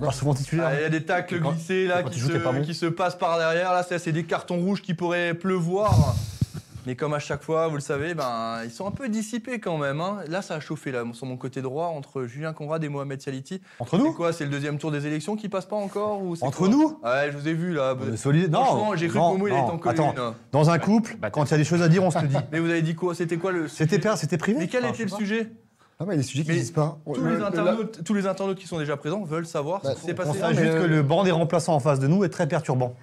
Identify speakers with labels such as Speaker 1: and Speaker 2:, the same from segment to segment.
Speaker 1: pas souvent hein. titulaire.
Speaker 2: Ah, Il y a des tacles
Speaker 1: Et quand-
Speaker 2: glissés là
Speaker 1: quand
Speaker 2: qui
Speaker 1: tu joues, t'es
Speaker 2: se,
Speaker 1: pas bon.
Speaker 2: qui se passent par derrière. Là, ça, c'est des cartons rouges qui pourraient pleuvoir. Mais comme à chaque fois, vous le savez, ben, ils sont un peu dissipés quand même. hein. Là, ça a chauffé là, sur mon côté droit entre Julien Conrad et Mohamed Saliti.
Speaker 1: Entre
Speaker 2: C'est
Speaker 1: nous
Speaker 2: quoi C'est le deuxième tour des élections qui passe pas encore ou c'est
Speaker 1: Entre
Speaker 2: quoi
Speaker 1: nous
Speaker 2: Ouais, je vous ai vu là.
Speaker 1: On est solide.
Speaker 2: Franchement,
Speaker 1: Non,
Speaker 2: j'ai cru
Speaker 1: non,
Speaker 2: que Momo il était
Speaker 1: non.
Speaker 2: en hein. colline.
Speaker 1: Attends, dans un couple,
Speaker 3: Bah, t'es-
Speaker 1: quand il y a des choses à dire, on se le dit.
Speaker 2: Mais vous avez dit quoi C'était quoi le
Speaker 1: C'était
Speaker 2: sujet
Speaker 1: per- c'était privé.
Speaker 2: Mais quel
Speaker 1: Enfin,
Speaker 2: était
Speaker 1: je
Speaker 2: le
Speaker 1: sais
Speaker 2: sujet
Speaker 4: Ah,
Speaker 5: Non, mais il y a des sujets qui
Speaker 2: Mais
Speaker 5: ne disent pas.
Speaker 2: tous, les internautes, tous les internautes qui sont déjà présents veulent savoir
Speaker 5: Bah,
Speaker 2: ce qui s'est
Speaker 5: on
Speaker 1: pas. On
Speaker 2: passé. euh,
Speaker 1: sait
Speaker 5: Non, mais-
Speaker 1: juste que le banc des remplaçants en face de nous est très perturbant.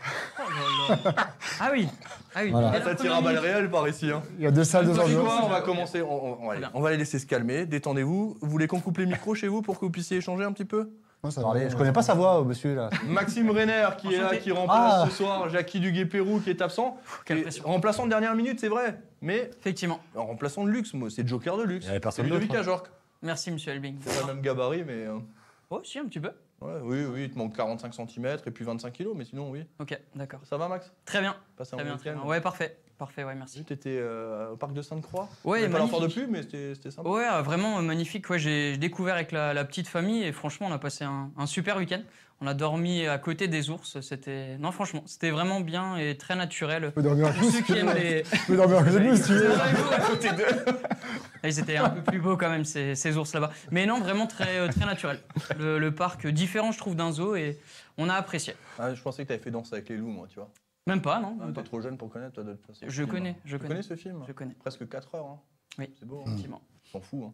Speaker 3: Ah oui. Ah oui.
Speaker 5: Voilà.
Speaker 3: Il y a
Speaker 2: Ah, ça tire à balles réelles par ici. Hein.
Speaker 5: Il y a deux salles, deux
Speaker 2: Vous savez
Speaker 5: ambiances.
Speaker 2: quoi, on va commencer. On, on- on va aller- on va les laisser se calmer. Détendez-vous. Vous voulez qu'on coupe les micros chez vous pour que vous puissiez échanger un petit peu
Speaker 5: Moi, ça va.
Speaker 1: Parlez, je connais pas sa voix, euh, monsieur là.
Speaker 2: Maxime Renner qui est là,
Speaker 3: Enchanté.
Speaker 2: qui remplace
Speaker 1: Ah.
Speaker 2: ce soir Jackie Duguay-Pérou qui est absent.
Speaker 3: Quelle
Speaker 2: Et
Speaker 3: pression.
Speaker 2: Remplaçant de dernière minute, c'est vrai. Mais
Speaker 3: Effectivement.
Speaker 2: en remplaçant de luxe, moi, c'est Joker de luxe.
Speaker 1: Il y avait personne
Speaker 2: C'est Ludovic
Speaker 1: d'autre, hein.
Speaker 2: Ajorc.
Speaker 3: Merci, monsieur Elbing.
Speaker 2: C'est pas le même gabarit, mais. euh,
Speaker 3: Oh, si, un petit peu.
Speaker 2: ouais, oui, oui, il te manque 45 cm et puis 25 kg, mais sinon, oui.
Speaker 3: Ok, d'accord.
Speaker 2: Ça va, Max
Speaker 3: Très bien.
Speaker 2: Passer
Speaker 3: Très
Speaker 2: un bon
Speaker 3: bien, très bien.
Speaker 2: week-end
Speaker 3: Ouais, parfait. Parfait, ouais,
Speaker 2: Tu
Speaker 3: merci.
Speaker 2: étais au parc de Sainte-Croix.
Speaker 3: Ouais,
Speaker 2: On va pas leur faire de
Speaker 3: magnifique.
Speaker 2: pub, mais c'était c'était sympa.
Speaker 3: Ouais, euh, vraiment euh, magnifique. Ouais, j'ai j'ai découvert avec la, la petite famille et franchement, on a passé un, un super week-end. On a dormi à côté des ours. C'était non, franchement, c'était vraiment bien et très naturel.
Speaker 5: Tu peux dormir à
Speaker 3: Pour
Speaker 5: côté
Speaker 3: ceux qui aiment les,
Speaker 5: Tu peux dormir à côté de nous si tu veux.
Speaker 3: Ah, Ils étaient un peu plus beaux quand même, ces, ces ours là-bas. Mais non, vraiment très, euh, très naturel. Le, le parc euh, différent, je trouve, d'un zoo et on a apprécié.
Speaker 2: Ah, je pensais que t'avais fait danse avec les loups, moi, tu vois.
Speaker 3: Même pas, non
Speaker 2: Ah,
Speaker 3: même
Speaker 2: T'es
Speaker 3: pas.
Speaker 2: trop jeune pour connaître, toi, de toute façon.
Speaker 3: Je connais, je
Speaker 2: Tu
Speaker 3: connais.
Speaker 2: connais ce film
Speaker 3: Je connais,
Speaker 2: Presque 4 heures. Hein.
Speaker 3: Oui.
Speaker 2: C'est beau, hein.
Speaker 3: effectivement.
Speaker 2: On s'en fout. Hein.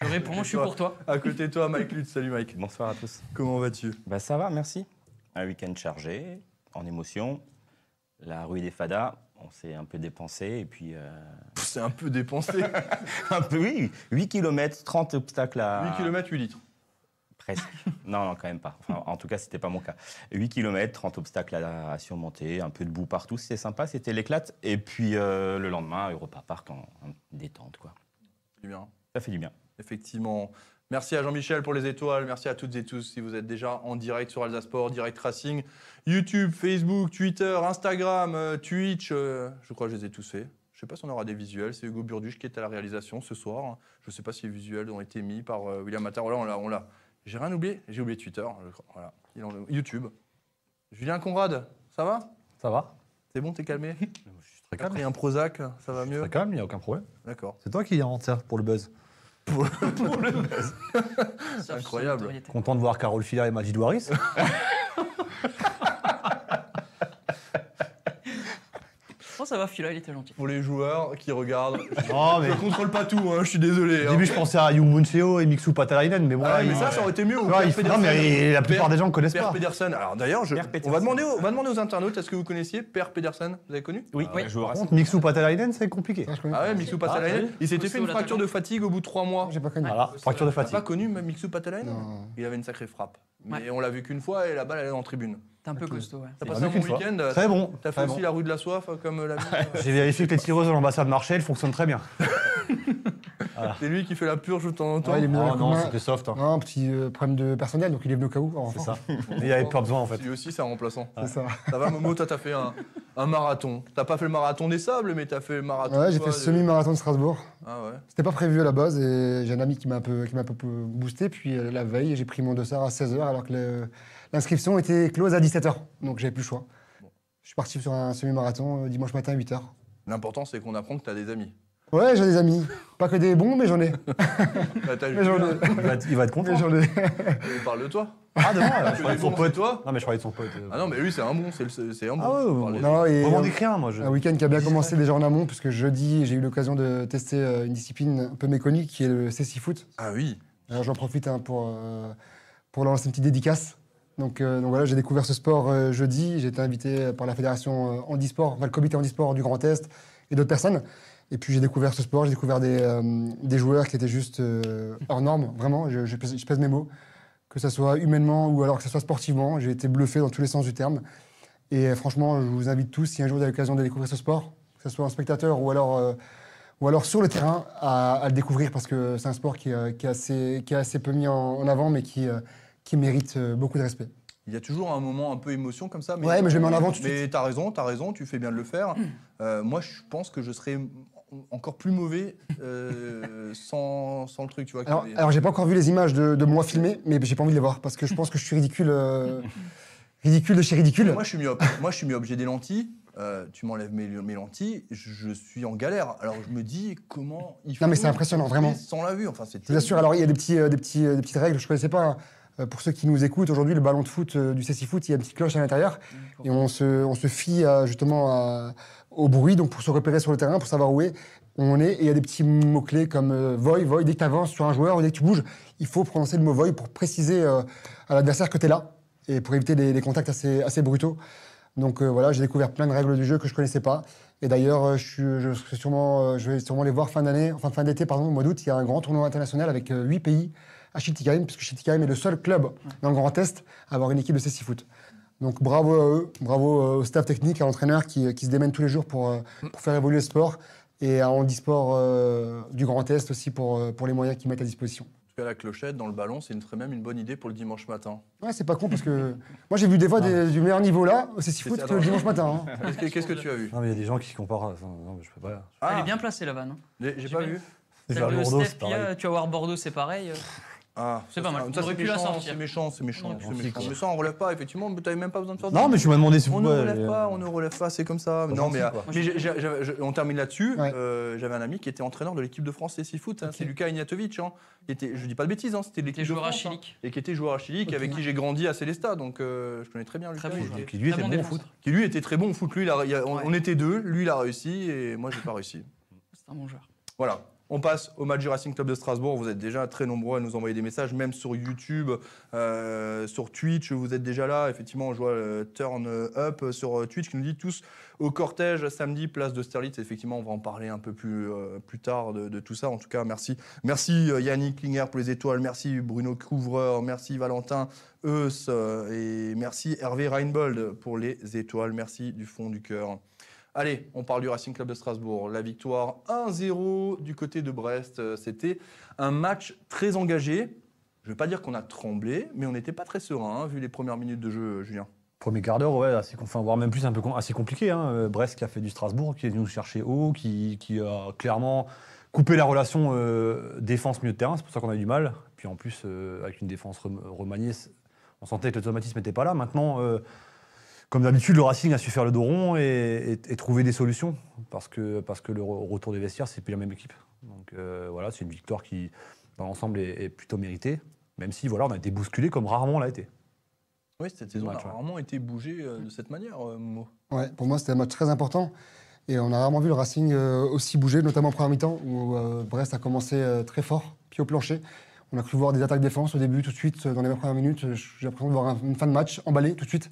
Speaker 3: Je réponds, je suis pour toi.
Speaker 2: À côté de toi, Mike Lutz. Salut, Mike.
Speaker 4: Bonsoir à tous.
Speaker 2: Comment vas-tu
Speaker 4: Bah ça va, merci. Un week-end chargé, en émotion. La rue des Fadas, on s'est un peu dépensé et puis... euh,
Speaker 2: C'est un peu dépensé.
Speaker 4: un peu, oui, 8 km, 30 obstacles
Speaker 2: 8
Speaker 4: à...
Speaker 2: km, 8 litres.
Speaker 4: Presque. Non, non, quand même pas. Enfin, en tout cas, c'était pas mon cas. 8 km, 30 obstacles à, à surmonter, un peu de boue partout, c'était sympa, c'était l'éclate. Et puis euh, le lendemain, Europa Park en, en détente, quoi.
Speaker 2: C'est bien.
Speaker 4: Ça fait du bien.
Speaker 2: Effectivement. Merci à Jean-Michel pour les étoiles. Merci à toutes et tous si vous êtes déjà en direct sur Alsace Sport, Direct Racing, YouTube, Facebook, Twitter, Instagram, euh, Twitch. euh, je crois que je les ai tous faits. Je sais pas si on aura des visuels. C'est Hugo Burduche qui est à la réalisation ce soir. Je sais pas si les visuels ont été mis par euh, William Attarola. On l'a, on l'a. J'ai rien oublié. J'ai oublié Twitter. je crois. Voilà. Il en- YouTube. Julien Conrad, ça va
Speaker 1: Ça va
Speaker 2: C'est bon, t'es calmé
Speaker 1: Je suis très
Speaker 2: T'as
Speaker 1: calme.
Speaker 2: pris un Prozac, ça va mieux
Speaker 1: Très calme, il n'y a aucun problème.
Speaker 2: D'accord.
Speaker 1: C'est toi qui invente ça pour le buzz.
Speaker 3: Sauf
Speaker 2: Incroyable.
Speaker 3: sur la notoriété.
Speaker 1: Content de voir Carole Filler et Majid Waris.
Speaker 3: Oh, ça va, Philo, il était gentil.
Speaker 2: Pour les joueurs qui regardent,
Speaker 1: Oh
Speaker 2: je
Speaker 1: mais.
Speaker 2: contrôle pas tout, hein, je suis désolé.
Speaker 1: Au
Speaker 2: hein.
Speaker 1: début, je pensais à Yung Seo et Mixu Patalainen, mais bon,
Speaker 2: Ah
Speaker 1: là,
Speaker 2: ouais, mais
Speaker 1: il-
Speaker 2: ça, ça aurait été mieux. ou
Speaker 1: Tu vois,
Speaker 2: Pierre
Speaker 1: il faut- Non,
Speaker 2: Pedersen.
Speaker 1: mais la plupart
Speaker 2: Père-
Speaker 1: des gens ne connaissent
Speaker 2: Père
Speaker 1: pas.
Speaker 2: Pedersen. Alors d'ailleurs, je-
Speaker 4: Père
Speaker 2: on, va
Speaker 4: Pedersen.
Speaker 2: demander aux, on va demander aux internautes est-ce que vous connaissiez Père Pedersen Vous avez connu
Speaker 4: Oui,
Speaker 3: Oui.
Speaker 4: joueur
Speaker 1: Par
Speaker 4: à
Speaker 1: contre, Mixu Patalainen, c'est compliqué.
Speaker 5: Ça, je connais.
Speaker 2: Ah ouais, Mixou Patalainen. Il s'était fait une
Speaker 3: Costaud,
Speaker 2: fracture de fatigue au bout de trois mois.
Speaker 5: J'ai pas connu.
Speaker 1: Voilà, fracture de
Speaker 2: T'as pas
Speaker 1: fatigue.
Speaker 2: connu même Mixou Patalainen
Speaker 5: Ah, Non.
Speaker 2: Il avait une sacrée frappe. Mais
Speaker 3: Ouais.
Speaker 2: on l'a vu qu'une fois et la balle elle est en tribune.
Speaker 3: T'es un peu costaud, ouais.
Speaker 2: T'as
Speaker 1: On l'a
Speaker 2: passé un
Speaker 1: vu
Speaker 2: bon
Speaker 1: qu'une fois.
Speaker 2: week-end.
Speaker 1: Très bon.
Speaker 2: euh, T'as fait
Speaker 1: très bon.
Speaker 2: aussi la rue de la soif euh, comme euh, la mienne.
Speaker 1: J'ai vérifié que les tireuses de l'ambassade marchaient, elles fonctionnent très bien.
Speaker 2: C'est lui qui fait la purge de temps en temps.
Speaker 5: Ouais, Ah, il est mis dans
Speaker 1: Oh
Speaker 5: le coup de
Speaker 1: non,
Speaker 5: main.
Speaker 1: c'était soft. hein.
Speaker 5: Non, un petit euh, problème de personnel, donc il est venu au cas où. en
Speaker 1: C'est
Speaker 5: renfort.
Speaker 1: ça. Mais Il n'y avait pas besoin en fait.
Speaker 2: Lui aussi, c'est un remplaçant.
Speaker 5: C'est ça.
Speaker 2: Ça va, Momo, toi, t'as fait un, un marathon. T'as pas fait le marathon des sables, mais t'as fait Ah, le marathon.
Speaker 5: Ouais, j'ai
Speaker 2: quoi,
Speaker 5: fait
Speaker 2: de-
Speaker 5: semi-marathon de Strasbourg.
Speaker 2: Ah ouais.
Speaker 5: C'était pas prévu à la base et j'ai un ami qui m'a un peu, qui m'a un peu boosté. Puis euh, la veille, j'ai pris mon dossard à 16h alors que le- l'inscription était close à 17h. Donc j'avais plus le choix. Je suis parti sur un semi-marathon euh, dimanche matin à 8h.
Speaker 2: L'important, c'est qu'on apprend que t'as des amis.
Speaker 5: Ouais, j'ai des amis. Pas que des bons, mais j'en ai.
Speaker 2: Bah, t'as
Speaker 5: Mais j'en ai.
Speaker 1: Il va être, il va être
Speaker 5: Mais
Speaker 1: content.
Speaker 5: j'en ai.
Speaker 2: Parle de toi.
Speaker 1: Ah, de moi, là, je
Speaker 2: Tu
Speaker 1: parlais
Speaker 2: es
Speaker 1: de son
Speaker 2: bon, c'est
Speaker 1: pote.
Speaker 2: toi
Speaker 1: Non, mais je parlais de son pote. euh,
Speaker 2: Ah non, mais lui, c'est un bon, c'est le- c'est un bon.
Speaker 1: Ah ouais, ouais,
Speaker 2: Par les-
Speaker 5: Non, et
Speaker 1: Vraiment
Speaker 5: un-
Speaker 1: des criens, moi. Je...
Speaker 5: un week-end qui a bien commencé déjà en amont, puisque jeudi, j'ai eu l'occasion de tester euh, une discipline un peu méconnue qui est le CC Foot.
Speaker 2: Ah oui.
Speaker 5: Alors j'en profite hein, pour, euh, pour lancer une petite dédicace. Donc, euh, donc voilà, j'ai découvert ce sport euh, jeudi. J'ai été invité euh, par la fédération euh, handisport, enfin, le comité handisport du Grand Est et d'autres personnes. Et puis j'ai découvert ce sport, j'ai découvert des, euh, des joueurs qui étaient juste euh, hors normes, vraiment, je, je pèse, je pèse mes mots. Que ce soit humainement ou alors que ce soit sportivement, j'ai été bluffé dans tous les sens du terme. Et euh, franchement, je vous invite tous, si un jour vous avez l'occasion de découvrir ce sport, que ce soit en spectateur ou alors, euh, ou alors sur le terrain, à, à le découvrir parce que c'est un sport qui, est, euh, qui est assez, qui est assez peu mis en, en avant mais qui, euh, qui mérite euh, beaucoup de respect.
Speaker 2: Il y a toujours un moment un peu émotion comme ça. Mais
Speaker 5: Ouais, mais je le mets en avant tout de Mm.
Speaker 2: Mais t'as raison, t'as raison, tu fais bien de le faire. Euh, moi, je pense que je serais encore plus mauvais euh, sans, sans le truc, tu vois. qu'il
Speaker 5: Alors,
Speaker 2: y avait-
Speaker 5: alors, j'ai pas encore vu les images de, de moi filmé, mais j'ai pas envie de les voir parce que je pense que je suis ridicule. euh, ridicule de chez ridicule.
Speaker 2: Moi, je suis myope. Moi, je suis myope. J'ai des lentilles. Euh, tu m'enlèves mes, mes lentilles, je, je suis en galère. Alors, je me dis comment il faut.
Speaker 5: Non, mais c'est impressionnant, vraiment.
Speaker 2: Sans la vue, enfin, c'est.
Speaker 5: Je vous assure, alors il y a des, petits, euh, des, petits, euh, des petites règles, je ne connaissais pas. Euh, Pour ceux qui nous écoutent, aujourd'hui, le ballon de foot euh, du CC Foot, il y a une petite cloche à l'intérieur. Et on se, on se fie à, justement à- au bruit, donc pour se repérer sur le terrain, pour savoir où est, où on est. Et il y a des petits mots-clés comme euh, voy, voy. Dès que tu avances sur un joueur ou dès que tu bouges, il faut prononcer le mot voy pour préciser euh, à l'adversaire que tu es là et pour éviter des, des contacts assez, assez brutaux. Donc euh, voilà, j'ai découvert plein de règles du jeu que je connaissais pas. Et d'ailleurs, euh, je, suis- je serai sûrement, euh, je vais sûrement les voir fin d'année, enfin fin d'été, pardon, au mois d'août. Il y a un grand tournoi international avec 8 pays à Schiltigheim, puisque Schiltigheim est le seul club dans le Grand Est à avoir une équipe de CC Foot. Donc bravo à eux, bravo euh, au staff technique, à l'entraîneur qui, qui se démène tous les jours pour, euh, pour faire évoluer le sport et à Handisport euh, du Grand Est aussi pour, euh, pour les moyens qu'ils mettent à disposition.
Speaker 2: Tu as la clochette dans le ballon, c'est une- serait même une bonne idée pour le dimanche matin.
Speaker 5: Ouais, c'est pas con parce que moi j'ai vu des fois des- du meilleur niveau là au CC Foot
Speaker 2: ça,
Speaker 5: que le
Speaker 2: alors.
Speaker 5: dimanche matin. hein.
Speaker 3: Ah,
Speaker 2: Qu'est-ce que- Qu'est-ce que tu as vu
Speaker 1: Non, mais il y a des gens qui comparent. Enfin, non, mais je peux pas.
Speaker 3: Elle
Speaker 2: Ah,
Speaker 3: est bien placée, la vanne. hein.
Speaker 2: j'ai j'ai
Speaker 3: J'ai
Speaker 2: pas
Speaker 3: bien-
Speaker 2: vu.
Speaker 1: C'est
Speaker 3: Celle
Speaker 1: vers
Speaker 3: de
Speaker 1: Bordeaux,
Speaker 3: Steph,
Speaker 1: c'est pareil.
Speaker 3: puis, euh, Tu vas voir Bordeaux, c'est pareil. euh.
Speaker 2: Ah,
Speaker 3: C'est
Speaker 2: ça,
Speaker 3: pas mal.
Speaker 2: ça,
Speaker 3: On
Speaker 2: c'est
Speaker 3: aurait pu la
Speaker 2: méchant,
Speaker 3: sortir.
Speaker 2: C'est méchant, c'est méchant,
Speaker 3: aurait
Speaker 2: c'est
Speaker 1: pu la
Speaker 2: méchant.
Speaker 1: sortir.
Speaker 2: Mais ça, on relève pas, effectivement. Mais t'avais même pas besoin de faire de
Speaker 1: Non, mais je m'as demandé si
Speaker 2: On
Speaker 1: vous euh,
Speaker 2: ne relève pas, on ne relève pas, c'est comme ça.
Speaker 1: Pas
Speaker 2: Non, mais,
Speaker 1: gentil, quoi.
Speaker 2: euh, mais j'ai- j'ai- j'avais- je- on termine là-dessus.
Speaker 5: Ouais.
Speaker 2: Euh, J'avais un ami qui était entraîneur de l'équipe de France CC Foot, hein, c'est Lucas Ignatovic. Hein. Il était, je dis pas de bêtises, hein, c'était
Speaker 3: T'es
Speaker 2: l'équipe de
Speaker 3: joueur à
Speaker 2: France. hein.
Speaker 3: Chilique.
Speaker 2: et qui était joueur à Chilique,
Speaker 5: Ok.
Speaker 2: avec qui j'ai grandi à Célesta, donc euh, je connais très bien Lucas.
Speaker 3: Très bon
Speaker 2: Il
Speaker 3: joueur.
Speaker 2: était-
Speaker 1: Qui lui
Speaker 3: Très
Speaker 1: était
Speaker 3: bon
Speaker 1: bon au
Speaker 3: défenseur.
Speaker 1: foot.
Speaker 2: Qui lui était très bon au foot, lui, il a- il a- on,
Speaker 3: Ouais.
Speaker 2: on était deux, lui il a réussi et moi j'ai pas réussi.
Speaker 3: C'est un bon joueur.
Speaker 2: Voilà. On passe au match du Racing Club de Strasbourg. Vous êtes déjà très nombreux à nous envoyer des messages, même sur YouTube, euh, sur Twitch. Vous êtes déjà là. Effectivement, je vois euh, Turn Up sur euh, Twitch qui nous dit tous au cortège samedi, place de Sterlitz. Effectivement, on va en parler un peu plus, euh, plus tard de, de tout ça. En tout cas, merci. Merci euh, Yannick Klinger pour les étoiles. Merci Bruno Couvreur. Merci Valentin Eus. euh, et merci Hervé Reinbold pour les étoiles. Merci du fond du cœur. Allez, on parle du Racing Club de Strasbourg. La victoire 1-0 du côté de Brest, euh, c'était un match très engagé. Je ne vais pas dire qu'on a tremblé, mais on n'était pas très serein, hein, vu les premières minutes de jeu, euh, Julien.
Speaker 1: Premier quart d'heure, ouais, assez, enfin, voire même plus, un peu com- assez compliqué. hein. Euh, Brest qui a fait du Strasbourg, qui est venu nous chercher haut, qui, qui a clairement coupé la relation euh, défense-milieu de terrain. C'est pour ça qu'on a eu du mal. Puis en plus, euh, avec une défense rem- remaniée, c'est- on sentait que l'automatisme n'était pas là. Maintenant, euh, comme d'habitude, le Racing a su faire le dos rond et, et- et trouver des solutions. Parce que, parce que le re- retour des vestiaires, c'est plus la même équipe. Donc euh, voilà, c'est une victoire qui, dans l'ensemble, est, est plutôt méritée. Même si, voilà, on a été bousculé comme rarement on l'a été.
Speaker 2: Oui, cette saison
Speaker 1: Match,
Speaker 2: a
Speaker 1: ouais.
Speaker 2: rarement été bougée euh, de cette manière, euh, Momo.
Speaker 5: Ouais, pour moi, c'était un match très important. Et on a rarement vu le Racing euh, aussi bouger, notamment en première mi-temps, où euh, Brest a commencé euh, très fort, pied au plancher. On a cru voir des attaques défense au début, tout de suite, euh, dans les premières minutes. euh, J'ai l'impression de voir un- une fin de match emballée, tout de suite.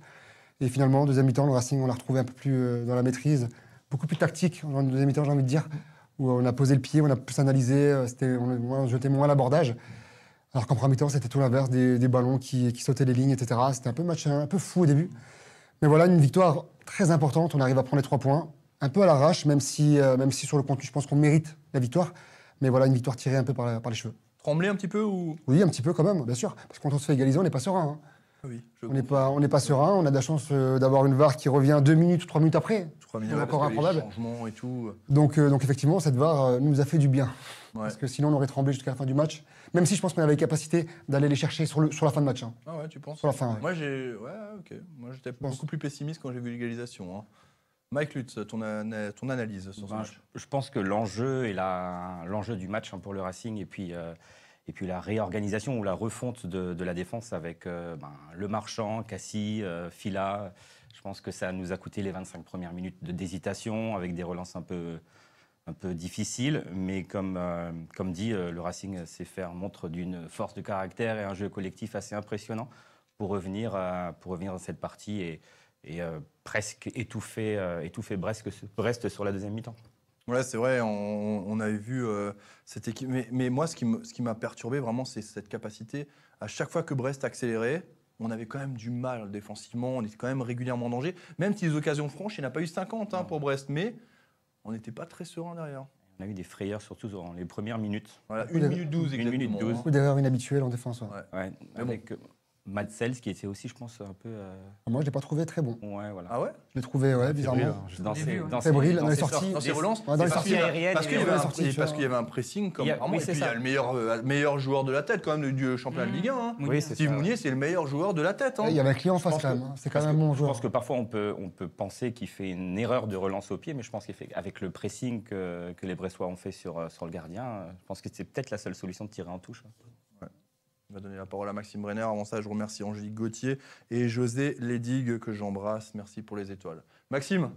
Speaker 5: Et finalement, deuxième mi-temps, le Racing, on l'a retrouvé un peu plus euh, dans la maîtrise, beaucoup plus tactique, en deuxième mi-temps, j'ai envie de dire, où on a posé le pied, on a plus analysé, euh, c'était- on, a moins- on jetait moins l'abordage. Alors qu'en première mi-temps, c'était tout l'inverse, des, des ballons qui, qui sautaient les lignes, etc. C'était un peu match un peu fou au début. Mais voilà, une victoire très importante. On arrive à prendre les trois points, un peu à l'arrache, même si, euh, même si sur le contenu, je pense qu'on mérite la victoire. Mais voilà, une victoire tirée un peu par, la- par les cheveux.
Speaker 2: Tremblé un petit peu ou.
Speaker 5: Oui, un petit peu quand même, bien sûr. Parce que quand on se fait égaliser, on n'est pas serein. hein.
Speaker 2: Oui, je
Speaker 5: On n'est pas, on n'est pas serein. On a de la chance euh, d'avoir une VAR qui revient deux minutes, trois minutes après.
Speaker 2: Trois
Speaker 5: on est
Speaker 2: parce
Speaker 5: encore
Speaker 2: que les
Speaker 5: improbable.
Speaker 2: changements et tout.
Speaker 5: Donc, euh, donc effectivement, cette VAR euh, nous a fait du bien.
Speaker 2: Ouais.
Speaker 5: Parce que sinon, on aurait tremblé jusqu'à la fin du match. Même si je pense qu'on avait la capacité d'aller les chercher sur, le, sur la fin de match. hein.
Speaker 2: Ah ouais, tu penses
Speaker 5: Sur la fin, ouais.
Speaker 2: Moi, j'ai. Ouais, ok. Moi, j'étais
Speaker 5: pense.
Speaker 2: beaucoup plus pessimiste quand j'ai vu l'égalisation. hein. Mike Lutz, ton, ana- ton analyse sur ce
Speaker 1: Bah,
Speaker 4: Ben,
Speaker 2: match.
Speaker 4: je, je pense que l'enjeu et la- l'enjeu du match hein, pour le Racing et puis euh, et puis la réorganisation ou la refonte de, de la défense avec euh, ben, le Marchand, Cassie, euh, Fila. Je pense que ça nous a coûté les 25 premières minutes de- d'hésitation avec des relances un peu un peu difficiles, mais comme euh, comme dit, euh, le Racing sait faire montre d'une force de caractère et un jeu collectif assez impressionnant pour revenir à- pour revenir dans cette partie et et euh, presque étouffer, euh, étouffer Brest, Brest sur la deuxième mi-temps.
Speaker 2: Ouais, c'est vrai, on, on avait vu euh, cette équipe. Mais, mais moi, ce qui me- ce qui m'a perturbé vraiment, c'est cette capacité. À chaque fois que Brest accélérait, on avait quand même du mal défensivement, on était quand même régulièrement en danger. Même si les occasions franches, il n'y en a pas eu 50 hein,
Speaker 4: Non.
Speaker 2: pour Brest, mais on n'était pas très serein derrière.
Speaker 4: On a eu des frayeurs, surtout dans les premières minutes.
Speaker 2: Voilà,
Speaker 5: Une
Speaker 2: 1 minute 12
Speaker 4: minute
Speaker 2: exactement.
Speaker 4: 12.
Speaker 2: hein.
Speaker 5: Ou d'erreurs inhabituelles en défense. ouais.
Speaker 4: Ouais,
Speaker 2: Mais
Speaker 4: avec, euh, Madsels, qui était aussi, je pense, un peu. euh,
Speaker 5: Moi, je l'ai pas trouvé très bon.
Speaker 4: ouais, voilà.
Speaker 2: Ah ouais
Speaker 5: Je l'ai trouvé, ouais,
Speaker 1: Février,
Speaker 5: bizarrement.
Speaker 1: hein, je-
Speaker 4: Dans
Speaker 3: début,
Speaker 4: ses-
Speaker 3: ouais.
Speaker 4: dans ses-
Speaker 5: Février,
Speaker 4: dans
Speaker 5: dans les
Speaker 4: ses-
Speaker 5: sorties.
Speaker 2: Dans ses relances
Speaker 5: Ouais, dans les
Speaker 2: parce
Speaker 5: sorties
Speaker 2: qu'il y a-
Speaker 4: aériennes,
Speaker 2: Parce
Speaker 4: il
Speaker 2: qu'il
Speaker 4: y
Speaker 2: y,
Speaker 4: avait
Speaker 2: avait un-
Speaker 5: les sorties,
Speaker 2: parce
Speaker 5: tu
Speaker 2: qu'il y avait un pressing comme
Speaker 4: Il y a-
Speaker 2: vraiment.
Speaker 4: oui,
Speaker 2: et
Speaker 4: c'est
Speaker 2: puis il y
Speaker 4: ça. Mmh.
Speaker 2: a le meilleur, euh, meilleur joueur de la tête quand même du championnat de Ligue 1. hein.
Speaker 4: Oui, c'est
Speaker 2: Steve
Speaker 4: ça.
Speaker 2: Mounier, c'est le meilleur joueur de la tête. hein.
Speaker 5: Ouais, Il y avait un client en face
Speaker 2: pense
Speaker 5: quand
Speaker 2: que-
Speaker 5: même. hein. C'est quand
Speaker 4: Parce
Speaker 5: même un
Speaker 4: que
Speaker 5: bon
Speaker 4: Je
Speaker 5: joueur.
Speaker 4: pense que parfois on peut, on peut penser qu'il fait une erreur de relance au pied, mais je pense qu'avec le pressing que, que les Bressois ont fait sur, euh, sur le gardien, euh, je pense que c'est peut-être la seule solution de tirer en touche.
Speaker 2: Je vais donner la parole à Maxime Brenner. Avant ça, je remercie Angélique Gauthier et José Lédigue que j'embrasse. Merci pour les étoiles. Maxime,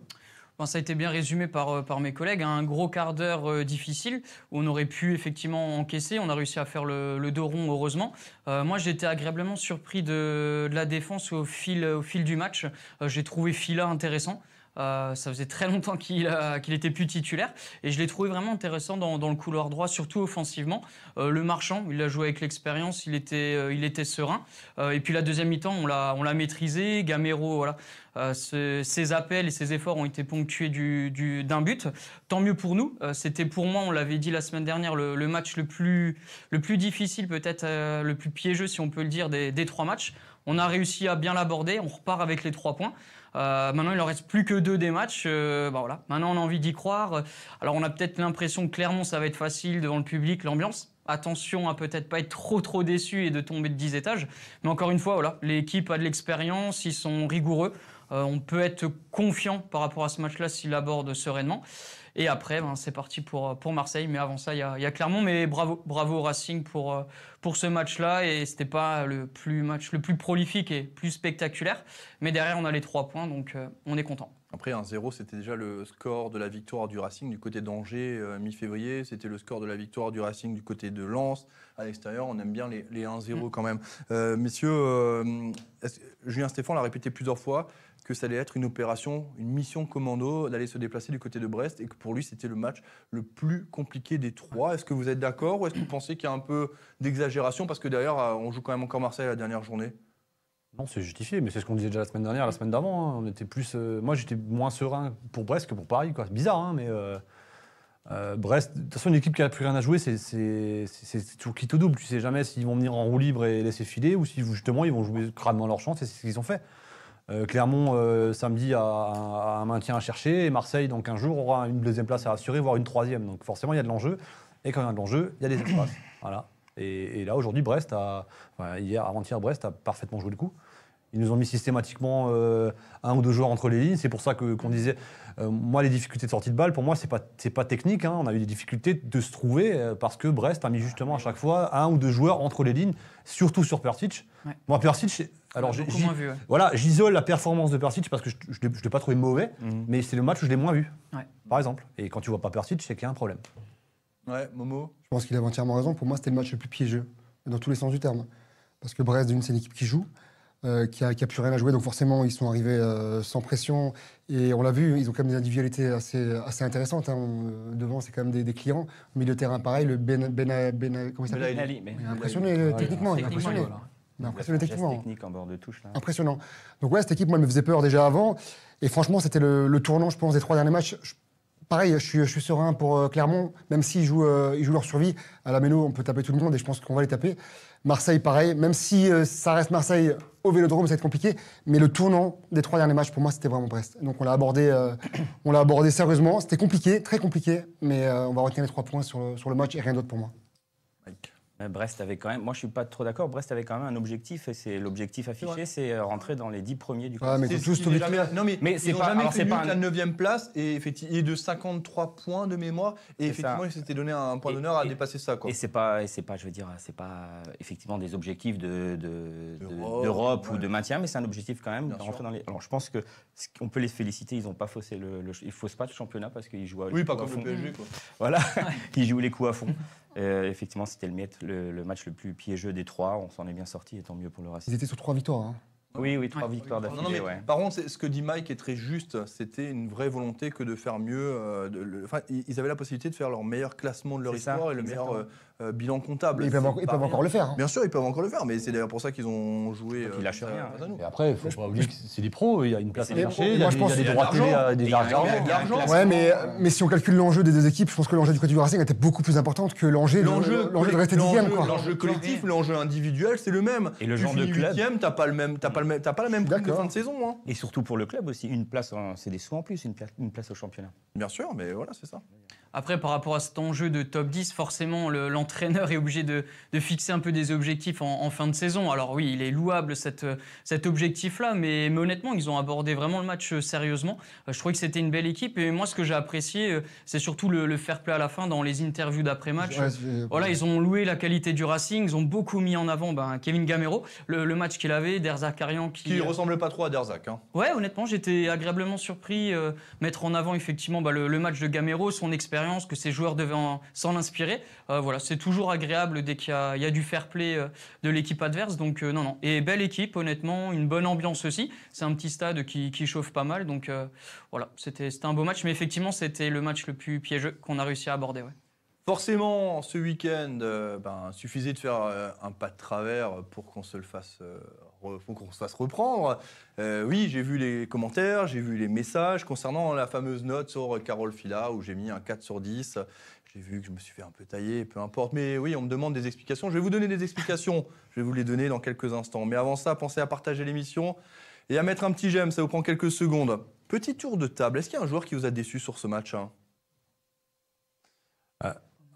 Speaker 3: Bon, ça a été bien résumé par, euh, par mes collègues. hein. Un gros quart d'heure euh, difficile où on aurait pu effectivement encaisser. On a réussi à faire le, le dos rond, heureusement. Euh, moi, j'ai été agréablement surpris de, de la défense au fil, au fil du match. Euh, j'ai trouvé Fila intéressant. Euh, ça faisait très longtemps qu'il a- qu'il était plus titulaire et je l'ai trouvé vraiment intéressant dans, dans le couloir droit, surtout offensivement. Euh, le marchand, il l'a joué avec l'expérience, il était, euh, il était serein. Euh, et puis la deuxième mi-temps, on l'a on l'a maîtrisé. Gamero, voilà, euh, ce- ses appels et ses efforts ont été ponctués du- du- d'un but. Tant mieux pour nous. Euh, C'était pour moi, on l'avait dit la semaine dernière, le, le match le plus, le plus difficile, peut-être euh, le plus piégeux, si on peut le dire, des, des trois matchs. On a réussi à bien l'aborder. On repart avec les trois points. Euh, maintenant, il en reste plus que deux des matchs. Euh, bah voilà. Maintenant, on a envie d'y croire. Alors, on a peut-être l'impression que clairement, ça va être facile devant le public, l'ambiance. Attention à peut-être pas être trop trop déçu et de tomber de 10 étages. Mais encore une fois, voilà, l'équipe a de l'expérience, ils sont rigoureux. Euh, on peut être confiant par rapport à ce match-là s'il aborde sereinement. Et après, ben, c'est parti pour, pour Marseille. Mais avant ça, il y a, il y a Clermont. Mais bravo, bravo au Racing pour, euh, pour ce match-là. Et c'était pas le plus match le plus prolifique et plus spectaculaire. Mais derrière, on a les trois points, donc euh, on est content.
Speaker 2: après 1-0, c'était déjà le score de la victoire du Racing du côté d'Angers euh, mi-février. C'était le score de la victoire du Racing du côté de Lens. À l'extérieur, on aime bien les, les 1-0 quand même. Euh, messieurs, euh, est-ce- Julien Stéphane l'a répété plusieurs fois que ça allait être une opération, une mission commando d'aller se déplacer du côté de Brest et que pour lui, c'était le match le plus compliqué des trois. Est-ce que vous êtes d'accord ou est-ce que vous pensez qu'il y a un peu d'exagération parce que derrière, euh, on joue quand même encore Marseille la dernière journée
Speaker 1: Non, c'est justifié, mais c'est ce qu'on disait déjà la semaine dernière, la semaine d'avant. hein. On était plus, euh, moi, j'étais moins serein pour Brest que pour Paris. quoi. C'est bizarre, hein, mais euh, euh, Brest, de toute façon, une équipe qui n'a plus rien à jouer, c'est- c'est c'est- c'est toujours quitte au double. Tu sais jamais s'ils vont venir en roue libre et laisser filer ou si justement ils vont jouer crânement leur chance et c'est ce qu'ils ont fait. Euh, Clermont, euh, samedi, a, un- a un maintien à chercher et Marseille, dans 15 jours, aura une deuxième place à assurer, voire une troisième. Donc forcément, il y a de l'enjeu. Et quand il y a de l'enjeu, il y a des espaces. Voilà. Et, et là, aujourd'hui, Brest a. enfin, hier, avant-hier, Brest a parfaitement joué le coup. Ils nous ont mis systématiquement euh, un ou deux joueurs entre les lignes. C'est pour ça que qu'on disait, euh, moi, les difficultés de sortie de balle, pour moi, c'est pas c'est pas technique. hein. On a eu des difficultés de se trouver euh, parce que Brest a mis justement à chaque fois un ou deux joueurs entre les lignes, surtout sur Pertic.
Speaker 3: Ouais.
Speaker 1: Moi, Pertic, alors
Speaker 3: On a
Speaker 1: j'ai-
Speaker 3: beaucoup
Speaker 1: j'y-
Speaker 3: moins vu. ouais.
Speaker 1: voilà, j'isole la performance de Persic parce que je ne l'ai pas trouvé mauvais, mais c'est le match où je l'ai moins vu,
Speaker 3: Ouais.
Speaker 1: par exemple. Et quand tu vois pas Persic, c'est qu'il y a un problème.
Speaker 2: Ouais, Momo
Speaker 5: Je pense qu'il avait entièrement raison. Pour moi, c'était le match le plus piégeux, dans tous les sens du terme. Parce que Brest, d'une, c'est une équipe qui joue, euh, qui, a, qui a plus rien à jouer. Donc forcément, ils sont arrivés euh, sans pression. Et on l'a vu, ils ont quand même des individualités assez, assez intéressantes. hein. On, euh, devant, c'est quand même des, des clients. Au milieu de terrain, pareil, le Ben... ben, ben comment il s'appelle
Speaker 2: Belaïli.
Speaker 4: mais
Speaker 5: Il a impressionné euh, techniquement. Il a
Speaker 3: Techniquement,
Speaker 5: impressionné.
Speaker 3: il est
Speaker 4: Il
Speaker 5: Il a
Speaker 4: a fait
Speaker 5: impressionné
Speaker 4: un geste
Speaker 5: techniquement.
Speaker 4: technique en bord de touche. Là.
Speaker 5: Impressionnant. Donc ouais, cette équipe, moi, elle me faisait peur déjà avant. Et franchement, c'était le, le tournant, je pense, des trois derniers matchs. Je- pareil, je suis, je suis serein pour euh, Clermont, même s'ils jouent, euh, ils jouent leur survie. À la Méno, on peut taper tout le monde et je pense qu'on va les taper. Marseille, pareil, même si euh, ça reste Marseille au Vélodrome, ça va être compliqué. Mais le tournant des trois derniers matchs, pour moi, c'était vraiment Brest. Donc on l'a abordé, euh, on l'a abordé sérieusement. C'était compliqué, très compliqué, mais euh, on va retenir les trois points sur le, sur le match et rien d'autre pour moi.
Speaker 2: Mike.
Speaker 4: Mais Brest avait quand même, moi je suis pas trop d'accord, Brest avait quand même un objectif, et c'est l'objectif affiché, c'est euh, rentrer dans les 10 premiers du
Speaker 5: Ouais,
Speaker 4: classement.
Speaker 5: mais comme
Speaker 2: C'est
Speaker 5: tous,
Speaker 2: ce qu'il
Speaker 5: tous les
Speaker 2: est jamais- Non mais,
Speaker 4: Mais
Speaker 2: ils
Speaker 4: c'est
Speaker 2: n'ont
Speaker 4: pas-
Speaker 2: jamais
Speaker 4: alors
Speaker 2: fait
Speaker 4: c'est
Speaker 2: mieux
Speaker 4: pas
Speaker 2: que
Speaker 4: un-
Speaker 2: la 9 place et effectivement de 53 points de mémoire et
Speaker 4: C'est
Speaker 2: effectivement
Speaker 4: ça.
Speaker 2: ils s'étaient donné un point
Speaker 4: Et-
Speaker 2: d'honneur à
Speaker 4: et-
Speaker 2: dépasser ça quoi.
Speaker 4: Et c'est pas, et c'est pas, je veux dire, c'est pas euh, effectivement des objectifs de- de- de-
Speaker 2: D'Europe,
Speaker 4: d'Europe
Speaker 2: ouais.
Speaker 4: ou de maintien, mais c'est un objectif quand même
Speaker 2: Bien
Speaker 4: de
Speaker 2: sûr.
Speaker 4: rentrer dans les. Alors je pense que ce qu'on peut les féliciter, ils n'ont pas faussé le, le- ils faussent pas le championnat parce qu'ils jouent. à-
Speaker 2: Oui, pas
Speaker 4: à
Speaker 2: comme
Speaker 4: fond.
Speaker 2: le PSG quoi.
Speaker 4: Voilà, ils jouent les coups à fond. Euh, effectivement, c'était le, miette- le, le match le plus piégeux des trois. On s'en est bien sorti, et tant mieux pour le
Speaker 5: Ils
Speaker 4: Racing.
Speaker 5: étaient sur trois victoires. hein.
Speaker 4: Oui, oui, trois
Speaker 3: Ouais.
Speaker 4: victoires
Speaker 3: Non, non,
Speaker 2: Non,
Speaker 4: d'affilée.
Speaker 2: non, mais
Speaker 4: ouais.
Speaker 2: par contre, c'est- ce que dit Mike est très juste. C'était une vraie volonté que de faire mieux. euh, de- le- enfin, i- ils avaient la possibilité de faire leur meilleur classement de leur
Speaker 4: C'est ça,
Speaker 2: histoire et le meilleur
Speaker 4: exactement.
Speaker 2: euh, euh, bilan comptable.
Speaker 5: Ils peuvent,
Speaker 2: C'est
Speaker 5: encore- ils
Speaker 2: pas
Speaker 5: peuvent
Speaker 2: rien.
Speaker 5: encore le faire. hein.
Speaker 2: Bien sûr, ils peuvent encore le faire, mais c'est d'ailleurs pour ça qu'ils ont joué.
Speaker 4: Donc,
Speaker 2: euh,
Speaker 4: ils lâchent
Speaker 2: face à-
Speaker 4: rien,
Speaker 2: face à nous.
Speaker 1: Et après, il faut pas oublier que c'est des pros, il y a une place
Speaker 4: c'est
Speaker 1: à
Speaker 4: des
Speaker 1: chercher,
Speaker 5: pros.
Speaker 1: il y a
Speaker 5: Moi,
Speaker 1: des
Speaker 5: je
Speaker 1: il
Speaker 5: pense
Speaker 1: y a des
Speaker 2: qu'il y a
Speaker 1: droits
Speaker 2: de
Speaker 1: télé,
Speaker 2: l'argent.
Speaker 1: à- des
Speaker 4: Et il y a un
Speaker 1: argents.
Speaker 4: gain, il y a un
Speaker 2: L'argent.
Speaker 4: classement.
Speaker 5: Ouais, mais, mais si on calcule l'enjeu des deux équipes, je pense que l'enjeu du Côte du Racing était beaucoup plus important que l'enjeu de, l'enjeu de rester dixième. quoi.
Speaker 2: L'enjeu collectif, l'enjeu individuel, c'est le même.
Speaker 4: Et le
Speaker 2: Tu
Speaker 4: genre de
Speaker 2: finis
Speaker 4: club.
Speaker 2: huitième, t'as pas le même, t'as pas le même, t'as pas la même prime de
Speaker 5: D'accord.
Speaker 2: fin de saison. hein.
Speaker 4: Et surtout pour le club aussi, une place, en- c'est des sous en plus, une pla- une place au championnat.
Speaker 2: Bien sûr, mais voilà, c'est ça.
Speaker 3: Après, par rapport à cet enjeu de top 10, forcément, le- l'entraîneur est obligé de, de fixer un peu des objectifs en, en fin de saison. Alors oui, il est louable cette, euh, cet objectif-là, mais, mais honnêtement, ils ont abordé vraiment le match euh, sérieusement. Euh, Je trouvais que c'était une belle équipe et moi, ce que j'ai apprécié, euh, c'est surtout le, le fair play à la fin dans les interviews d'après-match.
Speaker 5: Ouais, c'est-
Speaker 3: Voilà, ils ont loué la qualité du Racing, ils ont beaucoup mis en avant ben, Kevin Gamero, le, le match qu'il avait, Derzakarian qui... euh,
Speaker 2: Qui ressemble pas trop à Derzak. hein.
Speaker 3: Ouais, honnêtement, j'étais agréablement surpris. euh, mettre en avant effectivement bah, le, le match de Gamero, son expérience, que ses joueurs devaient en- s'en inspirer. Euh, voilà, c'est toujours agréable dès qu'il y a, il y a du fair play euh, de l'équipe adverse. Donc euh, non, non. Et belle équipe, honnêtement, une bonne ambiance aussi. C'est un petit stade qui, qui chauffe pas mal. Donc euh, voilà, c'était, c'était un beau match. Mais effectivement, c'était le match le plus piégeux qu'on a réussi à aborder. ouais.
Speaker 2: Forcément, ce week-end, euh, ben, suffisait de faire euh, un pas de travers pour qu'on se le fasse, euh, re- pour qu'on se fasse reprendre. Euh, oui, j'ai vu les commentaires, j'ai vu les messages concernant la fameuse note sur Carole Fila où j'ai mis un 4 sur 10. J'ai vu que je me suis fait un peu tailler, peu importe. Mais oui, on me demande des explications. Je vais vous donner des explications. Je vais vous les donner dans quelques instants. Mais avant ça, pensez à partager l'émission et à mettre un petit j'aime. Ça vous prend quelques secondes. Petit tour de table. Est-ce qu'il y a un joueur qui vous a déçu sur ce match hein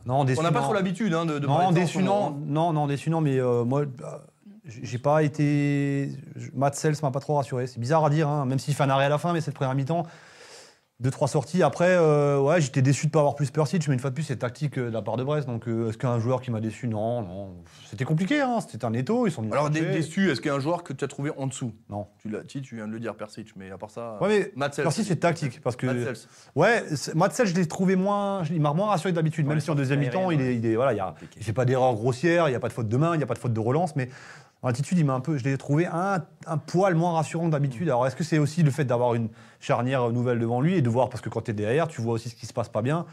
Speaker 1: Non,
Speaker 2: On n'a pas trop l'habitude hein, de, de parler
Speaker 1: Non,
Speaker 2: de ça en
Speaker 1: déçu,
Speaker 2: ce moment,
Speaker 1: non, non, non, déçu, non, mais euh, moi, bah, j'ai pas été. je- Matt Sells m'a pas trop rassuré. C'est bizarre à dire, hein, même s'il fait un arrêt à la fin, mais cette première mi-temps, deux, trois sorties. Après, euh, ouais, j'étais déçu de pas avoir plus Persic, mais une fois de plus, c'est tactique euh, de la part de Brest. Donc, euh, est-ce qu'un joueur qui m'a déçu Non, non. C'était compliqué, hein, c'était un étau, ils sont venus
Speaker 2: Alors, dé-
Speaker 1: chercher.
Speaker 2: déçu, est-ce qu'il y a un joueur que tu as trouvé en dessous
Speaker 1: Non.
Speaker 2: Tu, l'as, si, tu viens de le dire, Persic, mais à part ça.
Speaker 1: Ouais, mais
Speaker 2: Matt Sells.
Speaker 1: Persic, c'est tactique, parce que.
Speaker 2: Matt Sells.
Speaker 1: Ouais, c'est- Matzel, je l'ai trouvé moins. Il m'a moins rassuré que d'habitude, même
Speaker 4: Ouais,
Speaker 1: si en deuxième
Speaker 4: aérien,
Speaker 1: mi-temps, il est.
Speaker 4: ouais.
Speaker 1: Il est voilà, il y a-
Speaker 4: Compliqué.
Speaker 1: il fait pas d'erreur grossière, il n'y a pas de faute de main, il n'y a pas de faute de relance, mais en attitude, il m'a un peu. Je l'ai trouvé un, un poil moins rassurant que d'habitude. Alors, est-ce que c'est aussi le fait d'avoir une charnière nouvelle devant lui et de voir, parce que quand tu es derrière, tu vois aussi ce qui se passe pas bien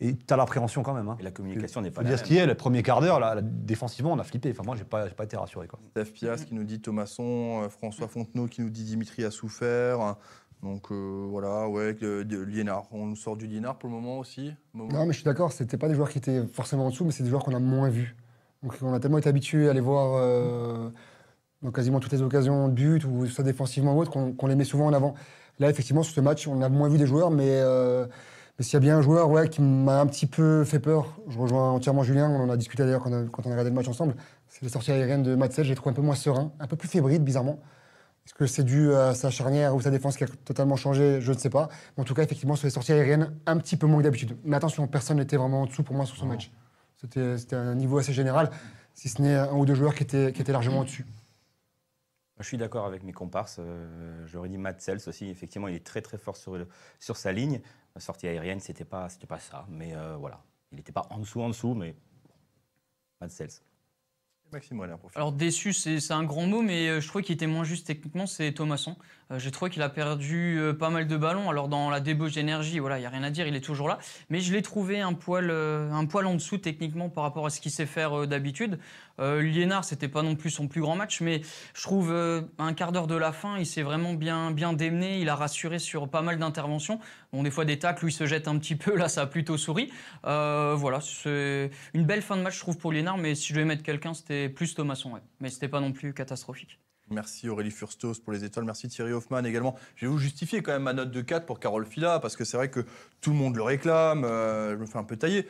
Speaker 1: et tu as l'appréhension quand même. Hein.
Speaker 4: Et la communication n'est
Speaker 1: Faut
Speaker 4: pas la
Speaker 1: dire ce
Speaker 4: même.
Speaker 1: qui est, le premier quart d'heure, là, là, défensivement, on a flippé. Enfin, moi, j'ai pas, j'ai pas été rassuré. Quoi.
Speaker 2: Steph Pias qui nous dit Thomasson, euh, François
Speaker 1: Mm.
Speaker 2: Fontenot qui nous dit Dimitri a souffert. Donc euh, voilà, ouais, euh, de- Liénard. On nous sort du Liénard pour le moment aussi. Momo.
Speaker 5: Non, mais je suis d'accord, c'était pas des joueurs qui étaient forcément en dessous, mais c'est des joueurs qu'on a moins vus. Donc on a tellement été habitué à les voir euh, dans quasiment toutes les occasions de but, ou soit défensivement ou autre, qu'on qu'on les met souvent en avant. Là, effectivement, sur ce match, on a moins vu des joueurs, mais, euh, mais s'il y a bien un joueur ouais, qui m'a un petit peu fait peur, je rejoins entièrement Julien, on en a discuté d'ailleurs quand, on a- quand on a regardé le match ensemble, c'est les sorties aériennes de Matzel, j'ai trouvé un peu moins serein, un peu plus fébrile, bizarrement. Est-ce que c'est dû à sa charnière ou sa défense qui a totalement changé Je ne sais pas. En tout cas, effectivement, sur les sorties aériennes, un petit peu moins que d'habitude. Mais attention, personne n'était vraiment en dessous pour moi sur ce match. C'était c'était un niveau assez général, si ce n'est un ou deux joueurs qui étaient, qui étaient largement au-dessus.
Speaker 4: Je suis d'accord avec mes comparses. euh, J'aurais dit Matt Sells aussi. Effectivement, il est très très fort sur, le- sur sa ligne. La sortie aérienne, c'était pas, c'était pas ça. Mais euh, voilà. Il n'était pas en dessous, en dessous, mais Matt Sells.
Speaker 2: Maxime Waller pour finir.
Speaker 3: Alors déçu, c'est c'est un grand mot, mais euh, je trouvais qu'il était moins juste techniquement, c'est Thomasson. Euh, J'ai trouvé qu'il a perdu euh, pas mal de ballons. Alors dans la débauche d'énergie, voilà, il y a rien à dire, il est toujours là. Mais je l'ai trouvé un poil, euh, un poil en dessous techniquement par rapport à ce qu'il sait faire euh, d'habitude. Euh, Liénard, c'était pas non plus son plus grand match, mais je trouve euh, un quart d'heure de la fin, il s'est vraiment bien, bien démené. Il a rassuré sur pas mal d'interventions. Bon, des fois des tacles où il se jette un petit peu, là, ça a plutôt souri. Euh, voilà, c'est une belle fin de match, je trouve, pour Lénard, mais si je devais mettre quelqu'un, c'était plus Thomasson, ouais. Mais c'était pas non plus catastrophique.
Speaker 2: Merci Aurélie Furstos pour les étoiles. Merci Thierry Hoffman également. Je vais vous justifier quand même ma note de 4 pour Carole Fila, parce que c'est vrai que tout le monde le réclame. euh, je me fais un peu tailler.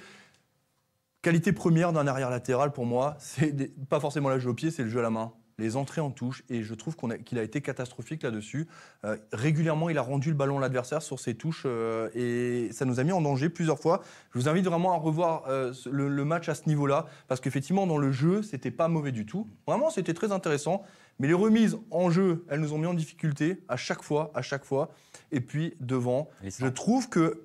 Speaker 2: Qualité première d'un arrière latéral pour moi, c'est des- pas forcément la jeu au pied, c'est le jeu à la main. Les entrées en touche, et je trouve qu'on a- qu'il a été catastrophique là-dessus. Euh, régulièrement, il a rendu le ballon à l'adversaire sur ses touches, euh, et ça nous a mis en danger plusieurs fois. Je vous invite vraiment à revoir euh, ce- le, le match à ce niveau-là, parce qu'effectivement, dans le jeu, c'était pas mauvais du tout. Vraiment, c'était très intéressant. Mais les remises en jeu, elles nous ont mis en difficulté à chaque fois, à chaque fois. Et puis devant,
Speaker 4: Les
Speaker 2: je trouve que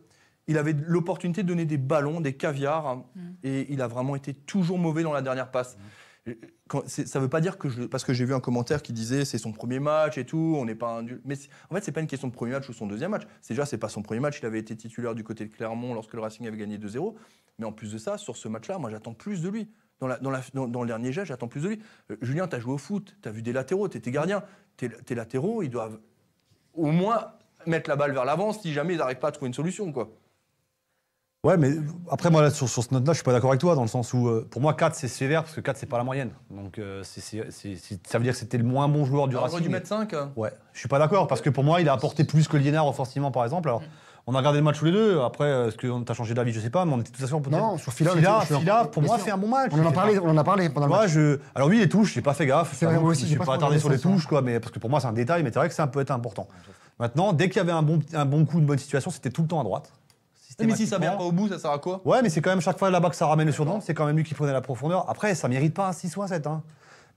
Speaker 2: il avait l'opportunité de donner des ballons, des caviars, hein, et il a vraiment été toujours mauvais dans la dernière passe. quand- c'est- ça veut pas dire que je. Parce que j'ai vu un commentaire qui disait c'est son premier match et tout, on n'est pas un. Mais c'est- en fait, c'est pas une question de premier match ou son deuxième match. C'est déjà, c'est pas son premier match. Il avait été titulaire du côté de Clermont lorsque le Racing avait gagné 2-0. Mais en plus de ça, sur ce match-là, moi, j'attends plus de lui. Dans, la- dans la- dans- dans le dernier jet, j'attends plus de lui. Euh, Julien, t'as joué au foot, t'as vu des latéraux, t'étais gardien. Tes, tes latéraux, ils doivent au moins mettre la balle vers l'avant si jamais ils n'arrivent pas à trouver une solution, quoi.
Speaker 1: Ouais, mais après, moi, là, sur, sur ce note-là, je suis pas d'accord avec toi, dans le sens où, euh, pour moi, 4, c'est sévère, parce que 4, c'est pas la moyenne. Donc, euh, c'est- c'est- c'est- c'est- ça veut dire que c'était le moins bon joueur du
Speaker 2: Alors, on aurait
Speaker 1: Racing.
Speaker 2: dû mettre 5.
Speaker 1: Ouais, je suis pas d'accord, parce que pour moi, il a apporté plus que Liénard offensivement, par exemple. Alors, on a regardé le match tous les deux, après, euh, est-ce qu'on t'a changé d'avis, je sais pas, mais on était tout à fait peut-être.
Speaker 5: Non, sur Fila,
Speaker 1: Fila,
Speaker 5: je suis-
Speaker 1: Fila, pour
Speaker 5: Bien
Speaker 1: moi,
Speaker 5: sûr.
Speaker 1: fait un bon match.
Speaker 5: On en a parlé, on en a parlé pendant
Speaker 1: Ah, Tu
Speaker 5: le
Speaker 1: vois,
Speaker 5: match.
Speaker 1: je... Alors oui, les touches, j'ai pas fait gaffe.
Speaker 5: C'est vrai,
Speaker 1: J'avoue,
Speaker 5: moi aussi,
Speaker 1: je me
Speaker 5: j'ai
Speaker 1: suis
Speaker 5: pas
Speaker 1: pas
Speaker 5: trop
Speaker 1: attardé sur les
Speaker 5: regardé ça,
Speaker 1: touches, quoi, mais parce que pour moi, c'est un détail, mais c'est vrai que ça peut être important. Maintenant, dès qu'il y avait un bon, un bon coup, une bonne situation, c'était tout le temps à droite.
Speaker 2: Mais si ça vient
Speaker 1: Systématiquement.
Speaker 2: pas au bout, ça sert à quoi
Speaker 1: Ouais, mais c'est quand même chaque fois là-bas que ça ramène le surnom, c'est quand même lui qui prenait la profondeur. Après, ça mérite pas un 6 ou un 7. Hein.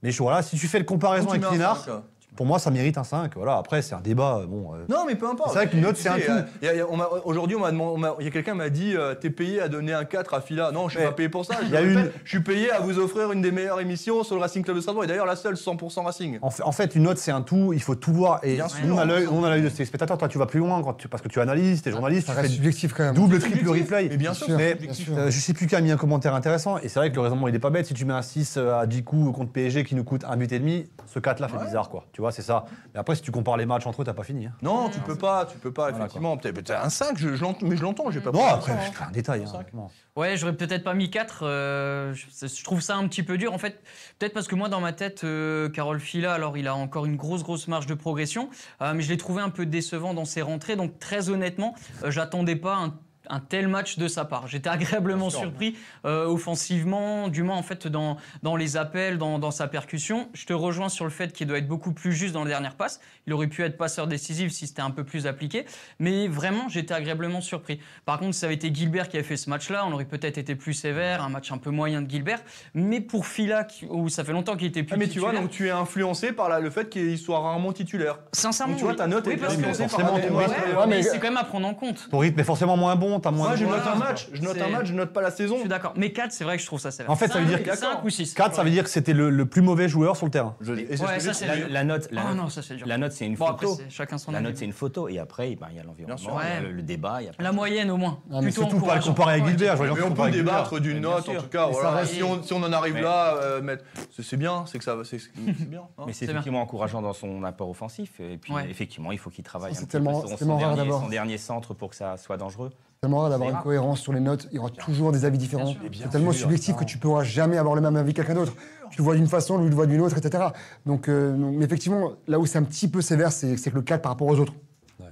Speaker 1: Mais je, voilà, si tu fais le comparaison
Speaker 2: Ou tu mets
Speaker 1: avec
Speaker 2: un
Speaker 1: Lénard,
Speaker 2: cinq.
Speaker 1: pour moi, ça mérite un 5. Voilà. Après, c'est un débat. euh, Bon, euh,
Speaker 2: Non, mais peu importe.
Speaker 1: C'est vrai qu'une note,
Speaker 2: Tu
Speaker 1: c'est
Speaker 2: sais,
Speaker 1: un
Speaker 2: il y a-
Speaker 1: tout.
Speaker 2: il y a- il y a- on m'a- Aujourd'hui, on m'a demandé- on m'a- il y a quelqu'un m'a dit euh, T'es payé à donner un 4 à Fila. Non, je suis
Speaker 1: Mais
Speaker 2: pas payé pour ça. Je,
Speaker 1: il y a
Speaker 2: le répète,
Speaker 1: une-
Speaker 2: je suis payé à vous offrir une des meilleures émissions sur le Racing Club de Strasbourg. Et d'ailleurs, la seule 100% Racing.
Speaker 1: en, fait, en fait, une note, c'est un tout. Il faut tout voir. Et
Speaker 2: Bien
Speaker 1: nous,
Speaker 2: sûr.
Speaker 1: on a l'œil nous, on a l'œil de ces spectateurs. Toi, tu vas plus loin quand tu- parce que tu analyses, t'es journaliste,
Speaker 5: Ça
Speaker 1: tu fais
Speaker 5: reste subjectif quand même.
Speaker 1: double, triple
Speaker 2: Subjectif.
Speaker 1: replay.
Speaker 2: Mais bien sûr,
Speaker 5: Bien
Speaker 1: Mais,
Speaker 2: c'est subjectif.
Speaker 5: sûr.
Speaker 1: euh, je sais plus qui a mis un commentaire intéressant. Et c'est vrai que le raisonnement, il est pas bête. Si tu mets un 6 à 10 coups contre PSG qui nous coûte un but et demi, ce 4-là fait bizarre, quoi. Tu vois, c'est ça. Mais après, si tu compares les matchs entre eux, t'as pas fini. hein.
Speaker 2: Non, tu peux pas, tu peux pas, effectivement. Peut-être peut-être un 5, je, je l'ent- mais je l'entends, j'ai pas
Speaker 1: Non,
Speaker 2: pris
Speaker 1: après,
Speaker 2: ça, hein.
Speaker 1: c'est un détail. hein,
Speaker 2: Cinq.
Speaker 1: honnêtement.
Speaker 3: Ouais, j'aurais peut-être pas mis 4. je, c'est- je trouve ça un petit peu dur. En fait, peut-être parce que moi, dans ma tête, euh, Carole Fila, alors il a encore une grosse, grosse marge de progression. euh, mais je l'ai trouvé un peu décevant dans ses rentrées. Donc, très honnêtement, euh, j'attendais pas un, un tel match de sa part. J'étais agréablement
Speaker 2: Bien sûr.
Speaker 3: surpris euh, offensivement, du moins, en fait, dans, dans les appels, dans, dans sa percussion. Je te rejoins sur le fait qu'il doit être beaucoup plus juste dans les dernières passes. Il aurait pu être passeur décisif si c'était un peu plus appliqué. Mais vraiment, j'étais agréablement surpris. Par contre, si ça avait été Gilbert qui avait fait ce match-là, on aurait peut-être été plus sévère, un match un peu moyen de Gilbert. Mais pour Fila, qui- où ça fait longtemps qu'il était plus
Speaker 2: Ah, mais tu vois,
Speaker 3: titulaire,
Speaker 2: donc tu es influencé par la- le fait qu'il soit rarement titulaire.
Speaker 3: sincèrement,
Speaker 2: Donc, tu vois,
Speaker 3: oui.
Speaker 2: ta note
Speaker 3: Oui,
Speaker 2: est
Speaker 3: parce que-
Speaker 2: influencée par
Speaker 1: forcément,
Speaker 2: la
Speaker 1: ton
Speaker 2: mémoire.
Speaker 1: risque.
Speaker 3: Ouais,
Speaker 5: Ouais,
Speaker 3: mais
Speaker 5: mais-
Speaker 3: c'est quand même à prendre en compte.
Speaker 1: Ton rythme est forcément moins bon. T'as moins.
Speaker 2: Moi,
Speaker 1: de
Speaker 2: je
Speaker 1: joueurs.
Speaker 2: note un match, je note un
Speaker 3: C'est-
Speaker 2: match, je note pas la saison.
Speaker 3: Je suis d'accord. Mais 4, c'est vrai que je trouve ça sévère.
Speaker 1: En fait, ça veut dire que-
Speaker 3: 5 ou 6.
Speaker 1: 4, ça veut dire que c'était le, le plus mauvais joueur sur le terrain.
Speaker 2: Je- et ce
Speaker 3: Ouais,
Speaker 2: que
Speaker 3: ça,
Speaker 2: j'ai
Speaker 3: c'est-
Speaker 2: trouvé.
Speaker 4: La, la note, la,
Speaker 3: Oh
Speaker 4: note-
Speaker 3: non, ça c'est dur.
Speaker 4: la note, c'est une
Speaker 3: Bon, après,
Speaker 4: photo.
Speaker 3: c'est chacun son
Speaker 4: la
Speaker 3: avis.
Speaker 4: note, c'est une photo. Et après, ben, il y a
Speaker 2: sûr.
Speaker 4: l'environnement, il y a
Speaker 3: Ouais.
Speaker 4: le, le débat. il Y a plein
Speaker 3: La
Speaker 4: de-
Speaker 3: moyenne au moins.
Speaker 5: Ah, mais
Speaker 3: Plutôt
Speaker 1: Surtout pas le
Speaker 3: encourageant.
Speaker 1: comparer avec
Speaker 3: Ouais.
Speaker 1: Gilbert. je vois les gens
Speaker 2: Mais
Speaker 1: qui
Speaker 2: on
Speaker 1: comparent
Speaker 2: peut
Speaker 1: avec Gilbert.
Speaker 2: débattre d'une
Speaker 4: bien
Speaker 2: note, en
Speaker 4: sûr.
Speaker 2: tout cas.
Speaker 5: Et ça
Speaker 2: voilà.
Speaker 5: reste-
Speaker 2: Si, on, si on en arrive
Speaker 4: Mais-
Speaker 2: là, euh, mettre- c'est c'est bien, c'est que ça va. C'est c'est- c'est bien. hein.
Speaker 4: Mais c'est
Speaker 3: C'est
Speaker 4: effectivement encourageant dans son apport offensif. Et puis,
Speaker 3: Ouais.
Speaker 4: effectivement, il faut qu'il travaille.
Speaker 5: C'est
Speaker 4: un petit
Speaker 5: tellement-
Speaker 4: peu
Speaker 5: c'est
Speaker 4: sur son,
Speaker 5: tellement rare
Speaker 4: dernier,
Speaker 5: d'abord.
Speaker 4: son dernier centre pour que ça soit dangereux.
Speaker 5: C'est tellement rare d'avoir
Speaker 4: C'est
Speaker 5: une
Speaker 4: rare.
Speaker 5: cohérence sur les notes. Il y aura toujours des avis différents.
Speaker 3: sûr.
Speaker 5: C'est tellement
Speaker 1: sûr,
Speaker 5: subjectif que
Speaker 1: non.
Speaker 5: tu ne pourras jamais avoir le même avis que quelqu'un d'autre. Tu le vois d'une façon, lui le voit d'une autre, etc. Donc, euh, donc, mais effectivement, là où c'est un petit peu sévère, c'est c'est que le 4 par rapport aux autres.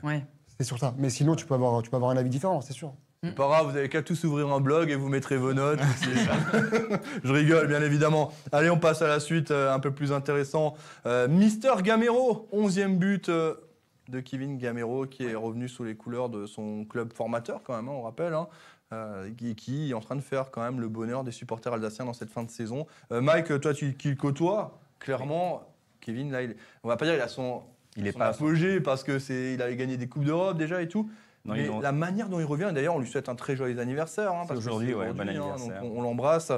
Speaker 3: Ouais.
Speaker 5: C'est sur ça. Mais sinon, tu peux avoir, tu peux avoir un avis différent, c'est sûr.
Speaker 2: C'est pas grave, vous avez qu'à tous ouvrir un blog et vous mettrez vos notes. Je rigole, bien évidemment. Allez, on passe à la suite, euh, un peu plus intéressant. Euh, Mister Gamero, 11e but euh, de Kevin Gamero, qui est revenu sous les couleurs de son club formateur, quand même, hein, on rappelle. hein, euh, qui, qui est en train de faire quand même le bonheur des supporters alsaciens dans cette fin de saison. Euh, Mike, toi, tu, qui le côtoies, clairement, Kevin, là, il, on va pas dire il a son,
Speaker 4: Il est
Speaker 2: son
Speaker 4: pas-
Speaker 2: apogée parce que c'est, il avait gagné des coupes d'Europe déjà et tout.
Speaker 4: Non,
Speaker 2: Mais
Speaker 4: il en-
Speaker 2: la manière dont il revient, et d'ailleurs, on lui souhaite un très joyeux anniversaire. hein,
Speaker 4: C'est
Speaker 2: parce que
Speaker 4: aujourd'hui,
Speaker 2: c'est
Speaker 4: ouais, bon
Speaker 2: hein,
Speaker 4: anniversaire.
Speaker 2: donc on, on l'embrasse.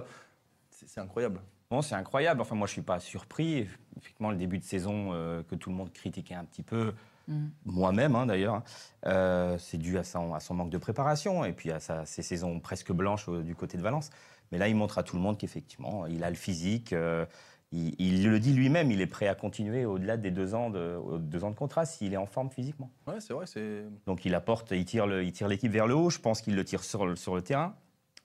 Speaker 2: C'est c'est incroyable.
Speaker 4: Bon, c'est incroyable. Enfin, moi, je suis pas surpris. Effectivement, le début de saison euh, que tout le monde critiquait un petit peu,
Speaker 3: Mhm.
Speaker 4: moi-même hein, d'ailleurs, hein, euh, c'est dû à son, à son manque de préparation et puis à sa- ses saisons presque blanches euh, du côté de Valence. Mais là, il montre à tout le monde qu'effectivement, il a le physique. euh, il, il le dit lui-même, il est prêt à continuer au-delà des deux ans de, aux deux ans de contrat s'il est en forme physiquement.
Speaker 2: Ouais, c'est vrai, c'est.
Speaker 4: Donc il apporte, il tire le- il tire l'équipe vers le haut. Je pense qu'il le tire sur le, sur le terrain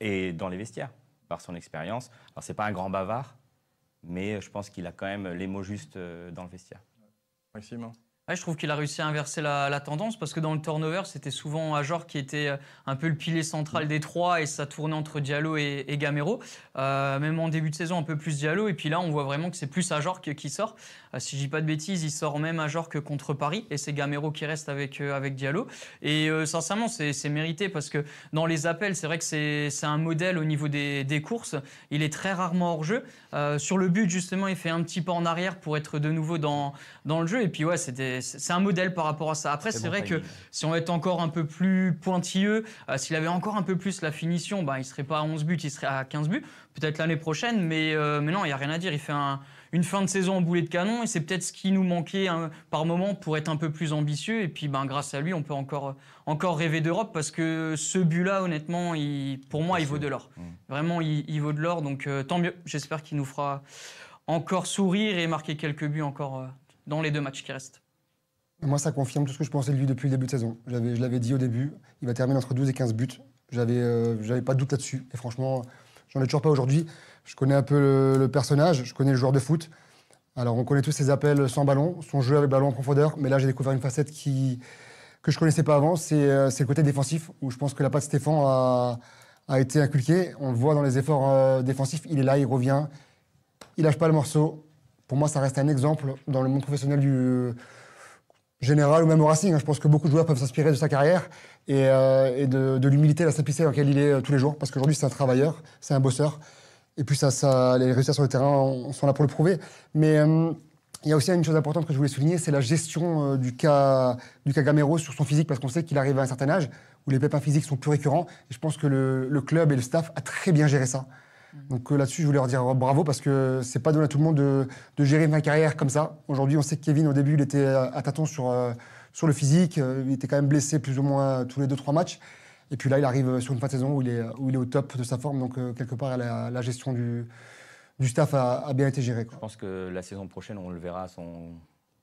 Speaker 4: et dans les vestiaires par son expérience. Alors c'est pas un grand bavard, mais je pense qu'il a quand même les mots justes euh, dans le vestiaire.
Speaker 2: Maxime. hein.
Speaker 3: Ouais, je trouve qu'il a réussi à inverser la, la tendance parce que dans le turnover, c'était souvent Ajor qui était euh, un peu le pilier central des trois et ça tournait entre Diallo et, et Gamero. Euh, même en début de saison, un peu plus Diallo. Et puis là, on voit vraiment que c'est plus Ajor que- qui sort. Euh, si je dis pas de bêtises, il sort même Ajor que contre Paris et c'est Gamero qui reste avec, euh, avec Diallo. Et euh, sincèrement, c'est c'est mérité parce que dans les appels, c'est vrai que c'est c'est un modèle au niveau des, des courses. Il est très rarement hors jeu. Euh, sur le but, justement, il fait un petit pas en arrière pour être de nouveau dans, dans le jeu. Et puis ouais, c'était c'est c'est un modèle par rapport à ça. Après,
Speaker 4: Très
Speaker 3: c'est
Speaker 4: bon
Speaker 3: vrai que
Speaker 4: timing.
Speaker 3: si on était encore un peu plus pointilleux, euh, s'il avait encore un peu plus la finition, bah, il serait pas à 11 buts, il serait à 15 buts, peut-être l'année prochaine, mais, euh, mais non, il n'y a rien à dire. Il fait un- une fin de saison en boulet de canon et c'est peut-être ce qui nous manquait hein, par moment pour être un peu plus ambitieux. Et puis, ben, grâce à lui, on peut encore, encore rêver d'Europe parce que ce but-là, honnêtement, il- pour moi, il vaut de l'or.
Speaker 4: Mm.
Speaker 3: Vraiment, il, il vaut de l'or, donc euh, tant mieux. J'espère qu'il nous fera encore sourire et marquer quelques buts encore euh, dans les deux matchs qui restent.
Speaker 5: Moi, ça confirme tout ce que je pensais de lui depuis le début de saison. J'avais- je l'avais dit au début, il va terminer entre 12 et 15 buts. J'avais euh, j'avais pas de doute là-dessus. Et franchement, j'en ai toujours pas aujourd'hui. Je connais un peu le, le personnage, je connais le joueur de foot. Alors, on connaît tous ses appels sans ballon, son jeu avec ballon en profondeur. Mais là, j'ai découvert une facette qui, que je connaissais pas avant, c'est euh, c'est le côté défensif, où je pense que la patte Stéphane a, a été inculquée. On le voit dans les efforts euh, défensifs, il est là, il revient, il lâche pas le morceau. Pour moi, ça reste un exemple dans le monde professionnel du, général ou même au Racing. hein. Je pense que beaucoup de joueurs peuvent s'inspirer de sa carrière et, euh, et de, de l'humilité, la simplicité dans laquelle il est euh, tous les jours. Parce qu'aujourd'hui, c'est un travailleur, c'est un bosseur. Et puis, ça, ça, les résultats sur le terrain on- sont là pour le prouver. Mais euh, il y a aussi une chose importante que je voulais souligner, c'est la gestion euh, du cas du cas Gamero sur son physique, parce qu'on sait qu'il arrive à un certain âge où les pépins physiques sont plus récurrents. Et je pense que le, le club et le staff a très bien géré ça. Donc euh, là-dessus, je voulais leur dire bravo parce que c'est pas donné à tout le monde de, de gérer ma carrière comme ça. Aujourd'hui, on sait que Kevin, au début, il était à, à tâtons sur, euh, sur le physique. Euh, Il était quand même blessé plus ou moins euh, tous les 2-3 matchs. Et puis là, il arrive euh, sur une fin de saison où il est, où il est au top de sa forme. Donc, euh, quelque part, la, la gestion du, du staff a, a bien été gérée. quoi.
Speaker 4: Je pense que la saison prochaine, on le verra à son,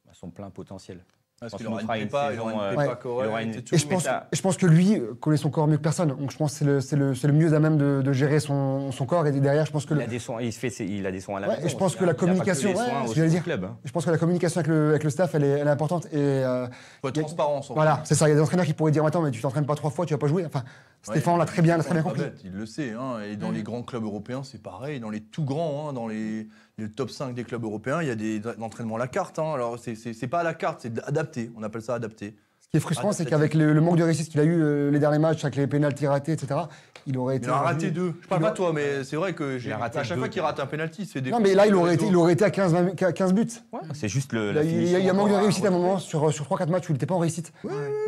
Speaker 4: à son plein potentiel.
Speaker 2: Parce
Speaker 4: pense
Speaker 2: qu'il
Speaker 4: qu'on
Speaker 2: aura une
Speaker 4: fera une
Speaker 2: prépa, il
Speaker 4: saison,
Speaker 2: aura une
Speaker 4: euh,
Speaker 2: prépa
Speaker 5: ouais.
Speaker 4: Il
Speaker 2: correcte
Speaker 4: aura une-
Speaker 2: et tout.
Speaker 5: Et je pense,
Speaker 4: mais ça-
Speaker 5: je pense que lui euh, connaît son corps mieux que personne. Donc, je pense que c'est le, c'est le, c'est le mieux à même de, de gérer son, son corps. Et derrière, je pense que
Speaker 4: Il
Speaker 5: le,
Speaker 4: a des soins, il, se fait, ses- il a des soins à la
Speaker 5: Ouais,
Speaker 4: maison
Speaker 5: et je pense
Speaker 4: aussi,
Speaker 5: que
Speaker 4: hein.
Speaker 5: la
Speaker 4: Il a pas les
Speaker 5: communication,
Speaker 4: soins
Speaker 5: ouais,
Speaker 4: au
Speaker 5: ce que j'allais dire.
Speaker 4: club, hein.
Speaker 5: je pense que la communication avec le, avec le staff, elle est, elle est importante. Et euh,
Speaker 2: Faut être transparent, en fait.
Speaker 5: voilà, c'est ça. Il y a des entraîneurs qui pourraient dire Attends, mais tu t'entraînes pas trois fois, tu vas pas jouer. Enfin, Stéphane l'a très bien, l'a très bien
Speaker 2: Pas
Speaker 5: compris.
Speaker 2: Ah, bête, il le sait. hein, Et dans les grands clubs européens, c'est pareil. Dans les tout grands, hein, dans les, le top 5 des clubs européens, il y a des entraînements à la carte. hein. Alors, c'est- c'est c'est pas à la carte, c'est adapté. On appelle ça adapté.
Speaker 5: Ce qui est frustrant,
Speaker 2: Ah,
Speaker 5: c'est
Speaker 2: c'est-
Speaker 5: qu'avec le, le manque de réussite qu'il a eu euh, les derniers matchs, avec les pénaltys ratés, etc., il aurait été.
Speaker 2: Il en a raté
Speaker 5: aujourd'hui-
Speaker 2: deux. Je parle
Speaker 5: il
Speaker 2: pas de toi,
Speaker 5: aurait-
Speaker 2: mais c'est vrai que j'ai-
Speaker 4: a raté
Speaker 2: à chaque
Speaker 4: deux,
Speaker 2: fois qu'il
Speaker 4: quoi.
Speaker 2: rate un penalty, il se fait des.
Speaker 5: Non, mais là, il aurait été, il
Speaker 2: Il
Speaker 5: aurait été à 15, 20 quin- 15 buts.
Speaker 4: C'est juste le.
Speaker 5: Il y a
Speaker 4: la
Speaker 5: eu- il y a eu
Speaker 4: finition
Speaker 5: un manque de
Speaker 3: Ah,
Speaker 4: encore
Speaker 5: réussite à un
Speaker 4: retrouver.
Speaker 5: moment sur, sur 3-4 matchs où il n'était pas en réussite.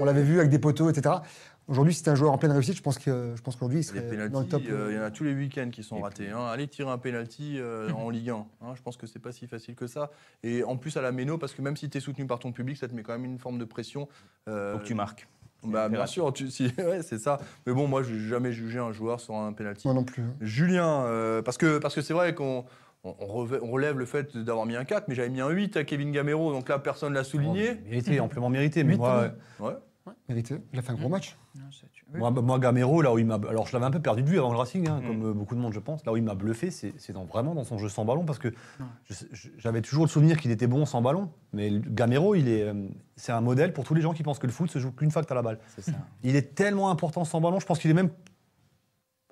Speaker 5: On l'avait vu avec des poteaux, etc. Aujourd'hui, si c'est un joueur en pleine réussite, je pense que- je pense qu'aujourd'hui, il
Speaker 2: Les
Speaker 5: serait dans le top.
Speaker 2: pénaltys, euh, il y en a tous les week-ends qui sont
Speaker 4: Et
Speaker 2: ratés. hein. Allez tirer un penalty euh, en Ligue 1. hein. Je pense que c'est pas si facile que ça. Et en plus à la méno, parce que même si tu es soutenu par ton public, ça te met quand même une forme de pression. euh,
Speaker 4: Faut que tu marques.
Speaker 2: Bah, bien
Speaker 4: Ferrati.
Speaker 2: sûr, tu, si, ouais, c'est ça. Mais bon, moi, je n'ai jamais jugé un joueur sur un penalty.
Speaker 5: Moi non plus. hein.
Speaker 2: Julien, euh, parce que c'est parce que c'est vrai qu'on on, on reve- on relève le fait d'avoir mis un 4, mais j'avais mis un 8 à Kevin Gamero, donc là, personne ne l'a
Speaker 4: Oh,
Speaker 2: souligné.
Speaker 1: Mérité, amplement mérité. Mais
Speaker 5: Huit,
Speaker 1: moi,
Speaker 5: hein.
Speaker 2: Ouais.
Speaker 5: Mérité. Il a fait un
Speaker 3: Mmh.
Speaker 5: gros match.
Speaker 1: moi, moi, Gamero, là où il m'a. Alors, je l'avais un peu perdu de vue avant le Racing, hein,
Speaker 4: Mm.
Speaker 1: comme euh, beaucoup de monde, je pense. Là où il m'a bluffé, c'est c'est dans, vraiment dans son jeu sans ballon, parce que je sais- je- j'avais toujours le souvenir qu'il était bon sans ballon. Mais le- Gamero, il est, euh, c'est un modèle pour tous les gens qui pensent que le foot se joue qu'une fois que t'as la balle.
Speaker 4: C'est ça.
Speaker 1: Il est tellement important sans ballon, je pense qu'il est même.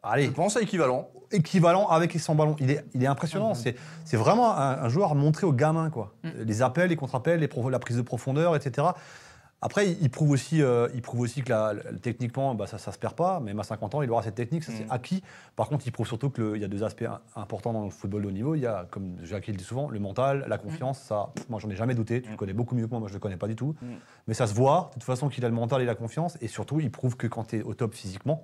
Speaker 1: Allez,
Speaker 2: Je pense à équivalent.
Speaker 1: équivalent avec et sans ballon. Il est, il est impressionnant. C'est, c'est vraiment un, un joueur montré aux gamins, quoi.
Speaker 3: Mm.
Speaker 1: Les appels, les contre-appels, les pro- la prise de profondeur, etc. Après, il il prouve aussi, euh, il prouve aussi que la- la- techniquement, bah, ça ne se perd pas. Même à 50 ans, il aura cette technique, ça c'est
Speaker 2: Mm.
Speaker 1: acquis. Par contre, il prouve surtout qu'il y a deux aspects im- importants dans le football de haut niveau. Il y a, comme Jacques le dit souvent, le mental, la confiance. Ça, pff, moi, j'en ai jamais douté. Tu le connais beaucoup mieux que moi. Moi, je le connais pas du tout.
Speaker 4: Mm.
Speaker 1: Mais ça se voit, de toute façon, qu'il a le mental et la confiance. Et surtout, il prouve que quand tu es au top physiquement,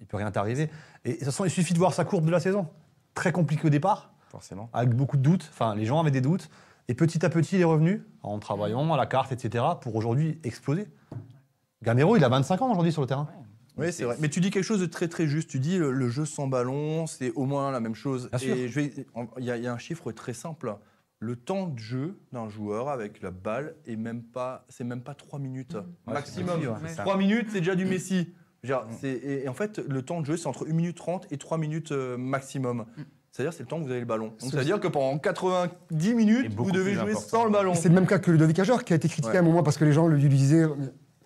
Speaker 1: il peut rien t'arriver. Et de toute façon, il suffit de voir sa courbe de la saison. Très compliquée au départ,
Speaker 4: Forcément.
Speaker 1: avec beaucoup de doutes. Enfin, les gens avaient des doutes. Et petit à petit, il est revenu, en travaillant, à la carte, etc., pour aujourd'hui exploser. Gamero, il a 25 ans aujourd'hui sur le terrain.
Speaker 2: Oui, c'est vrai. Mais tu dis quelque chose de très très juste. Tu dis le, le jeu sans ballon, c'est au moins la même chose.
Speaker 1: Bien sûr.
Speaker 2: Et je vais- en- il y, a- il y a un chiffre très simple. Le temps de jeu d'un joueur avec la balle est même pas, c'est même pas 3 minutes maximum.
Speaker 1: possible, ouais.
Speaker 3: Ouais.
Speaker 2: 3 minutes, c'est déjà du Messi. Je veux dire, Mhm. c'est- et, et en fait, le temps de jeu, c'est entre 1 minute 30 et 3 minutes euh, maximum. C'est-à-dire, c'est le temps que vous avez le ballon. Donc, c'est-à-dire que pendant 90
Speaker 4: Et
Speaker 2: minutes,
Speaker 4: beaucoup
Speaker 2: vous devez
Speaker 4: plus
Speaker 2: jouer
Speaker 4: important.
Speaker 2: sans le ballon.
Speaker 5: Et C'est le même cas que Ludovic Ajor qui a été critiqué
Speaker 2: Ouais.
Speaker 5: à un moment parce que les gens lui lui disaient euh,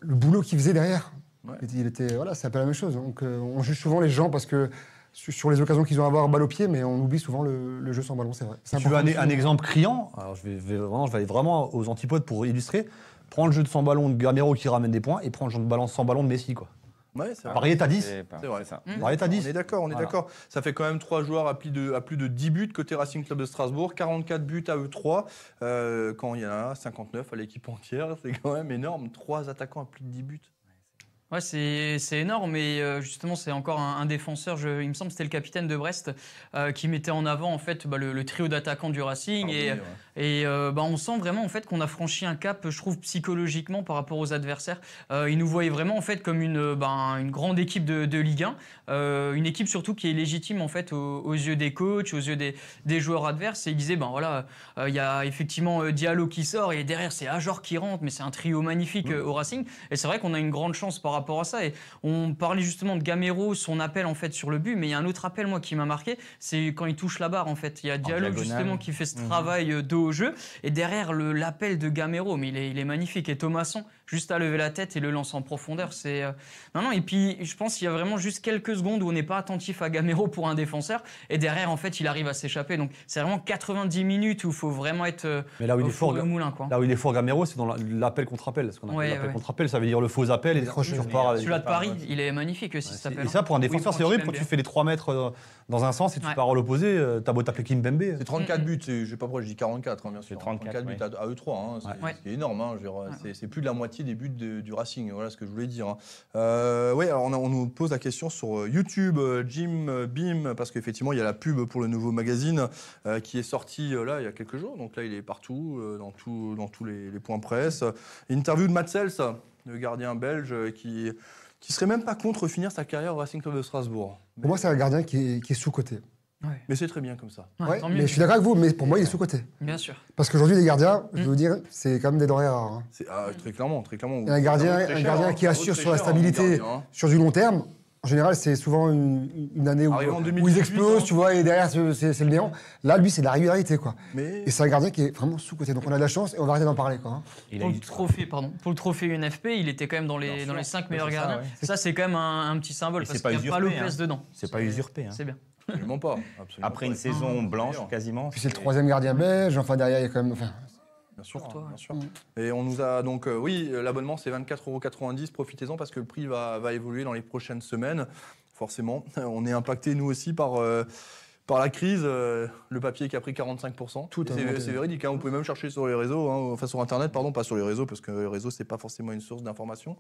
Speaker 5: le boulot qu'il faisait derrière.
Speaker 2: Ouais.
Speaker 5: Il était- Il était, voilà, c'est un peu la même chose. Donc euh, on juge souvent les gens parce que su- sur les occasions qu'ils ont à avoir balle au pied, mais on oublie souvent le, le jeu sans ballon, c'est vrai. C'est
Speaker 1: Tu veux un,
Speaker 5: important.
Speaker 1: un exemple criant Alors, je vais, vais- vraiment, je vais aller vraiment aux antipodes pour illustrer. Prends le jeu de sans ballon de Gamero qui ramène des points et prends le jeu de ballon sans ballon de Messi, quoi.
Speaker 2: Ouais, c'est vrai.
Speaker 1: Paris est à 10.
Speaker 4: C'est pas-
Speaker 2: C'est vrai.
Speaker 4: c'est ça.
Speaker 1: Paris est à
Speaker 2: On
Speaker 1: 10.
Speaker 2: est d'accord, on est
Speaker 1: Voilà.
Speaker 2: d'accord. Ça fait quand même trois joueurs à plus, de, à plus de 10 buts côté Racing Club de Strasbourg, 44 buts à eux 3, quand il y en a 59 à l'équipe entière, c'est quand même énorme. Trois attaquants à plus de 10 buts.
Speaker 3: Ouais, c'est c'est énorme. Et euh, justement, c'est encore un, un défenseur, je- il me semble, c'était le capitaine de Brest, euh, qui mettait en avant en fait bah, le, le trio d'attaquants du Racing.
Speaker 2: Pardon,
Speaker 3: et
Speaker 2: ouais.
Speaker 3: et euh, bah, on sent vraiment en fait qu'on a franchi un cap, je trouve, psychologiquement par rapport aux adversaires. Euh, ils nous voyaient vraiment en fait comme une, euh, ben, une grande équipe de, de Ligue 1, euh, une équipe surtout qui est légitime en fait aux, aux yeux des coachs, aux yeux des, des joueurs adverses. Et ils disaient ben voilà, euh, il y a effectivement euh, Diallo qui sort et derrière c'est Ajor qui rentre, mais c'est un trio magnifique euh, au Racing. Et c'est vrai qu'on a une grande chance par rapport à ça. Et on parlait justement de Gamero, son appel en fait sur le but, mais il y a un autre appel moi qui m'a marqué, c'est quand il touche la barre en fait. Il y a Diallo
Speaker 4: diagonale.
Speaker 3: justement qui fait ce travail euh, dos au jeu. Et derrière le- l'appel de Gamero, mais il est, il est magnifique. Et Thomasson, juste à lever la tête et le lance en profondeur, c'est. euh, Non, non, et puis je pense qu'il y a vraiment juste quelques secondes où on n'est pas attentif à Gamero pour un défenseur. Et derrière, en fait, il arrive à s'échapper. Donc c'est vraiment 90 minutes où il faut vraiment être euh,
Speaker 1: Mais là où il
Speaker 3: au
Speaker 1: est fort, Ah,
Speaker 3: four et au moulin, quoi.
Speaker 1: là où il est fort Gamero, c'est dans la- l'appel contre appel. Ce qu'on appelle
Speaker 3: Ouais,
Speaker 1: l'appel
Speaker 3: ouais.
Speaker 1: contre appel, ça veut dire le faux appel et
Speaker 5: Décrocher.
Speaker 1: tu repars avec-
Speaker 3: Celui-là de Paris, il est magnifique aussi,
Speaker 1: Ouais,
Speaker 3: cet
Speaker 1: c'est-
Speaker 3: appel.
Speaker 1: et ça, pour un
Speaker 3: hein. Oui,
Speaker 1: défenseur, c'est
Speaker 3: quand
Speaker 1: horrible.
Speaker 3: tu
Speaker 1: Quand tu
Speaker 3: l'aimes
Speaker 1: fais les 3 mètres euh, dans un sens et tu
Speaker 3: Ouais.
Speaker 1: pars à l'opposé, euh, t'as beau t'appeler Kimpembe.
Speaker 2: C'est 34
Speaker 3: Mm, mm.
Speaker 2: buts, c'est- je sais pas pourquoi je dis 44, hein, bien sûr.
Speaker 4: C'est 34,
Speaker 2: buts à, à eux 3, hein, c'est
Speaker 3: Ouais.
Speaker 2: c'est énorme. hein, je veux dire,
Speaker 3: Ouais.
Speaker 2: c'est- C'est plus de la moitié des buts de- du Racing, voilà ce que je voulais dire. hein. Euh, oui, alors on, a- on nous pose la question sur euh, YouTube, euh, Jim euh, Beam, parce qu'effectivement il y a la pub pour le nouveau magazine euh, qui est sorti euh, là il y a quelques jours, donc là il est partout, euh, dans, tout- dans tous les, les points presse. Interview de Matsels, le gardien belge euh, qui qui serait même pas contre finir sa carrière au Racing Club de Strasbourg.
Speaker 5: Pour moi, c'est un gardien qui est, qui est sous-coté.
Speaker 2: Mais c'est très bien comme ça.
Speaker 3: Ouais, tant mieux,
Speaker 5: mais je suis d'accord avec vous, mais pour moi, il est sous-coté.
Speaker 3: Bien sûr.
Speaker 5: Parce qu'aujourd'hui, les gardiens, je
Speaker 3: Mm.
Speaker 5: veux vous dire, c'est quand même des denrées rares. hein.
Speaker 2: C'est- ah, très clairement, très clairement.
Speaker 5: Et un gardien-
Speaker 2: C'est autre
Speaker 5: un
Speaker 2: cher,
Speaker 5: gardien
Speaker 2: hein,
Speaker 5: qui
Speaker 2: c'est
Speaker 5: assure
Speaker 2: autre
Speaker 5: sur la
Speaker 2: cher,
Speaker 5: stabilité.
Speaker 2: un gardien, hein.
Speaker 5: Sur du long terme, en général, c'est souvent une, une année où,
Speaker 2: Arrivé en
Speaker 5: où
Speaker 2: 2018,
Speaker 5: ils explosent,
Speaker 2: hein.
Speaker 5: tu vois, et derrière, c'est c'est- c'est le néant. Là, lui, c'est de la régularité, quoi.
Speaker 2: Mais
Speaker 5: Et c'est un gardien qui est vraiment sous-coté. Donc, on a de la chance et on va arrêter d'en parler, quoi. hein.
Speaker 4: Il a
Speaker 3: Pour le
Speaker 4: eu-
Speaker 3: trophée, pardon. Pour le trophée UNFP, il était quand même dans
Speaker 2: Bien
Speaker 3: les, dans
Speaker 2: sûr.
Speaker 3: les 5
Speaker 2: Ouais,
Speaker 3: meilleurs
Speaker 2: c'est ça,
Speaker 3: gardiens.
Speaker 2: ouais.
Speaker 3: Ça, c'est quand même un, un petit symbole
Speaker 4: Et
Speaker 3: parce
Speaker 4: c'est pas
Speaker 3: qu'il n'y a pas
Speaker 4: usurpé,
Speaker 3: Lopez
Speaker 4: hein.
Speaker 3: dedans.
Speaker 4: c'est pas usurpé. hein.
Speaker 3: C'est bien.
Speaker 2: absolument pas. absolument
Speaker 4: Après
Speaker 2: pas.
Speaker 4: une saison blanche
Speaker 2: D'ailleurs.
Speaker 4: quasiment.
Speaker 5: Puis c'est le troisième gardien belge. Enfin, derrière, il y a quand même. Enfin,
Speaker 2: Bien sûr,
Speaker 3: Pour toi,
Speaker 2: hein, bien
Speaker 3: ouais.
Speaker 2: sûr.
Speaker 5: Mm.
Speaker 2: Et on nous a donc, euh, oui, euh, l'abonnement c'est 24,90€. Profitez-en parce que le prix va, va évoluer dans les prochaines semaines. Forcément, on est impacté nous aussi par. euh, par la crise, euh, le papier qui a pris 45%.
Speaker 5: Tout a
Speaker 2: C'est-
Speaker 5: augmenté.
Speaker 2: C'est véridique. hein, vous pouvez même chercher sur les réseaux, hein, enfin sur Internet, pardon, pas sur les réseaux, parce que les réseaux, c'est pas forcément une source d'information.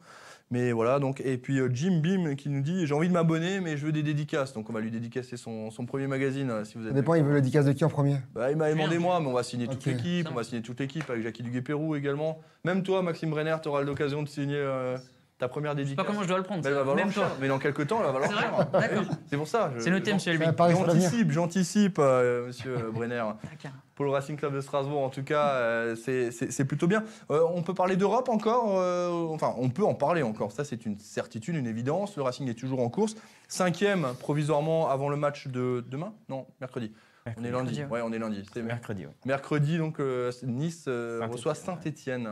Speaker 2: Mais voilà, donc. Et puis euh, Jim Beam qui nous dit J'ai envie de m'abonner, mais je veux des dédicaces. Donc on va lui dédicacer son, son premier magazine, euh, si vous
Speaker 5: ça
Speaker 2: êtes
Speaker 5: dépend, il veut le dédicace de qui en premier
Speaker 2: bah, il m'a demandé
Speaker 3: Julien.
Speaker 2: moi, mais on va signer toute
Speaker 5: Ok.
Speaker 2: l'équipe, on va signer toute l'équipe avec Jackie Duguay-Pérou également. Même toi, Maxime Brenner, tu auras l'occasion de signer euh, ta première
Speaker 3: Je sais pas
Speaker 2: dédicace.
Speaker 3: comment je dois le prendre.
Speaker 2: Mais elle va
Speaker 3: ça.
Speaker 2: valoir
Speaker 3: Même
Speaker 2: cher,
Speaker 3: toi.
Speaker 2: mais dans quelques temps, elle va valoir
Speaker 3: C'est vrai
Speaker 2: cher.
Speaker 3: D'accord.
Speaker 2: C'est pour ça. je-
Speaker 3: C'est noté,
Speaker 2: j'en-
Speaker 3: monsieur Elvin.
Speaker 5: Ça, Paris, ça va venir.
Speaker 2: J'anticipe, j'anticipe, euh, monsieur euh, Brenner.
Speaker 3: D'accord.
Speaker 2: Pour le Racing Club de Strasbourg, en tout cas, euh, c'est- c'est c'est plutôt bien. Euh, on peut parler d'Europe encore euh, Enfin, on peut en parler encore. Ça, c'est une certitude, une évidence. Le Racing est toujours en course. Cinquième, provisoirement, avant le match de demain Non, mercredi. On est lundi.
Speaker 3: Mercredi, ouais.
Speaker 2: Ouais, on est lundi. C'est
Speaker 4: Mercredi. ouais.
Speaker 2: Mercredi, donc, euh, Nice euh,
Speaker 4: Saint-Étienne,
Speaker 2: reçoit
Speaker 4: ouais.
Speaker 2: Saint-Etienne.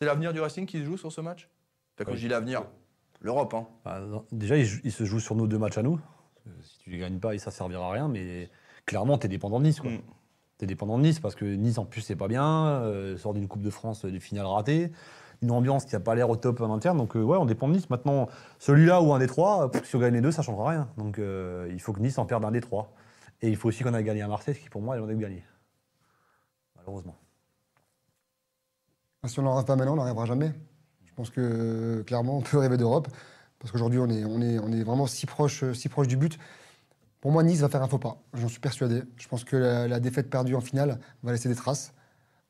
Speaker 2: C'est l'avenir du Racing qui se joue sur ce match Enfin, Quand
Speaker 4: Oui.
Speaker 2: je dis l'avenir, l'Europe. Hein.
Speaker 1: Bah, non. déjà, il, jou- il se joue sur nos deux matchs à nous. Euh, Si tu les gagnes pas, ça servira à rien. Mais clairement, t'es dépendant de Nice. quoi.
Speaker 4: Mm.
Speaker 1: T'es dépendant de Nice parce que Nice, en plus, c'est pas bien. euh, sort d'une Coupe de France, euh, du finale ratée. Une ambiance qui a pas l'air au top en interne. Donc, euh, ouais, on dépend de Nice. Maintenant, celui-là ou un des trois, euh, pff, si on gagne les deux, ça changera rien. Donc, euh, il faut que Nice en perde un des trois. Et il faut aussi qu'on aille gagner à Marseille, ce qui pour moi est loin d'être gagné. Malheureusement.
Speaker 5: Si on n'en rêve pas maintenant, on n'en rêvera jamais. Je pense que euh, clairement, on peut rêver d'Europe. Parce qu'aujourd'hui, on est, on, est, on est vraiment si proche, euh, si proche du but. Pour moi, Nice va faire un faux pas. J'en suis persuadé. Je pense que la, la défaite perdue en finale va laisser des traces.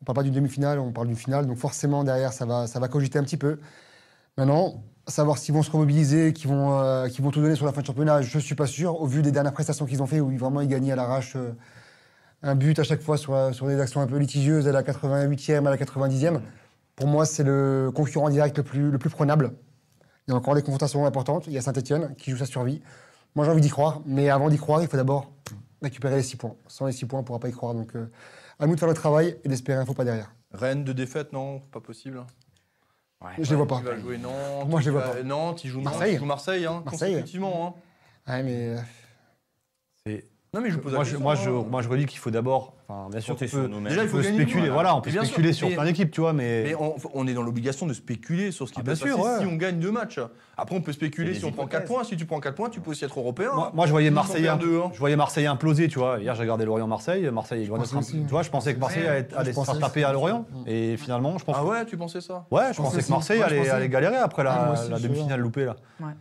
Speaker 5: On ne parle pas d'une demi-finale, on parle d'une finale. Donc forcément, derrière, ça va, ça va cogiter un petit peu. Maintenant, savoir s'ils vont se remobiliser, qu'ils vont, euh, qu'ils vont tout donner sur la fin de championnat, je ne suis pas sûr. Au vu des dernières prestations qu'ils ont fait, où ils, vraiment ils gagnaient à l'arrache euh, un but à chaque fois sur, la- sur des actions un peu litigieuses, à la 88e, à la 90e. Pour moi, c'est le concurrent direct le plus, le plus prenable. Il y a encore des confrontations importantes. Il y a Saint-Etienne qui joue sa survie. Moi, j'ai envie d'y croire, mais avant d'y croire, il faut d'abord récupérer les 6 points. Sans les 6 points, on ne pourra pas y croire. Donc, euh, à nous de faire le travail et d'espérer un faux pas derrière.
Speaker 2: Rennes de défaite, non, pas possible.
Speaker 5: Je les vois pas.
Speaker 2: Tu vas jouer Nantes.
Speaker 5: Moi, je les
Speaker 2: tu
Speaker 5: vois
Speaker 2: vas-
Speaker 5: pas.
Speaker 2: Nantes, ils jouent Nantes,
Speaker 5: Marseille.
Speaker 2: ils jouent Marseille, hein,
Speaker 5: Marseille.
Speaker 2: consécutivement. hein.
Speaker 5: Ouais, mais euh,
Speaker 1: C'est
Speaker 2: Non, mais je vous pose la
Speaker 1: Moi je,
Speaker 2: question.
Speaker 1: moi, je, moi, je redis qu'il faut d'abord. Enfin, bien sûr, on
Speaker 4: Compter
Speaker 1: peut,
Speaker 4: sur nous-mêmes.
Speaker 1: on
Speaker 2: Déjà, il
Speaker 1: peut
Speaker 2: faut gagner.
Speaker 1: hein spéculer.
Speaker 2: Voilà.
Speaker 1: Voilà, on peut
Speaker 2: Mais bien sûr,
Speaker 1: spéculer sur
Speaker 2: mais-
Speaker 1: plein d'équipes, tu vois,
Speaker 2: Mais
Speaker 1: mais.
Speaker 2: on, on est dans l'obligation de spéculer sur ce qui
Speaker 1: Ah,
Speaker 2: peut
Speaker 1: bien
Speaker 2: se passer
Speaker 1: sûr, ouais.
Speaker 2: si on gagne deux matchs. Après, on peut spéculer
Speaker 4: C'est
Speaker 2: si
Speaker 4: des
Speaker 2: on prend 4
Speaker 4: hypothèses.
Speaker 2: points. Si tu prends 4 points, tu peux aussi être européen.
Speaker 1: Moi, moi, je voyais
Speaker 2: Ils ont
Speaker 1: Marseille,
Speaker 2: perdu, hein.
Speaker 1: je voyais Marseille imploser, tu vois. Hier, j'ai regardé Lorient-Marseille, Marseille, Grenoble.
Speaker 5: pensais aussi.
Speaker 1: Tu vois, je pensais que Marseille
Speaker 3: Ouais,
Speaker 1: allait, allait se
Speaker 5: pensais
Speaker 1: faire
Speaker 5: aussi.
Speaker 1: taper à Lorient. Et finalement, je pense
Speaker 2: Ah ouais, tu pensais ça
Speaker 1: Ouais, je,
Speaker 5: Je
Speaker 1: pensais
Speaker 5: pensais
Speaker 1: que Marseille
Speaker 5: aussi. Ouais, je
Speaker 1: allait,
Speaker 5: pensais.
Speaker 1: allait galérer après
Speaker 5: Ah,
Speaker 1: la,
Speaker 5: moi aussi,
Speaker 1: la
Speaker 5: je
Speaker 1: demi-finale loupée là.
Speaker 3: Ouais.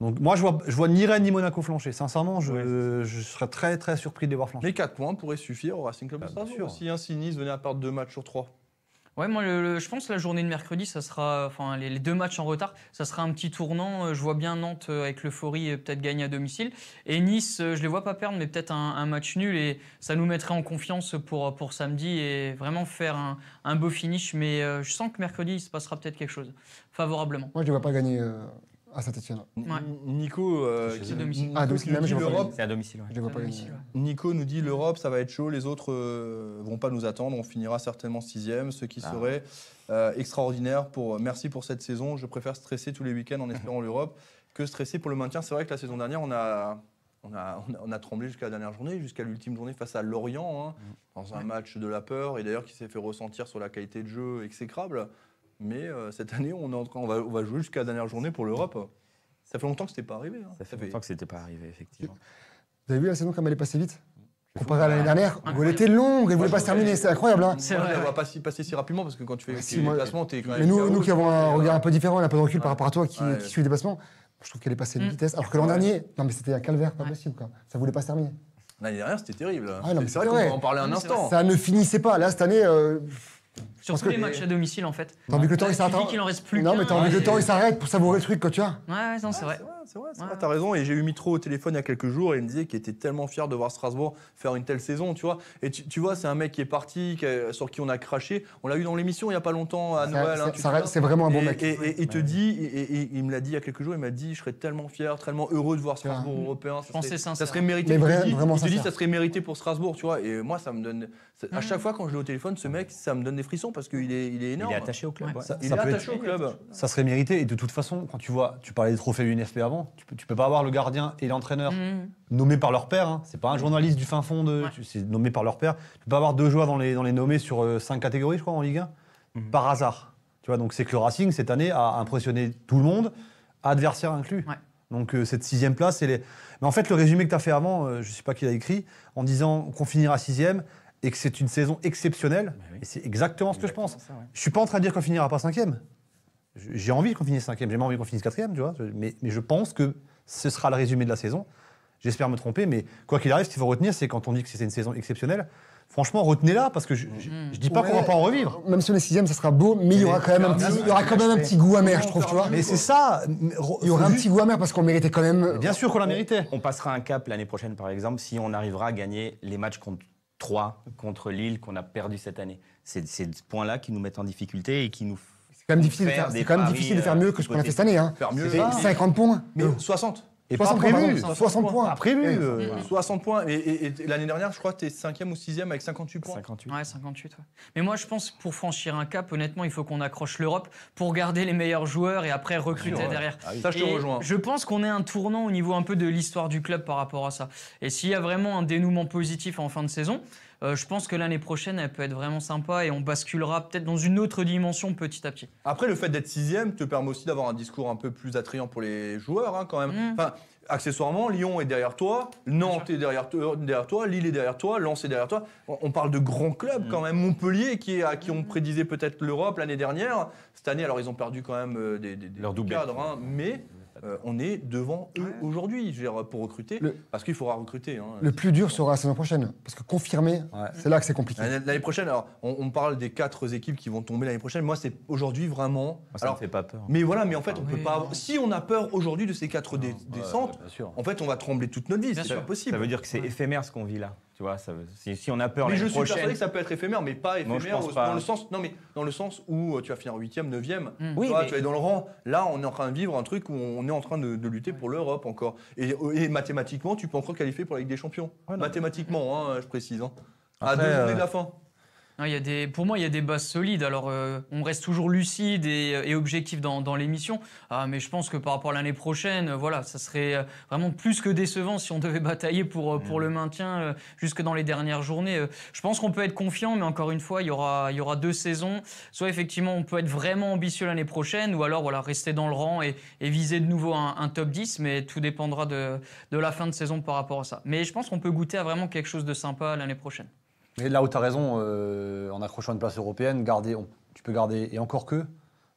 Speaker 1: Donc moi je vois, je vois ni Rennes ni Monaco flancher. Sincèrement, je, je serais très très surpris de les voir flancher.
Speaker 2: Les 4 points pourraient suffire au Racing Club
Speaker 1: Ah,
Speaker 2: de
Speaker 1: bien
Speaker 2: Strasbourg.
Speaker 1: sûr.
Speaker 2: Si un Nice venait à perdre deux matchs sur 3.
Speaker 3: Ouais, moi, le- le- je pense que la journée de mercredi, ça sera, enfin, les, les deux matchs en retard, ça sera un petit tournant. Euh, Je vois bien Nantes euh, avec l'euphorie euh, peut-être gagner à domicile. Et Nice, euh, je les vois pas perdre, mais peut-être un, un match nul et ça nous mettrait en confiance pour, pour samedi et vraiment faire un, un beau finish. Mais euh, je sens que mercredi, il se passera peut-être quelque chose favorablement.
Speaker 5: Moi, je ne les vois pas gagner euh, à Saint-Etienne.
Speaker 3: Ouais.
Speaker 2: Nico, euh,
Speaker 4: C'est
Speaker 2: qui-
Speaker 4: chez eux.
Speaker 3: domicile.
Speaker 2: Nico
Speaker 5: Ah,
Speaker 2: qui
Speaker 5: domicile,
Speaker 2: nous
Speaker 5: même,
Speaker 2: dit
Speaker 5: je vois pas
Speaker 2: l'Europe-
Speaker 4: C'est à domicile. ouais.
Speaker 5: Je les vois
Speaker 3: À
Speaker 5: pas gagner.
Speaker 3: domicile, ouais.
Speaker 2: Nico nous dit l'Europe, ça va être chaud, les autres euh, vont pas nous attendre, on finira certainement sixième, ce qui
Speaker 4: Ah.
Speaker 2: serait euh, extraordinaire. Pour, merci pour cette saison, je préfère stresser tous les week-ends en espérant l'Europe que stresser pour le maintien. C'est vrai que la saison dernière, on a, on a, on a, on a tremblé jusqu'à la dernière journée, jusqu'à l'ultime journée face à Lorient, hein,
Speaker 4: Mm.
Speaker 2: dans un match de la peur, et d'ailleurs qui s'est fait ressentir sur la qualité de jeu exécrable. Mais euh, cette année, on, est en train- on, va, on va jouer jusqu'à la dernière journée pour l'Europe. Ça fait longtemps que c'était pas arrivé. hein.
Speaker 4: Ça fait longtemps que c'était pas arrivé, effectivement.
Speaker 5: Vous avez vu la saison comme elle est passée vite Comparé à l'année dernière, où elle était longue, elle ne voulait pas se terminer, c'est incroyable. hein.
Speaker 3: C'est
Speaker 2: Moi,
Speaker 3: vrai,
Speaker 2: je la
Speaker 3: ouais.
Speaker 2: vois pas si- passer si rapidement parce que quand tu fais
Speaker 5: Mais si,
Speaker 2: les
Speaker 5: moi-
Speaker 2: déplacements, t'es quand même.
Speaker 5: Mais nous,
Speaker 2: KO.
Speaker 5: nous qui avons un regard un peu différent, on a un peu de recul
Speaker 2: Ouais.
Speaker 5: par rapport à toi qui,
Speaker 2: Ouais.
Speaker 5: qui suit les dépassements, je trouve qu'elle est passée à une
Speaker 3: Mm.
Speaker 5: vitesse. Alors que l'an
Speaker 2: Ouais.
Speaker 5: dernier, non mais c'était un calvaire, pas
Speaker 3: Ouais.
Speaker 5: possible quoi. Ça voulait pas se terminer.
Speaker 2: L'année dernière, c'était terrible.
Speaker 5: Ah, non, mais
Speaker 2: c'est vrai
Speaker 5: c'est
Speaker 2: qu'on
Speaker 5: vrai.
Speaker 2: va en parler un
Speaker 3: Oui, c'est
Speaker 2: instant.
Speaker 5: Ça ne finissait pas. Là, cette année, euh, pense
Speaker 3: Surtout
Speaker 5: que-
Speaker 3: les matchs à domicile, en fait.
Speaker 5: t'as envie que le temps
Speaker 3: Là,
Speaker 5: il
Speaker 3: tu dis
Speaker 5: s'arrête.
Speaker 3: qu'il en reste plus
Speaker 5: Non,
Speaker 3: qu'un,
Speaker 5: mais t'as envie
Speaker 3: ouais.
Speaker 5: que le temps il s'arrête pour savourer le truc quoi, tu vois.
Speaker 3: Ouais, ouais, non, c'est
Speaker 2: Ouais,
Speaker 3: vrai.
Speaker 2: C'est vrai, c'est
Speaker 3: Ouais,
Speaker 2: vrai,
Speaker 3: ouais.
Speaker 2: t'as raison. Et j'ai eu Mitro au téléphone il y a quelques jours et il me disait qu'il était tellement fier de voir Strasbourg faire une telle saison, tu vois. Et tu, tu vois, c'est un mec qui est parti, qui a- sur qui on a craché. On l'a eu dans l'émission il y a pas longtemps à
Speaker 5: Ça-
Speaker 2: Noël. hein,
Speaker 5: ça-
Speaker 2: tu te
Speaker 5: ça reste-
Speaker 2: souviens
Speaker 5: C'est vraiment un bon
Speaker 2: Et-
Speaker 5: mec.
Speaker 2: Et, et il te dit, et, et- et il me l'a dit il y a quelques jours, il m'a dit, je serais tellement fier, tellement heureux de voir Strasbourg européen. Ça
Speaker 3: pensais
Speaker 2: serait,
Speaker 3: sincère.
Speaker 2: ça serait mérité.
Speaker 5: Mais
Speaker 2: il te
Speaker 5: vrai-
Speaker 2: dit,
Speaker 5: vraiment
Speaker 2: il te dit,
Speaker 5: sincère.
Speaker 2: ça serait mérité pour Strasbourg, tu vois. Et moi, ça me donne. ça- À
Speaker 3: Mm.
Speaker 2: chaque fois quand je l'ai au téléphone, ce mec, ça me donne des frissons parce qu'il est, il est
Speaker 4: Il
Speaker 2: énorme.
Speaker 4: est attaché au club.
Speaker 3: Ouais.
Speaker 4: ouais.
Speaker 1: Ça,
Speaker 2: Il
Speaker 1: ça
Speaker 2: est
Speaker 1: peut être-
Speaker 2: attaché au club.
Speaker 1: ça serait mérité. Et de toute façon, quand tu vois, tu parlais des trophées UNFP avant, tu peux, tu peux pas avoir le gardien et l'entraîneur
Speaker 3: Mhm.
Speaker 1: nommés par leur père. hein. C'est pas un journaliste du fin fond de.
Speaker 3: Ouais.
Speaker 1: tu- C'est nommé par leur père. Tu peux pas avoir deux joueurs dans les, dans les nommés sur euh, cinq catégories, je crois, en Ligue 1,
Speaker 4: Mhm.
Speaker 1: par hasard. Tu vois, donc c'est que le Racing, cette année, a impressionné tout le monde, adversaire inclus.
Speaker 3: Ouais.
Speaker 1: Donc euh, cette sixième place, elle est. Mais en fait, le résumé que tu as fait avant, euh, je sais pas qui l'a écrit, en disant qu'on finira sixième et que c'est une saison exceptionnelle.
Speaker 4: oui.
Speaker 1: Et c'est exactement ce que je pense.
Speaker 4: Ça, ouais.
Speaker 1: Je suis pas en train de dire qu'on finira pas cinquième. J- J'ai envie qu'on finisse cinquième, j'ai même envie qu'on finisse quatrième, tu vois. Je- Mais, mais je pense que ce sera le résumé de la saison. J'espère me tromper, mais quoi qu'il arrive, ce qu'il faut retenir, c'est quand on dit que c'était une saison exceptionnelle, franchement, retenez-la, parce que je, je,
Speaker 4: Mm-hmm.
Speaker 1: je dis pas qu'on va
Speaker 5: Ouais.
Speaker 1: pas en revivre.
Speaker 5: Même si on est sixième, ça sera beau, mais il y aura quand même un petit, il y aura quand même un petit goût amer, je trouve, tu vois.
Speaker 1: Mais c'est ça. mais re-
Speaker 5: Il y aura un
Speaker 1: faut
Speaker 5: petit goût amer parce qu'on méritait quand même.
Speaker 1: juste- Bien sûr qu'on la méritait.
Speaker 4: On passera un cap l'année prochaine, par exemple, si on arrivera à gagner les matchs contre 3, contre Lille, qu'on a perdu cette année. C'est c'est ce point-là qui nous met en difficulté et qui nous.
Speaker 5: C'est quand même difficile de
Speaker 4: faire
Speaker 5: faire,
Speaker 4: des
Speaker 5: c'est quand même
Speaker 4: paris, euh,
Speaker 5: difficile de faire mieux que ce qu'on a
Speaker 4: côté-
Speaker 5: fait cette année. Hein.
Speaker 2: Faire mieux.
Speaker 5: C'est 50 points.
Speaker 2: Mais
Speaker 5: Euh,
Speaker 2: 60.
Speaker 1: Et pas
Speaker 5: 60 points,
Speaker 1: prévu.
Speaker 5: pardon, 60 points.
Speaker 1: Pas prévu.
Speaker 5: Ouais.
Speaker 1: euh,
Speaker 3: Mhm.
Speaker 2: 60 points. Et, et- et l'année dernière, je crois que t'es 5e ou 6e avec 58 points.
Speaker 4: 58.
Speaker 3: Ouais, 58. ouais. Mais moi, je pense pour franchir un cap, honnêtement, il faut qu'on accroche l'Europe pour garder les meilleurs joueurs et après recruter
Speaker 2: ouais.
Speaker 3: derrière.
Speaker 4: Ah oui.
Speaker 2: Ça, je te
Speaker 3: Et
Speaker 2: rejoins.
Speaker 3: Je pense qu'on est un tournant au niveau un peu de l'histoire du club par rapport à ça. Et s'il y a vraiment un dénouement positif en fin de saison, euh, je pense que l'année prochaine, elle peut être vraiment sympa et on basculera peut-être dans une autre dimension petit à petit.
Speaker 2: Après, le fait d'être sixième te permet aussi d'avoir un discours un peu plus attrayant pour les joueurs, hein, quand même.
Speaker 3: Mm.
Speaker 2: Enfin, accessoirement, Lyon est derrière toi, Nantes est derrière, toi- derrière toi, Lille est derrière toi, Lens est derrière toi. On, on parle de grands clubs, quand même. Montpellier, qui est, à qui on prédisait peut-être l'Europe l'année dernière. Cette année, alors, ils ont perdu quand même euh, des, des- des
Speaker 4: Leur doublette.
Speaker 2: cadres, hein, mais euh, on est devant eux aujourd'hui, je veux dire, pour recruter,
Speaker 5: Le-
Speaker 2: parce qu'il faudra recruter. hein.
Speaker 5: Le plus dur sera la saison prochaine. Parce que confirmer,
Speaker 1: Ouais.
Speaker 5: c'est là que c'est compliqué.
Speaker 2: L'année l'année prochaine, alors, on, on parle des quatre équipes qui vont tomber l'année prochaine. Moi, c'est aujourd'hui vraiment.
Speaker 4: Moi, ça
Speaker 2: Alors,
Speaker 4: me fait pas peur.
Speaker 2: mais voilà, mais en fait, on
Speaker 3: Oui,
Speaker 2: peut pas.
Speaker 3: non.
Speaker 2: Si on a peur aujourd'hui de ces quatre dé- descentes,
Speaker 1: Bien sûr.
Speaker 2: en fait, on va trembler toute notre vie.
Speaker 3: Bien
Speaker 2: C'est
Speaker 3: sûr.
Speaker 2: pas possible.
Speaker 4: Ça veut dire que c'est éphémère ce qu'on vit là. Tu vois, ça veut- si, si on a peur
Speaker 2: mais je
Speaker 4: l'année
Speaker 2: suis persuadé
Speaker 4: prochaine.
Speaker 2: que ça peut être éphémère, mais pas
Speaker 4: Non, je
Speaker 2: éphémère
Speaker 4: pense
Speaker 2: au-
Speaker 4: pas.
Speaker 2: dans le sens. Non, mais dans le sens où euh, tu vas finir huitième, neuvième.
Speaker 3: Mm.
Speaker 4: Oui,
Speaker 2: tu, vois,
Speaker 4: mais-
Speaker 2: tu vas être dans le rang. Là, on est en train de vivre un truc où on est en train de, de lutter pour l'Europe encore. Et, euh, et mathématiquement, tu peux encore qualifier pour la Ligue des Champions.
Speaker 4: Ouais, non.
Speaker 2: mathématiquement, hein, je précise. hein. à
Speaker 1: Après,
Speaker 2: deux journées
Speaker 1: euh,
Speaker 2: de la fin.
Speaker 3: Non, Hein, il y a des, pour moi, il y a des bases solides. Alors, euh, on reste toujours lucide et, euh, et objectif dans, dans l'émission. Ah, mais je pense que par rapport à l'année prochaine, euh, voilà, ça serait euh, vraiment plus que décevant si on devait batailler pour, euh, pour
Speaker 1: Mm.
Speaker 3: le maintien euh, jusque dans les dernières journées. Euh, Je pense qu'on peut être confiant, mais encore une fois, il y aura, il y aura deux saisons. Soit effectivement, on peut être vraiment ambitieux l'année prochaine, ou alors voilà, rester dans le rang et, et viser de nouveau un, un top 10. Mais tout dépendra de, de la fin de saison par rapport à ça. Mais je pense qu'on peut goûter à vraiment quelque chose de sympa l'année prochaine.
Speaker 1: Mais là où tu as raison, euh, en accrochant une place européenne, garder, on- tu peux garder, et encore que,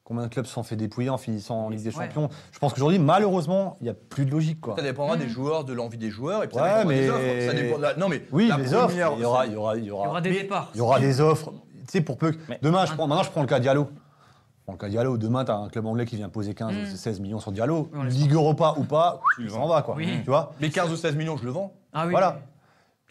Speaker 1: combien de clubs se sont fait dépouiller en finissant en Ligue des
Speaker 3: Ouais.
Speaker 1: Champions Je pense qu'aujourd'hui, malheureusement, il n'y a plus de logique. Quoi.
Speaker 2: Ça dépendra des joueurs, de l'envie des joueurs, et puis
Speaker 1: Ouais,
Speaker 2: ça dépendra des
Speaker 1: mais-
Speaker 2: offres. Ça dépend de la- Non, mais
Speaker 1: Oui,
Speaker 2: la
Speaker 1: les offres, il
Speaker 2: première-
Speaker 1: y aura, il y aura, il y
Speaker 3: Il y aura
Speaker 1: aura,
Speaker 3: des
Speaker 2: Mais-
Speaker 3: départs.
Speaker 1: il y aura des offres. Tu sais, pour peu que-
Speaker 4: Mais-
Speaker 1: Demain, je prends, maintenant, je prends le cas Diallo. Je prends le cas Diallo. Demain, tu as un club anglais qui vient poser 15
Speaker 3: Mm.
Speaker 1: 16 millions sur Diallo.
Speaker 3: On les
Speaker 1: Ligue Europa ou pas,
Speaker 4: le
Speaker 1: il s'en va, quoi.
Speaker 3: Oui.
Speaker 1: Tu vois
Speaker 2: Les 15 ou 16 millions, je le vends.
Speaker 3: Ah oui.
Speaker 1: Voilà.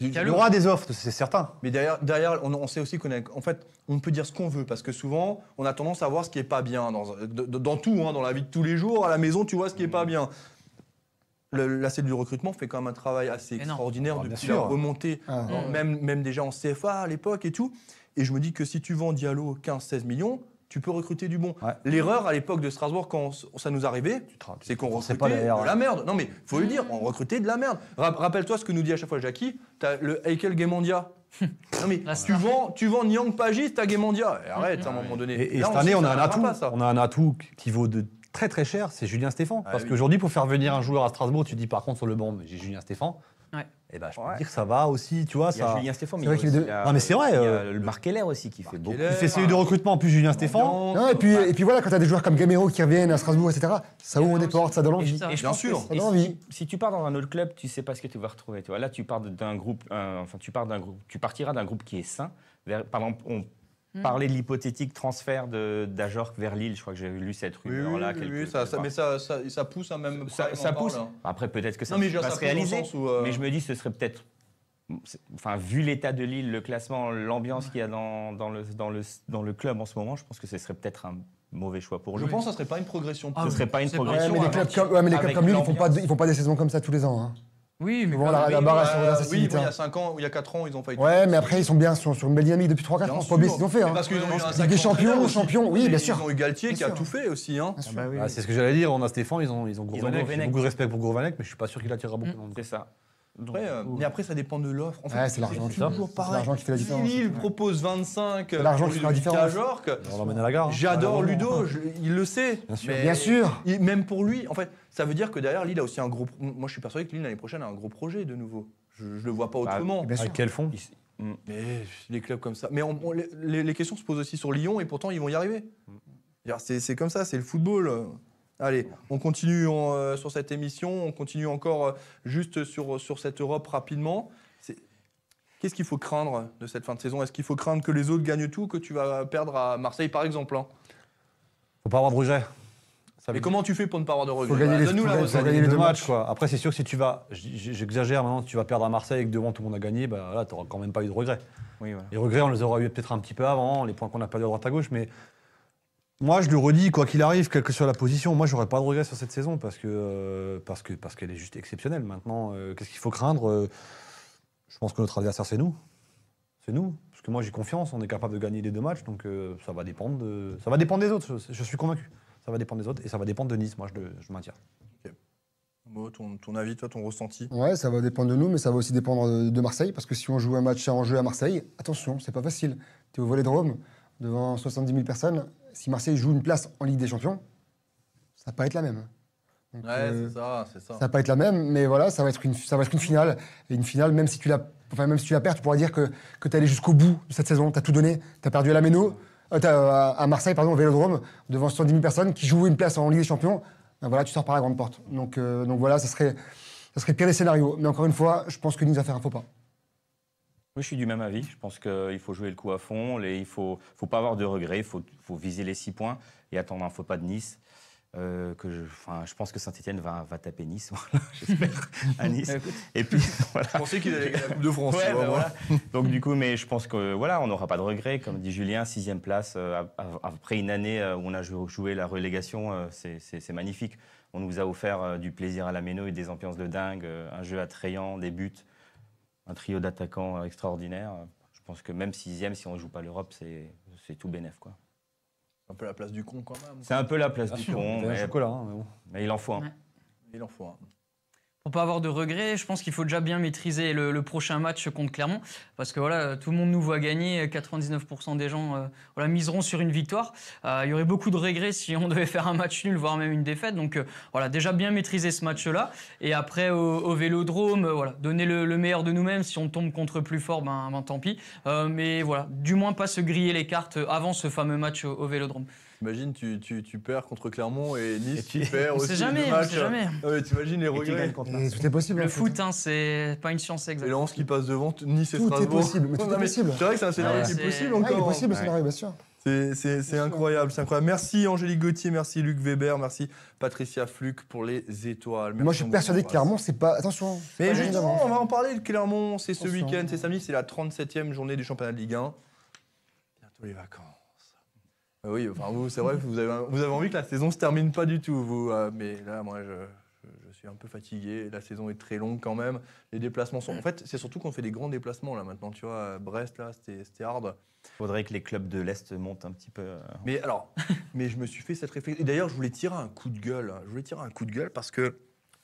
Speaker 1: Il y
Speaker 3: Diallo.
Speaker 1: aura des offres, c'est certain.
Speaker 2: Mais derrière, derrière on, on sait aussi qu'on est. En fait, on peut dire ce qu'on veut, parce que souvent, on a tendance à voir ce qui est pas bien dans, dans- dans tout, hein, dans la vie de tous les jours. À la maison, tu vois ce qui est
Speaker 1: Mmh.
Speaker 2: pas bien. Le- la cellule du recrutement fait quand même un travail assez
Speaker 3: Énorme.
Speaker 2: extraordinaire
Speaker 1: Ah, bien
Speaker 2: depuis
Speaker 1: sûr.
Speaker 2: la remontée,
Speaker 5: Ah.
Speaker 2: dans-
Speaker 3: Mm.
Speaker 2: même, même déjà en CFA à l'époque et tout. Et je me dis que si tu vends Diallo 15-16 millions, tu peux recruter du bon.
Speaker 1: Ouais.
Speaker 2: L'erreur à l'époque de Strasbourg, quand s- ça nous arrivait, c'est qu'on
Speaker 1: Forçais
Speaker 2: recrutait
Speaker 1: pas, d'ailleurs.
Speaker 5: hein.
Speaker 2: de la merde. Non mais faut le dire, on recrutait de la merde. Ra- Rappelle-toi ce que nous dit à chaque fois Jackie, t'as le Heikel Gaimondia. non mais
Speaker 3: La
Speaker 2: tu vends, tu vends Nyang Pagis, t'as Gaimondia. Et arrête à un moment donné.
Speaker 1: Et, et
Speaker 2: Là,
Speaker 1: cette
Speaker 2: sait
Speaker 1: année,
Speaker 2: que
Speaker 1: on a,
Speaker 2: ça
Speaker 1: un
Speaker 2: marchera
Speaker 1: atout,
Speaker 2: pas, ça.
Speaker 1: on a un atout qui vaut de très très cher, c'est Julien Stéphan.
Speaker 2: Ah
Speaker 1: Parce
Speaker 2: oui.
Speaker 1: qu'aujourd'hui, pour faire venir un joueur à Strasbourg, tu dis par contre sur le banc, mais j'ai Julien Stéphan.
Speaker 3: Ouais.
Speaker 1: Et ben, je peux
Speaker 2: Ouais.
Speaker 1: te dire que ça va aussi, tu vois.
Speaker 4: Il y a
Speaker 1: Ça...
Speaker 4: Julien Stéphane,
Speaker 5: C'est vrai qu'il est de-
Speaker 1: Non, mais c'est vrai,
Speaker 4: Il y a
Speaker 1: euh,
Speaker 4: le Marc Heller aussi qui fait beaucoup.
Speaker 2: Heller.
Speaker 1: Il fait ses de recrutement, plus Julien Stéphan.
Speaker 2: Nyang,
Speaker 5: Non, et, puis, et puis voilà, quand t'as des joueurs comme Gamero qui reviennent à Strasbourg, etc., ça ouvre des portes, ça donne
Speaker 3: Et
Speaker 5: envie.
Speaker 3: ça, je
Speaker 2: Bien
Speaker 3: pense que
Speaker 2: sûr.
Speaker 3: c'est-
Speaker 5: Ça donne
Speaker 4: Et
Speaker 5: envie.
Speaker 4: Si tu pars dans un autre club, tu sais pas ce que tu vas retrouver. Tu vois, là, tu pars d'un groupe, euh, enfin, tu pars d'un groupe, tu partiras d'un groupe qui est sain. Vers, par exemple, on parlait de l'hypothétique transfert de d'Ajorc vers Lille. Je crois que j'ai lu cette
Speaker 2: Oui,
Speaker 4: rumeur là.
Speaker 2: oui, oui, ça, ça- mais ça, ça, ça pousse à même.
Speaker 4: ça,
Speaker 2: prime,
Speaker 4: ça
Speaker 2: on parle,
Speaker 4: pousse.
Speaker 2: hein.
Speaker 4: Après, peut-être que ça
Speaker 2: Non, mais je veux
Speaker 4: va
Speaker 2: dire,
Speaker 4: se
Speaker 2: ça pousse dans le
Speaker 4: réaliser.
Speaker 2: sens où, euh,
Speaker 4: Mais je me dis, ce serait peut-être. c'est- Enfin, vu l'état de Lille, le classement, l'ambiance qu'il y a dans, dans, le, dans, le, dans le club en ce moment, je pense que ce serait peut-être un mauvais choix pour
Speaker 2: Je
Speaker 4: lui.
Speaker 2: pense que ça serait pas une progression.
Speaker 3: Ah,
Speaker 4: ce serait pas une
Speaker 3: c'est
Speaker 4: progression.
Speaker 5: Ouais, mais
Speaker 3: sûr,
Speaker 5: les
Speaker 3: hein.
Speaker 5: clubs comme, ouais, mais les clubs
Speaker 4: Avec
Speaker 5: comme Lille, ils font, pas,
Speaker 4: l'ambiance.
Speaker 5: ils font pas des saisons comme ça tous les ans. hein.
Speaker 3: Oui, mais
Speaker 5: Bon,
Speaker 3: quand
Speaker 5: la-
Speaker 3: même.
Speaker 5: la barre, elle
Speaker 2: Euh,
Speaker 5: se redresse assez
Speaker 2: oui,
Speaker 5: vite,
Speaker 2: bon, il y
Speaker 5: hein.
Speaker 2: a 5 ans, il y a 4 ans, ils ont failli.
Speaker 5: Ouais, mais après, ils sont bien, sur, sur une belle dynamique depuis 3-4 ans.
Speaker 2: Bien
Speaker 5: Faut pas oublier ce
Speaker 2: sûr.
Speaker 5: qu'ils ont fait.
Speaker 2: Mais
Speaker 5: hein.
Speaker 2: Parce qu'ils ont eu un
Speaker 5: Ligue
Speaker 2: sacré
Speaker 5: des champions,
Speaker 2: entraîneur aussi.
Speaker 5: champions, oui, bien sûr.
Speaker 2: Ils ont eu Galtier
Speaker 5: Bien
Speaker 2: qui a
Speaker 5: sûr.
Speaker 2: tout fait aussi. Hein.
Speaker 5: Bien sûr.
Speaker 1: Ah, c'est ce que j'allais dire, on a Stéphan, ils ont, ils ont Gourvenec.
Speaker 4: Gourvenec.
Speaker 1: J'ai beaucoup de respect pour Gourvenec, mais je suis pas sûr qu'il attirera beaucoup de monde.
Speaker 4: C'est ça. Donc,
Speaker 2: Après, euh, mais après, ça dépend de l'offre. En fait,
Speaker 5: Bah Ouais, c'est l'argent qui-
Speaker 2: toujours
Speaker 5: c'est
Speaker 2: pareil.
Speaker 5: l'argent qui fait la différence.
Speaker 2: Si Lille
Speaker 5: Ouais.
Speaker 2: propose 25 euh,
Speaker 5: l'argent
Speaker 2: au
Speaker 5: qui
Speaker 2: lieu
Speaker 5: fait la
Speaker 2: de 8 à
Speaker 5: différence. Ah,
Speaker 2: Jorque,
Speaker 1: On va l'emmèner à la gare. hein.
Speaker 2: J'adore Ludo, je- il le sait.
Speaker 1: Bien sûr.
Speaker 2: mais
Speaker 5: Bien sûr.
Speaker 2: il- même pour lui, en fait, ça veut dire que derrière Lille a aussi un gros. pro- Moi, je suis persuadé que Lille l'année prochaine a un gros projet de nouveau. Je, je le vois pas
Speaker 4: Bah,
Speaker 2: autrement.
Speaker 5: Bien sûr.
Speaker 1: Avec quel fond
Speaker 2: Mais les clubs comme ça. Mais on- on- les- les, les questions se posent aussi sur Lyon et pourtant ils vont y arriver. C'est-à-dire, C'est c'est comme ça, c'est le football. Allez, on continue en, euh, sur cette émission, on continue encore euh, juste sur, sur cette Europe rapidement. C'est- Qu'est-ce qu'il faut craindre de cette fin de saison Est-ce qu'il faut craindre que les autres gagnent tout, que tu vas perdre à Marseille par exemple hein
Speaker 1: Faut pas avoir de regrets. Ça veut
Speaker 2: Et comment tu fais pour ne pas avoir de regrets Bah,
Speaker 5: gagner les-
Speaker 2: Donne-nous
Speaker 5: faut
Speaker 2: la
Speaker 5: gagner-
Speaker 2: recette.
Speaker 1: Faut gagner
Speaker 5: les
Speaker 1: les deux
Speaker 5: deux
Speaker 1: matchs, quoi. Après, c'est sûr que si tu vas, j- j- j'exagère maintenant, si tu vas perdre à Marseille et que devant tout le monde a gagné, bah là, t'auras quand même pas eu de regrets.
Speaker 4: oui, voilà.
Speaker 1: Les regrets, on les aura eu peut-être un petit peu avant, hein, les points qu'on a perdu à droite à gauche, mais moi, je le redis, quoi qu'il arrive, quelle que soit la position, moi, j'aurais pas de regrets sur cette saison parce que euh, parce que parce qu'elle est juste exceptionnelle. Maintenant, euh, qu'est-ce qu'il faut craindre Euh, Je pense que notre adversaire, c'est nous. C'est nous, parce que moi j'ai confiance, on est capable de gagner les deux matchs, donc euh, ça va dépendre de, ça va dépendre des autres. Je, je suis convaincu, ça va dépendre des autres et ça va dépendre de Nice. Moi, je, le- je le maintiens.
Speaker 2: Mo, ton, ton avis, toi, ton ressenti
Speaker 5: Ouais, ça va dépendre de nous, mais ça va aussi dépendre euh, de, de Marseille, parce que si on joue un match en jeu à Marseille, attention, c'est pas facile. Tu es au Vélodrome, devant 70 000 personnes, si Marseille joue une place en Ligue des Champions, ça va pas être la même. hein. Donc,
Speaker 2: Ouais,
Speaker 5: euh,
Speaker 2: c'est ça, c'est ça.
Speaker 5: ça va pas être la même, mais voilà, ça va être une, ça va être une finale. Et une finale, même si tu la, enfin, même si tu la perds, tu pourras dire que, que tu es allé jusqu'au bout de cette saison, tu as tout donné, tu as perdu à la Méno, euh, t'as, euh, à- à Marseille, pardon, au Vélodrome, devant 70 000 personnes qui jouaient une place en Ligue des Champions. Ben voilà, tu sors par la grande porte. Donc, euh, donc voilà, ça serait, ça serait le pire des scénarios. Mais encore une fois, je pense que nous va faire un faux pas.
Speaker 4: Moi, je suis du même avis. Je pense qu'il faut jouer le coup à fond. Les- il ne faut, faut pas avoir de regrets. Il faut, faut viser les six points et attendre un faux pas de Nice. Euh, que je, enfin, je pense que Saint-Etienne va, va taper Nice, voilà, j'espère, à Nice.
Speaker 3: Écoute.
Speaker 4: Et puis, voilà.
Speaker 2: Je pensais qu'il allait gagner la Coupe de France.
Speaker 4: Ouais,
Speaker 2: tu vois,
Speaker 4: bah,
Speaker 2: moi.
Speaker 4: voilà. Donc du coup, mais je pense que voilà, on n'aura pas de regrets. Comme dit Julien, sixième place euh, av- après une année euh, où on a joué, joué la relégation, euh, c'est- c'est c'est magnifique. On nous a offert euh, du plaisir à la méno et des ambiances de dingue, euh, un jeu attrayant, des buts, un trio d'attaquants euh, extraordinaire. Je pense que même sixième, si on ne joue pas l'Europe, c'est c'est tout bénef. quoi.
Speaker 2: Un peu la place du con quand même.
Speaker 4: C'est un peu la place
Speaker 1: Bien
Speaker 4: du
Speaker 1: sûr,
Speaker 4: con,
Speaker 1: t'as un
Speaker 4: mais,
Speaker 1: chocolat, hein, mais bon.
Speaker 4: mais il en faut un.
Speaker 3: Ouais.
Speaker 2: Il en faut un.
Speaker 3: Pour pas avoir de regrets, je pense qu'il faut déjà bien maîtriser le, le prochain match contre Clermont, parce que voilà, tout le monde nous voit gagner, 99% des gens euh, voilà, miseront sur une victoire. Euh, il y aurait beaucoup de regrets si on devait faire un match nul, voire même une défaite. Donc euh, voilà, déjà bien maîtriser ce match-là, et après au, au Vélodrome, euh, voilà, donner le, le meilleur de nous-mêmes. Si on tombe contre plus fort, ben, ben tant pis. Euh, mais voilà, du moins pas se griller les cartes avant ce fameux match au, au Vélodrome.
Speaker 2: Imagine, tu, tu, tu perds contre Clermont et Nice, tu
Speaker 3: On
Speaker 2: perds aussi
Speaker 3: sait jamais,
Speaker 2: le
Speaker 3: on
Speaker 2: match. euh,
Speaker 3: sait jamais.
Speaker 2: Non, mais t'imagines les
Speaker 4: Et tu gagnes
Speaker 2: regrets.
Speaker 4: contre
Speaker 5: Et tout est possible. en
Speaker 3: Le
Speaker 5: fait.
Speaker 3: foot, hein, c'est pas une science
Speaker 2: Et
Speaker 3: exacte.
Speaker 2: le 11 qui passe devant, t- Nice et
Speaker 5: Tout est
Speaker 2: Strasbourg.
Speaker 5: possible, mais tout
Speaker 2: Non,
Speaker 5: est possible.
Speaker 2: C'est vrai que c'est un scénario
Speaker 3: Ouais,
Speaker 2: qui est
Speaker 3: c'est-
Speaker 2: possible
Speaker 5: Ah, il est
Speaker 2: encore. hein.
Speaker 5: possible le
Speaker 4: Ouais.
Speaker 5: scénario, bien sûr.
Speaker 2: C'est- C'est c'est incroyable, c'est incroyable. Merci Angélique Gauthier, merci Luc Weber, merci Patricia Fluc pour les étoiles. Merci,
Speaker 5: Moi, je
Speaker 2: on
Speaker 5: suis
Speaker 2: vous
Speaker 5: persuadé que
Speaker 2: embrasse.
Speaker 5: Clermont, c'est pas. Attention. c'est
Speaker 2: Mais
Speaker 5: pas
Speaker 2: justement,
Speaker 5: évident.
Speaker 2: on va en parler de Clermont. C'est ce
Speaker 5: Attention.
Speaker 2: week-end, c'est samedi, c'est la 37e journée du championnat de Ligue 1. Bientôt les vacances. Euh, oui, enfin vous, c'est vrai, vous avez, vous avez envie que la saison se termine pas du tout, vous. euh, mais là, moi, je, je- je suis un peu fatigué. La saison est très longue quand même. Les déplacements sont. En fait, c'est surtout qu'on fait des grands déplacements là maintenant. Tu vois, euh, Brest là, c'était c'était hard.
Speaker 4: faudrait que les clubs de l'Est montent un petit peu. euh,
Speaker 2: Mais alors, mais je me suis fait cette réflexion. Et d'ailleurs, je voulais tirer un coup de gueule. Je voulais tirer un coup de gueule parce que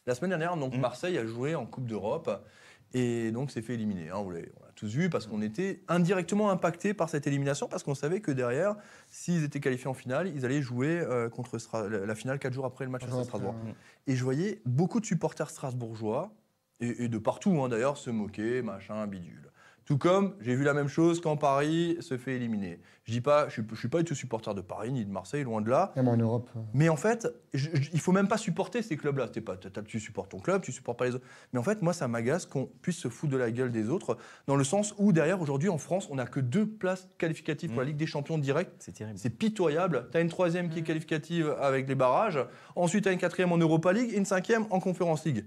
Speaker 2: la semaine dernière, donc
Speaker 4: Mm.
Speaker 2: Marseille a joué en Coupe d'Europe et donc s'est fait éliminer. hein. on l'a on l'a tous vu parce qu'on était indirectement impacté par cette élimination parce qu'on savait que derrière, s'ils étaient qualifiés en finale, ils allaient jouer euh, contre Stra- la la finale quatre jours après le match à Strasbourg.
Speaker 5: hein.
Speaker 2: Et je voyais beaucoup de supporters strasbourgeois, et, et de partout hein, d'ailleurs, se moquer, machin, bidule. Tout comme j'ai vu la même chose quand Paris se fait éliminer. Je dis pas, je suis, je suis pas du tout supporter de Paris ni de Marseille, loin de là.
Speaker 5: Même en Europe. euh.
Speaker 2: Mais en fait, je- je- il faut même pas supporter ces clubs-là. T'es pas, t'as- t'as- tu supportes ton club, tu supportes pas les autres. Mais en fait, moi, ça m'agace qu'on puisse se foutre de la gueule des autres, dans le sens où derrière aujourd'hui en France, on n'a que deux places qualificatives pour la
Speaker 4: Mm.
Speaker 2: Ligue des Champions directe.
Speaker 4: C'est terrible.
Speaker 2: C'est pitoyable. Tu as une troisième qui est
Speaker 3: Mm.
Speaker 2: qualificative avec les barrages. Ensuite, tu as une quatrième en Europa League et une cinquième en Conference League.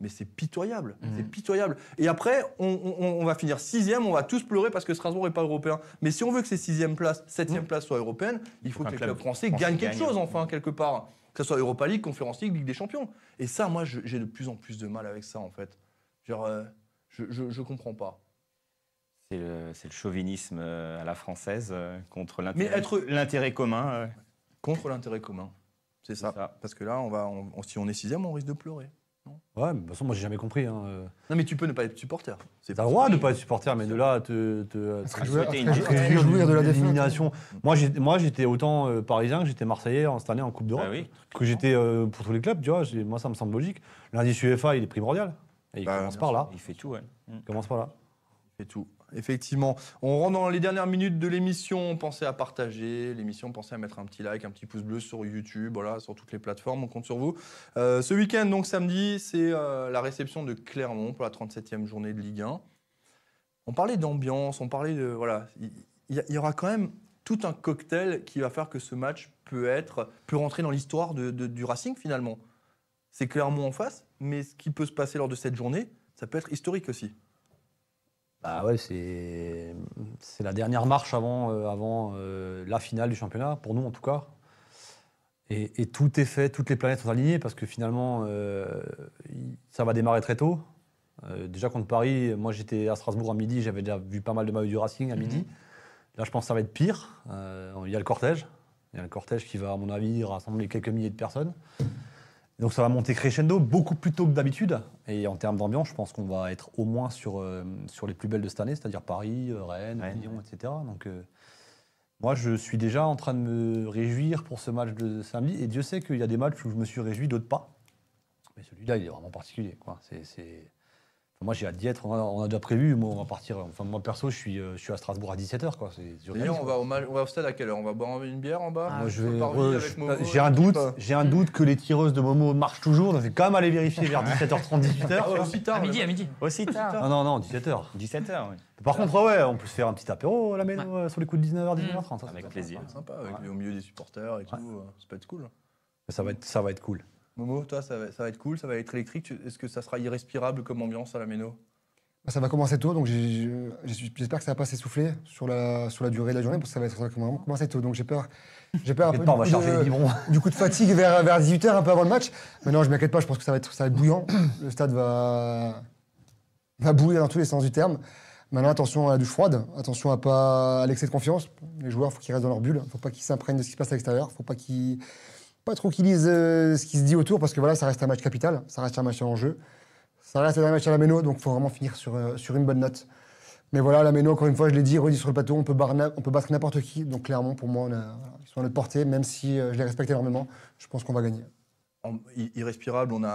Speaker 2: Mais c'est pitoyable. C'est pitoyable. Et après, on, on- on va finir sixième. On va tous pleurer parce que Strasbourg n'est pas européen. Mais si on veut que ces sixième places, septième places soient européennes, il faut,
Speaker 4: qu'un
Speaker 2: que les
Speaker 4: club
Speaker 2: clubs français
Speaker 4: français
Speaker 2: gagnent quelque
Speaker 4: gagne.
Speaker 2: chose, enfin, quelque part. Que ce soit Europa League, Conference League, Ligue des Champions. Et ça, moi, je- j'ai de plus en plus de mal avec ça, en fait. Genre, euh, je, je, je comprends pas.
Speaker 4: C'est le, c'est le chauvinisme euh, à la française euh, contre
Speaker 2: Mais
Speaker 4: l'intérêt
Speaker 2: être-
Speaker 4: l'intérêt commun. euh,
Speaker 2: Contre l'intérêt commun. C'est ça.
Speaker 5: Ah.
Speaker 4: ça.
Speaker 2: Parce que là, on va, on- on- si on est sixième, on risque de pleurer.
Speaker 1: Ouais, mais de toute façon, moi, j'ai jamais compris. Hein. euh.
Speaker 2: Non, mais tu peux ne pas être supporter. C'est
Speaker 1: T'as le droit de pas être supporter, mais de là, à te. te,
Speaker 5: À se
Speaker 1: te-
Speaker 5: réjouir-
Speaker 4: souhaiter
Speaker 5: à se
Speaker 4: une-
Speaker 1: te
Speaker 5: réjouir
Speaker 1: réjouir
Speaker 5: de la
Speaker 1: d'une
Speaker 5: défaite.
Speaker 1: élimination. Moi, j'étais- Moi, j'étais autant euh, parisien que j'étais marseillais en cette année en Coupe d'Europe.
Speaker 4: Bah oui.
Speaker 1: Que j'étais euh, pour tous les clubs, tu vois. j'ai- Moi, ça me semble logique. L'indice UEFA, il est primordial. Et il
Speaker 2: Bah,
Speaker 1: commence
Speaker 2: bien
Speaker 1: par
Speaker 5: Ah.
Speaker 1: là.
Speaker 4: Il fait tout. ouais. Mm.
Speaker 1: Il commence par là.
Speaker 2: Et tout. Effectivement. On rentre dans les dernières minutes de l'émission. Pensez à partager l'émission. Pensez à mettre un petit like, un petit pouce bleu sur YouTube, voilà, sur toutes les plateformes. On compte sur vous. Euh, ce week-end, donc samedi, c'est euh, la réception de Clermont pour la 37e journée de Ligue 1. On parlait d'ambiance, on parlait de. Voilà. Il il y, a- il y aura quand même tout un cocktail qui va faire que ce match peut être. peut rentrer dans l'histoire de- de- du Racing finalement. C'est Clermont en face, mais ce qui peut se passer lors de cette journée, ça peut être historique aussi.
Speaker 1: Bah ouais, c'est c'est la dernière marche avant, euh, avant euh, la finale du championnat, pour nous en tout cas. Et, et tout est fait, toutes les planètes sont alignées parce que finalement, euh, il- ça va démarrer très tôt. Euh, déjà contre Paris, moi j'étais à Strasbourg à midi, j'avais déjà vu pas mal de maillots du Racing à midi. Là, je pense que ça va être pire. Euh, Il y a le cortège. Il y a le cortège qui va, à mon avis, rassembler quelques milliers de personnes. Donc ça va monter crescendo beaucoup plus tôt que d'habitude. Et en termes d'ambiance, je pense qu'on va être au moins sur, euh, sur les plus belles de cette année, c'est-à-dire Paris, euh, Rennes,
Speaker 4: Rennes,
Speaker 1: Lyon, etc. Donc euh, moi, je suis déjà en train de me réjouir pour ce match de samedi. Et Dieu sait qu'il y a des matchs où je me suis réjoui, d'autres pas. Mais celui-là, il est vraiment particulier. Quoi. C'est, c'est- Enfin, moi, j'ai hâte d'y être. On a, on a déjà prévu. Moi, on va partir. Enfin, moi, perso, je suis, euh, je suis à Strasbourg à 17h. Quoi. C'est, c'est
Speaker 2: D'ailleurs,
Speaker 1: réaliste,
Speaker 2: on
Speaker 1: quoi.
Speaker 2: va, au mal- on va au stade à quelle heure On va boire une bière en bas
Speaker 3: Ah,
Speaker 1: Moi, je vais.
Speaker 2: Sur le parvis
Speaker 1: re-
Speaker 2: avec
Speaker 1: je- euh,
Speaker 2: Momo, hein, euh,
Speaker 1: J'ai un
Speaker 2: avec
Speaker 1: doute.
Speaker 2: Pipa.
Speaker 1: J'ai un doute que les tireuses de Momo marchent toujours. Donc, je vais quand même aller vérifier vers 17h30, 18h.
Speaker 2: Ah ouais, aussi tard.
Speaker 3: À midi,
Speaker 2: le-
Speaker 3: à midi.
Speaker 4: Aussi tard.
Speaker 1: Non, non, non, 17h.
Speaker 4: 17h,
Speaker 1: Par contre, ouais, on peut se faire un petit apéro à la maison euh, sur les coups de 19h, 19h30.
Speaker 4: Avec plaisir.
Speaker 2: C'est Sympa, avec,
Speaker 1: Ouais.
Speaker 2: au milieu des supporters et tout. euh, Ça peut être cool.
Speaker 1: Ça va être, ça va être cool.
Speaker 2: Momo, toi, ça va, ça va être cool, ça va être électrique. Tu- Est-ce que ça sera irrespirable comme ambiance à la méno
Speaker 5: Bah, Ça va commencer tôt, donc j'ai- je- j'espère que ça va pas s'essouffler sur la, sur la durée de la journée, parce que ça va être ça va commencer tôt. Donc j'ai peur, j'ai peur un peu
Speaker 1: Peut-être pas, on va
Speaker 5: du-
Speaker 1: charger
Speaker 5: de-
Speaker 1: les biberons.
Speaker 5: du coup de fatigue vers, vers 18h un peu avant le match. Mais non, je m'inquiète pas, je pense que ça va être, ça va être bouillant. Le stade va, va bouillir dans tous les sens du terme. Maintenant, attention à la douche froide, attention à pas à l'excès de confiance. Les joueurs, faut qu'ils restent dans leur bulle, faut pas qu'ils s'imprègnent de ce qui se passe à l'extérieur, faut pas qu'ils pas trop qu'ils lisent euh, ce qui se dit autour parce que voilà, ça reste un match capital, ça reste un match en jeu, ça reste un match à la méno, donc faut vraiment finir sur, euh, sur une bonne note. Mais voilà, la méno, encore une fois, je l'ai dit, redit sur le plateau, on peut, barre na- on peut battre n'importe qui, donc clairement, pour moi, on a- voilà, ils sont à notre portée, même si euh, je les respecte énormément, je pense qu'on va gagner.
Speaker 2: En- i- irrespirable, on a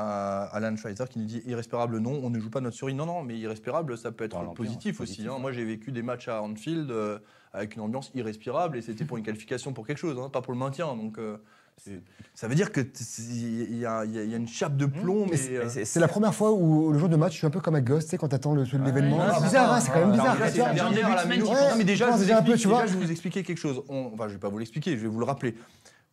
Speaker 2: Alan Schweitzer qui nous dit irrespirable, non, on ne joue pas notre série. Non, non, mais irrespirable, ça peut être
Speaker 4: Dans l'ambiance,
Speaker 2: positif aussi.
Speaker 4: positif,
Speaker 2: hein.
Speaker 4: ouais.
Speaker 2: Moi, j'ai vécu des matchs à Anfield euh, avec une ambiance irrespirable et c'était pour une qualification pour quelque chose, hein, pas pour le maintien. Donc, euh, c'est- ça veut dire que t- c'est- il y, a il y a- il y a une chape
Speaker 4: Mmh.
Speaker 2: de plomb, mais. euh,
Speaker 5: C'est la première fois où, le jour de match, je suis un peu comme un gosse, tu sais, quand t'attends le- l'événement.
Speaker 2: Ah,
Speaker 3: Ouais,
Speaker 5: c'est
Speaker 3: ouais,
Speaker 5: bizarre,
Speaker 3: ouais,
Speaker 5: hein, c'est quand même
Speaker 2: Alors,
Speaker 5: bizarre.
Speaker 2: mais là,
Speaker 5: tu
Speaker 2: c'est
Speaker 5: vois,
Speaker 2: la
Speaker 5: genre-
Speaker 2: dernière à la
Speaker 3: Ouais,
Speaker 2: Méno.
Speaker 3: ouais,
Speaker 2: Non, mais déjà,
Speaker 5: je
Speaker 2: je
Speaker 5: hein.
Speaker 2: vous
Speaker 5: pense déjà un peu,
Speaker 2: explique-
Speaker 5: tu vois.
Speaker 2: déjà, je vais vous expliquer quelque chose. On- Enfin, je vais pas vous l'expliquer, je vais vous le rappeler.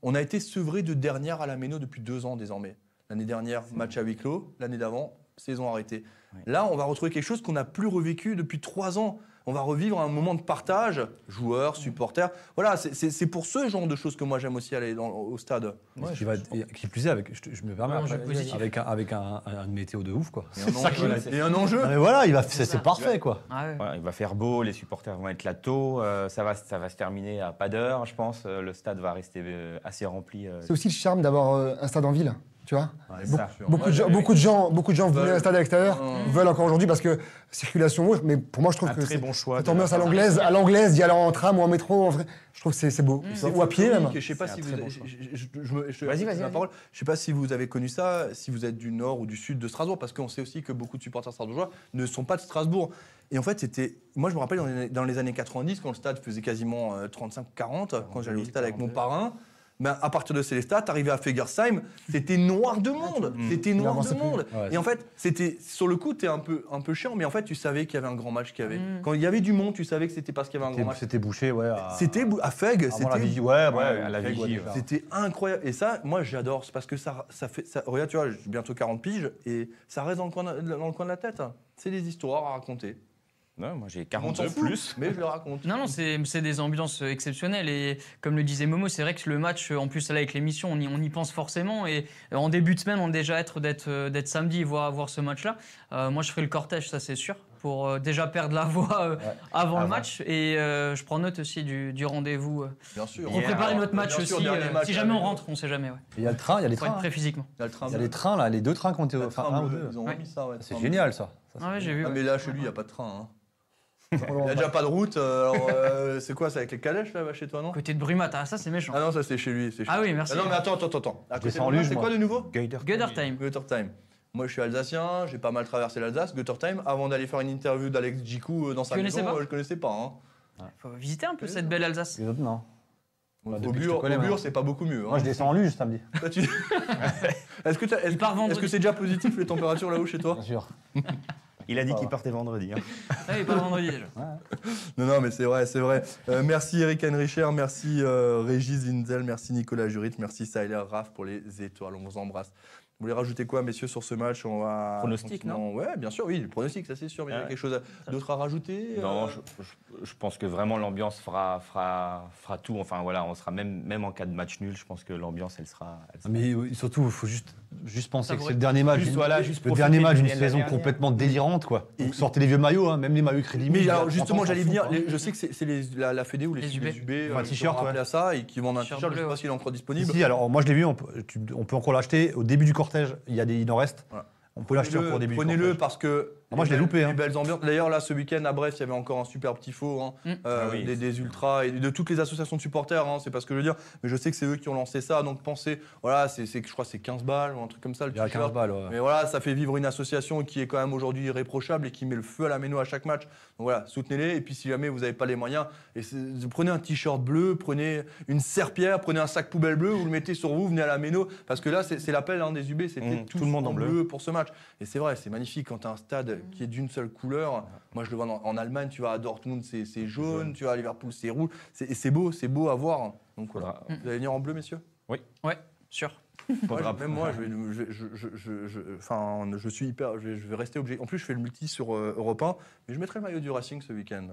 Speaker 2: On a été sevré de dernière à la Méno depuis deux ans désormais. L'année dernière, match à huis clos. L'année d'avant, saison arrêtée.
Speaker 4: Ouais.
Speaker 2: Là, on va retrouver quelque chose qu'on n'a plus revécu depuis trois ans. On va revivre un moment de partage, joueurs, supporters. Voilà, c'est- c'est c'est pour ce genre de choses que moi j'aime aussi aller dans- au stade.
Speaker 1: Ce qui, va être- et qui plus est, avec, je, te- je me permets,
Speaker 3: Un
Speaker 1: après,
Speaker 3: jeu positif.
Speaker 1: avec, un, avec un, un- un météo de ouf, quoi.
Speaker 2: Et un enjeu.
Speaker 4: voilà, c'est
Speaker 2: Et un enjeu.
Speaker 1: Non, mais voilà, il va- c'est
Speaker 3: ça.
Speaker 1: c'est parfait, quoi.
Speaker 3: Ah ouais.
Speaker 4: Voilà, il va faire beau, les supporters vont être là tôt, euh, ça, va, ça va se terminer à pas d'heure, je pense. euh, le stade va rester euh, assez rempli. euh,
Speaker 5: C'est aussi le charme d'avoir euh, un stade en ville, tu vois.
Speaker 4: ouais,
Speaker 5: Beaucoup-
Speaker 4: ça.
Speaker 5: Beaucoup, de, gens- beaucoup, de gens, beaucoup de gens voulaient
Speaker 2: Veulent.
Speaker 5: un stade à l'extérieur,
Speaker 2: Mmh.
Speaker 5: veulent encore aujourd'hui parce que circulation ou autre, mais pour moi, je trouve
Speaker 4: Un
Speaker 5: que
Speaker 4: très
Speaker 5: c'est
Speaker 4: bon choix.
Speaker 5: cette
Speaker 4: de la
Speaker 5: ambiance à
Speaker 4: part-
Speaker 5: l'anglaise, à l'anglaise, d'y aller en tram ou en métro, en vrai, je trouve que c'est c'est beau.
Speaker 2: Mmh. C'est
Speaker 5: Ou à pied même.
Speaker 2: folklorique, et Je sais pas
Speaker 4: C'est
Speaker 2: si
Speaker 4: un
Speaker 2: vous.
Speaker 4: très bon
Speaker 2: je-
Speaker 4: choix.
Speaker 2: je- je- je me- je-
Speaker 4: Vas-y,
Speaker 2: je-
Speaker 4: vas-y,
Speaker 2: la
Speaker 4: vas-y.
Speaker 2: parole. Je sais pas si vous avez connu ça, si vous êtes du nord ou du sud de Strasbourg, parce qu'on sait aussi que beaucoup de supporters strasbourgeois ne sont pas de Strasbourg. Et en fait, c'était. Moi, je me rappelle dans les, dans les années 90, quand le stade faisait quasiment euh, 35-40,
Speaker 4: Ah,
Speaker 2: quand j'allais au stade avec mon
Speaker 4: 42.
Speaker 2: parrain. Ben, à partir de Célestat, t'arrivais à Fegersheim, c'était noir de
Speaker 4: Ah,
Speaker 2: monde, c'était noir
Speaker 5: avance
Speaker 2: de
Speaker 5: Mm. plus.
Speaker 2: monde.
Speaker 1: Ouais,
Speaker 2: et en fait, c'était sur le coup, t'es un peu un peu chiant, mais en fait, tu savais qu'il y avait un grand match qu'il y avait.
Speaker 3: Mm.
Speaker 2: Quand il y avait du monde, tu savais que c'était parce qu'il y avait un
Speaker 1: C'était-
Speaker 2: grand match.
Speaker 1: C'était bouché, ouais. à-
Speaker 2: C'était bou- à
Speaker 4: Ah,
Speaker 2: Feg,
Speaker 1: avant la
Speaker 2: c'était
Speaker 1: vigie, ouais, ouais,
Speaker 4: Ouais, à la
Speaker 1: Feg,
Speaker 4: vigie,
Speaker 1: déjà.
Speaker 2: c'était incroyable. Et ça, moi, j'adore. C'est parce que ça, ça fait. Ça, regarde, tu vois, j'ai bientôt 40 piges et ça reste dans le coin de, dans le coin de la tête. hein. C'est des histoires à raconter.
Speaker 4: Non, moi j'ai
Speaker 2: On s'en
Speaker 4: 42
Speaker 2: fout,
Speaker 4: plus.
Speaker 2: Mais je le raconte.
Speaker 3: Non, non, c'est c'est des ambiances euh, exceptionnelles. Et comme le disait Momo, c'est vrai que le match, euh, en plus, là, avec l'émission, on y, on y pense forcément. Et euh, en début de semaine, on déjà être d'être euh, d'être samedi et voir, voir ce match-là. Euh, moi, je ferai le cortège, ça, c'est sûr, pour euh, déjà perdre la voix euh, avant
Speaker 4: avant.
Speaker 3: le match. Et euh, je prends note aussi du, du rendez-vous. euh.
Speaker 2: Bien sûr.
Speaker 3: On prépare
Speaker 4: alors,
Speaker 3: notre match
Speaker 2: bien sûr,
Speaker 3: aussi.
Speaker 2: dernier
Speaker 3: euh,
Speaker 2: match
Speaker 3: si jamais on
Speaker 2: avec-
Speaker 3: rentre, on sait jamais. Ouais.
Speaker 1: Il y a le train, il y a les
Speaker 3: Faut être
Speaker 1: trains. hein.
Speaker 3: prêt physiquement.
Speaker 2: Il y a euh, le train
Speaker 1: Il y a
Speaker 2: bleu.
Speaker 1: les trains, là, les deux trains qui euh, ont été.
Speaker 2: Il y a le
Speaker 1: Enfin,
Speaker 2: train
Speaker 1: un ou
Speaker 2: bleu,
Speaker 1: deux.
Speaker 2: Ils ont
Speaker 3: Ouais.
Speaker 2: remis ça. ouais, le
Speaker 1: ah, bah, C'est
Speaker 2: train
Speaker 1: génial, ça. Ça, c'est-
Speaker 3: Ah ouais, j'ai vu.
Speaker 2: bleu. Ah,
Speaker 3: ouais.
Speaker 2: mais là, chez lui, il n'y a pas de train. hein. Il n'y a
Speaker 5: Voilà.
Speaker 2: déjà pas de route. euh, alors, euh, c'est quoi C'est avec les calèches, là, chez toi, non
Speaker 3: Côté de Brumat, ah, ça, c'est méchant.
Speaker 2: Ah non, ça, c'est chez lui. c'est chez
Speaker 3: Ah
Speaker 2: lui.
Speaker 3: oui, merci.
Speaker 2: non, mais attends, attends, attends. À
Speaker 1: Je
Speaker 2: côté de
Speaker 1: descends en
Speaker 2: moi,
Speaker 1: luge,
Speaker 2: C'est
Speaker 1: moi.
Speaker 2: quoi de nouveau
Speaker 4: Geider.
Speaker 3: Gutter time.
Speaker 2: Time. Moi, je suis alsacien, j'ai pas mal traversé l'Alsace. Time, avant d'aller faire une interview d'Alex Djikou euh, dans sa
Speaker 3: connaissais
Speaker 2: maison,
Speaker 3: pas
Speaker 2: euh, je connaissais pas. hein.
Speaker 3: Faut visiter un peu cette belle Alsace.
Speaker 1: Les autres, non. Bah,
Speaker 2: au
Speaker 1: depuis que je te
Speaker 2: bur, au
Speaker 1: connais,
Speaker 2: bur,
Speaker 1: maintenant.
Speaker 2: c'est pas beaucoup mieux. hein.
Speaker 1: Moi, je descends en luge samedi.
Speaker 2: Toi, tu- est-ce que t'as- est-ce-
Speaker 3: part vendredi.
Speaker 2: est-ce que c'est déjà positif les températures là-haut chez toi
Speaker 1: Bien sûr.
Speaker 4: Il a dit
Speaker 1: Ça
Speaker 4: qu'il
Speaker 1: va.
Speaker 4: partait vendredi. hein.
Speaker 3: Ah oui, pas le vendredi déjà.
Speaker 2: Non, non, mais c'est vrai, c'est vrai. Euh, merci Eric Henricher, merci euh, Régis Winzel, merci Nicolas Jurit, merci Saïla Raff pour les étoiles. On vous embrasse. Vous voulez rajouter quoi, messieurs, sur ce match On va
Speaker 4: Pronostic,
Speaker 2: non Ouais, bien sûr, oui, le pronostic, ça c'est sûr. Mais il y a
Speaker 3: Ah
Speaker 4: Ouais.
Speaker 2: quelque chose à- d'autre à rajouter euh,
Speaker 4: Non, je, je- je pense que vraiment l'ambiance fera, fera, fera tout. Enfin voilà, on sera même, même en cas de match nul, je pense que l'ambiance elle sera. elle sera-
Speaker 5: Ah,
Speaker 1: Mais euh, surtout, il faut juste, juste penser que
Speaker 3: Savourer.
Speaker 1: c'est le dernier match.
Speaker 4: Juste,
Speaker 1: d'une-
Speaker 4: voilà, juste
Speaker 1: le
Speaker 4: profiter
Speaker 1: dernier
Speaker 4: de
Speaker 1: match d'une
Speaker 4: l'année
Speaker 1: saison
Speaker 4: dernière.
Speaker 1: complètement délirante, quoi.
Speaker 2: Et-
Speaker 1: Donc, sortez les vieux maillots, hein, même les maillots crédit.
Speaker 2: Mais alors justement, j'allais venir.
Speaker 1: hein.
Speaker 2: les- je sais que c'est c'est les- la, la Fédé ou les,
Speaker 3: Les UB.
Speaker 2: les UB euh,
Speaker 1: Un
Speaker 2: qui
Speaker 1: t-shirt,
Speaker 2: ont rappelé
Speaker 1: ouais.
Speaker 2: à ça et qui vendent un
Speaker 3: T-shirt
Speaker 2: t-shirt. Je sais
Speaker 3: bleu,
Speaker 2: pas
Speaker 3: ouais.
Speaker 2: s'il est encore disponible.
Speaker 1: Si, alors moi je l'ai vu, on peut, tu- on peut encore l'acheter au début du cortège. Il, y a des, il en reste.
Speaker 2: Voilà.
Speaker 1: On peut l'acheter encore au début
Speaker 2: Prenez-le
Speaker 1: du cortège.
Speaker 2: prenez-le parce que.
Speaker 1: Ah, moi, je l'ai
Speaker 2: les
Speaker 1: loupé,
Speaker 2: belles-
Speaker 1: hein.
Speaker 2: les belles ambiances. D'ailleurs, là, ce week-end à Brest, il y avait encore un super petit faux. hein,
Speaker 3: Mm.
Speaker 2: euh,
Speaker 4: Ah oui.
Speaker 2: des, des ultras et de toutes les associations de supporters. hein, c'est pas ce que je veux dire. Mais je sais que c'est eux qui ont lancé ça. Donc pensez, voilà, c'est c'est- je crois que c'est 15 balles ou un truc comme ça. Le
Speaker 1: Il y a
Speaker 2: t-shirt.
Speaker 1: 15 balles. ouais.
Speaker 2: Mais voilà, ça fait vivre une association qui est quand même aujourd'hui irréprochable et qui met le feu à la méno à chaque match. Donc voilà, soutenez-les. Et puis si jamais vous n'avez pas les moyens, et c'est- prenez un t-shirt bleu, prenez une serpillère, prenez un sac poubelle bleu, vous le mettez sur vous, venez à la méno. Parce que là, c'est c'est l'appel hein, des UB, c'était
Speaker 4: Mmh,
Speaker 2: tout le monde en bleu. pour ce match. Et c'est vrai, c'est magnifique quand tu as un stade qui est d'une seule couleur. Moi, je le vois en, en Allemagne, tu vas à Dortmund, c'est c'est jaune, tu vas à Liverpool, c'est rouge. C'est- Et c'est beau, c'est beau à voir. Donc voilà.
Speaker 4: Faudra-
Speaker 2: Vous allez venir en bleu, messieurs
Speaker 3: Ouais, sûr.
Speaker 2: Moi,
Speaker 4: faudra-
Speaker 2: je- même moi, je, vais- je, vais- je- je- je- je- enfin, je suis hyper. Je vais, je vais rester obligé. En plus, je fais le multi sur euh, Europe 1, mais je mettrai le maillot du Racing ce week-end.